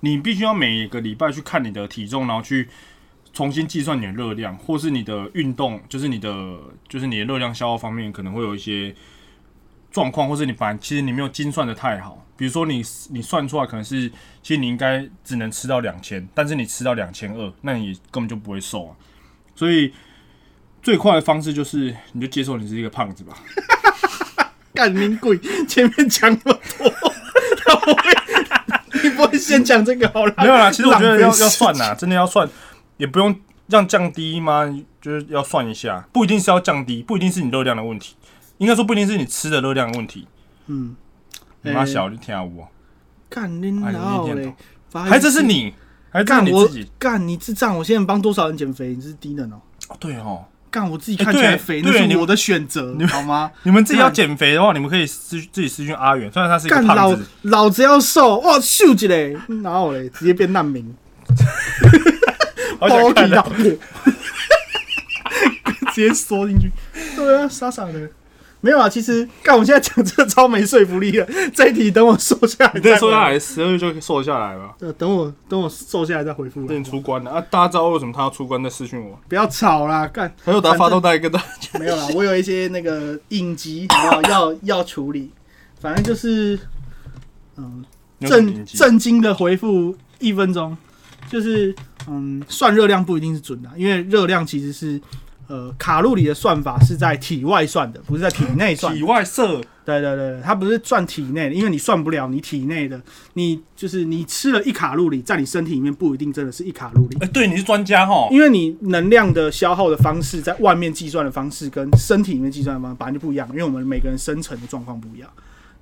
Speaker 1: 你必须要每个礼拜去看你的体重，然后去重新计算你的热量，或是你的运动，就是你的就是你的热量消耗方面可能会有一些状况，或是你反正其实你没有精算的太好。比如说你你算出来可能是，其实你应该只能吃到两千，但是你吃到两千二，那你根本就不会瘦啊。所以最快的方式就是你就接受你是一个胖子吧。
Speaker 2: 干你鬼！前面讲那么多，他不会，你不会先讲这个好了。
Speaker 1: 没有啦，其实我觉得要要
Speaker 2: 啊浪费时间
Speaker 1: 算啦，真的要算，也不用让降低吗？就是要算一下，不一定是要降低，不一定是你热量的问题，应该说不一定是你吃的热量的问题。
Speaker 2: 嗯，
Speaker 1: 你妈
Speaker 2: 呃
Speaker 1: 小，你听我，
Speaker 2: 干你
Speaker 1: 哎
Speaker 2: 老
Speaker 1: 你念
Speaker 2: 嘞
Speaker 1: 头！
Speaker 2: 发
Speaker 1: 还真是
Speaker 2: 一次
Speaker 1: 你，还真
Speaker 2: 哎干
Speaker 1: 是你
Speaker 2: 我
Speaker 1: 自己。
Speaker 2: 干你智障！我现在帮多少人减肥？你是低能哦！
Speaker 1: 哦对哦，
Speaker 2: 干我自己
Speaker 1: 哎
Speaker 2: 看起来
Speaker 1: 对
Speaker 2: 肥，
Speaker 1: 对
Speaker 2: 那
Speaker 1: 你
Speaker 2: 是我的选择，
Speaker 1: <laughs>
Speaker 2: 好吗？
Speaker 1: 你们自己要
Speaker 2: 干
Speaker 1: 减肥的话，你们可以私自己私讯阿远，虽然他是一个
Speaker 2: 干
Speaker 1: 胖
Speaker 2: 老
Speaker 1: 子，
Speaker 2: 老子要瘦，哇，秀一嘞，然后嘞，直接变难民，
Speaker 1: <laughs> 好想看到。
Speaker 2: 到破， <laughs> 直接缩进去。对啊，傻傻的。没有啊，其实干，我现在讲这个超没说服力的。这一题等我瘦下来
Speaker 1: 你再
Speaker 2: 再
Speaker 1: 瘦下
Speaker 2: 来，
Speaker 1: 来，十二月就可以瘦下来了。
Speaker 2: 呃等我等我瘦下来再回复
Speaker 1: 等
Speaker 2: 啦。
Speaker 1: 你出关了啊！大家知道为什么他要出关再私讯我？
Speaker 2: 不要吵啦，干。
Speaker 1: 还有打发动带跟大家
Speaker 2: 没有啦，我有一些那个应急，好不好？要要处理，反正就是，嗯，
Speaker 1: 有什么
Speaker 2: 震
Speaker 1: 影集
Speaker 2: 震惊的回复一分钟，就是嗯，算热量不一定是准的，啊因为热量其实是呃卡路里的算法是在体外算的，不是在体
Speaker 1: <laughs>
Speaker 2: 内算的
Speaker 1: 体。外射
Speaker 2: 对对对，对它不是算体内的，因为你算不了你体内的，你就是你吃了一卡路里，在你身体里面不一定真的是一卡路里。
Speaker 1: 哎、对，你是专家哈。
Speaker 2: 因为你能量的消耗的方式，在外面计算的方式跟身体里面计算的方式本来就不一样，因为我们每个人生成的状况不一样。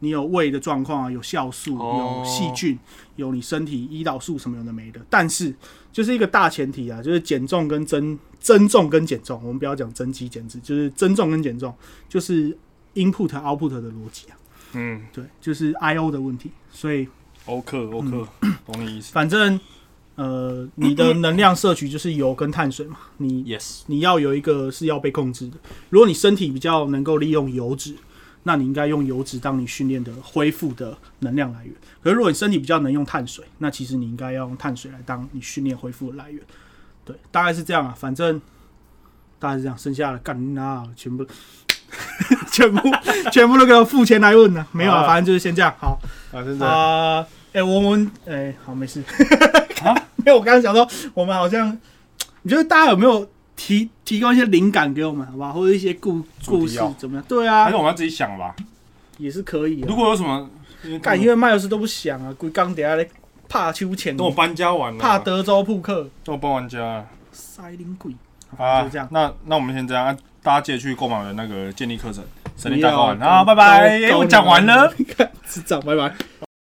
Speaker 2: 你有胃的状况啊，有酵素，
Speaker 1: 哦
Speaker 2: 有细菌，有你身体胰岛素什么有的没的。但是就是一个大前提啊，就是减重跟增增重跟减重，我们不要讲增肌减脂，就是增重跟减重，就是 input output 的逻辑啊，
Speaker 1: 嗯，
Speaker 2: 对，就是 I O 的问题。所以
Speaker 1: 欧克欧克，
Speaker 2: 嗯
Speaker 1: 懂你意思。
Speaker 2: 反正呃，你的能量摄取就是油跟碳水嘛，你
Speaker 1: Yes，
Speaker 2: 你要有一个是要被控制的。如果你身体比较能够利用油脂，那你应该用油脂当你训练的恢复的能量来源。可是如果你身体比较能用碳水，那其实你应该要用碳水来当你训练恢复的来源。对，大概是这样啊，反正大概是这样，剩下的干啊，全部。 <laughs> 全部全部都给我付钱来问呢、没有啊，
Speaker 1: 啊
Speaker 2: 反正就是先这样。好
Speaker 1: 啊，真的，
Speaker 2: 啊，哎、我们哎、好，没事。 <laughs> 没有，我刚刚想说，我们好像，你觉得大家有没有提提供一些灵感给我们，好不好？或者一些故
Speaker 1: 主
Speaker 2: 故
Speaker 1: 题
Speaker 2: 事
Speaker 1: 哦
Speaker 2: 怎么样？对
Speaker 1: 还
Speaker 2: 啊
Speaker 1: 是，我们要自己想吧。
Speaker 2: 也是可以、啊。
Speaker 1: 如果有什么，
Speaker 2: 干，因为麦尔斯都不想啊，鬼刚等下来怕秋千，
Speaker 1: 等我啊搬家完了，
Speaker 2: 怕德州扑克，
Speaker 1: 等我搬完家啊。
Speaker 2: 塞林鬼，
Speaker 1: 好啊
Speaker 2: 就这样。
Speaker 1: 那那我们先这样，啊大家记得去购买我的那个建立课程《神力
Speaker 2: 不要
Speaker 1: 大爆丸》
Speaker 2: 搞
Speaker 1: 啊，拜拜。
Speaker 2: 搞
Speaker 1: 哎，
Speaker 2: 搞 <laughs>
Speaker 1: 我讲完了。
Speaker 2: 智障，拜拜。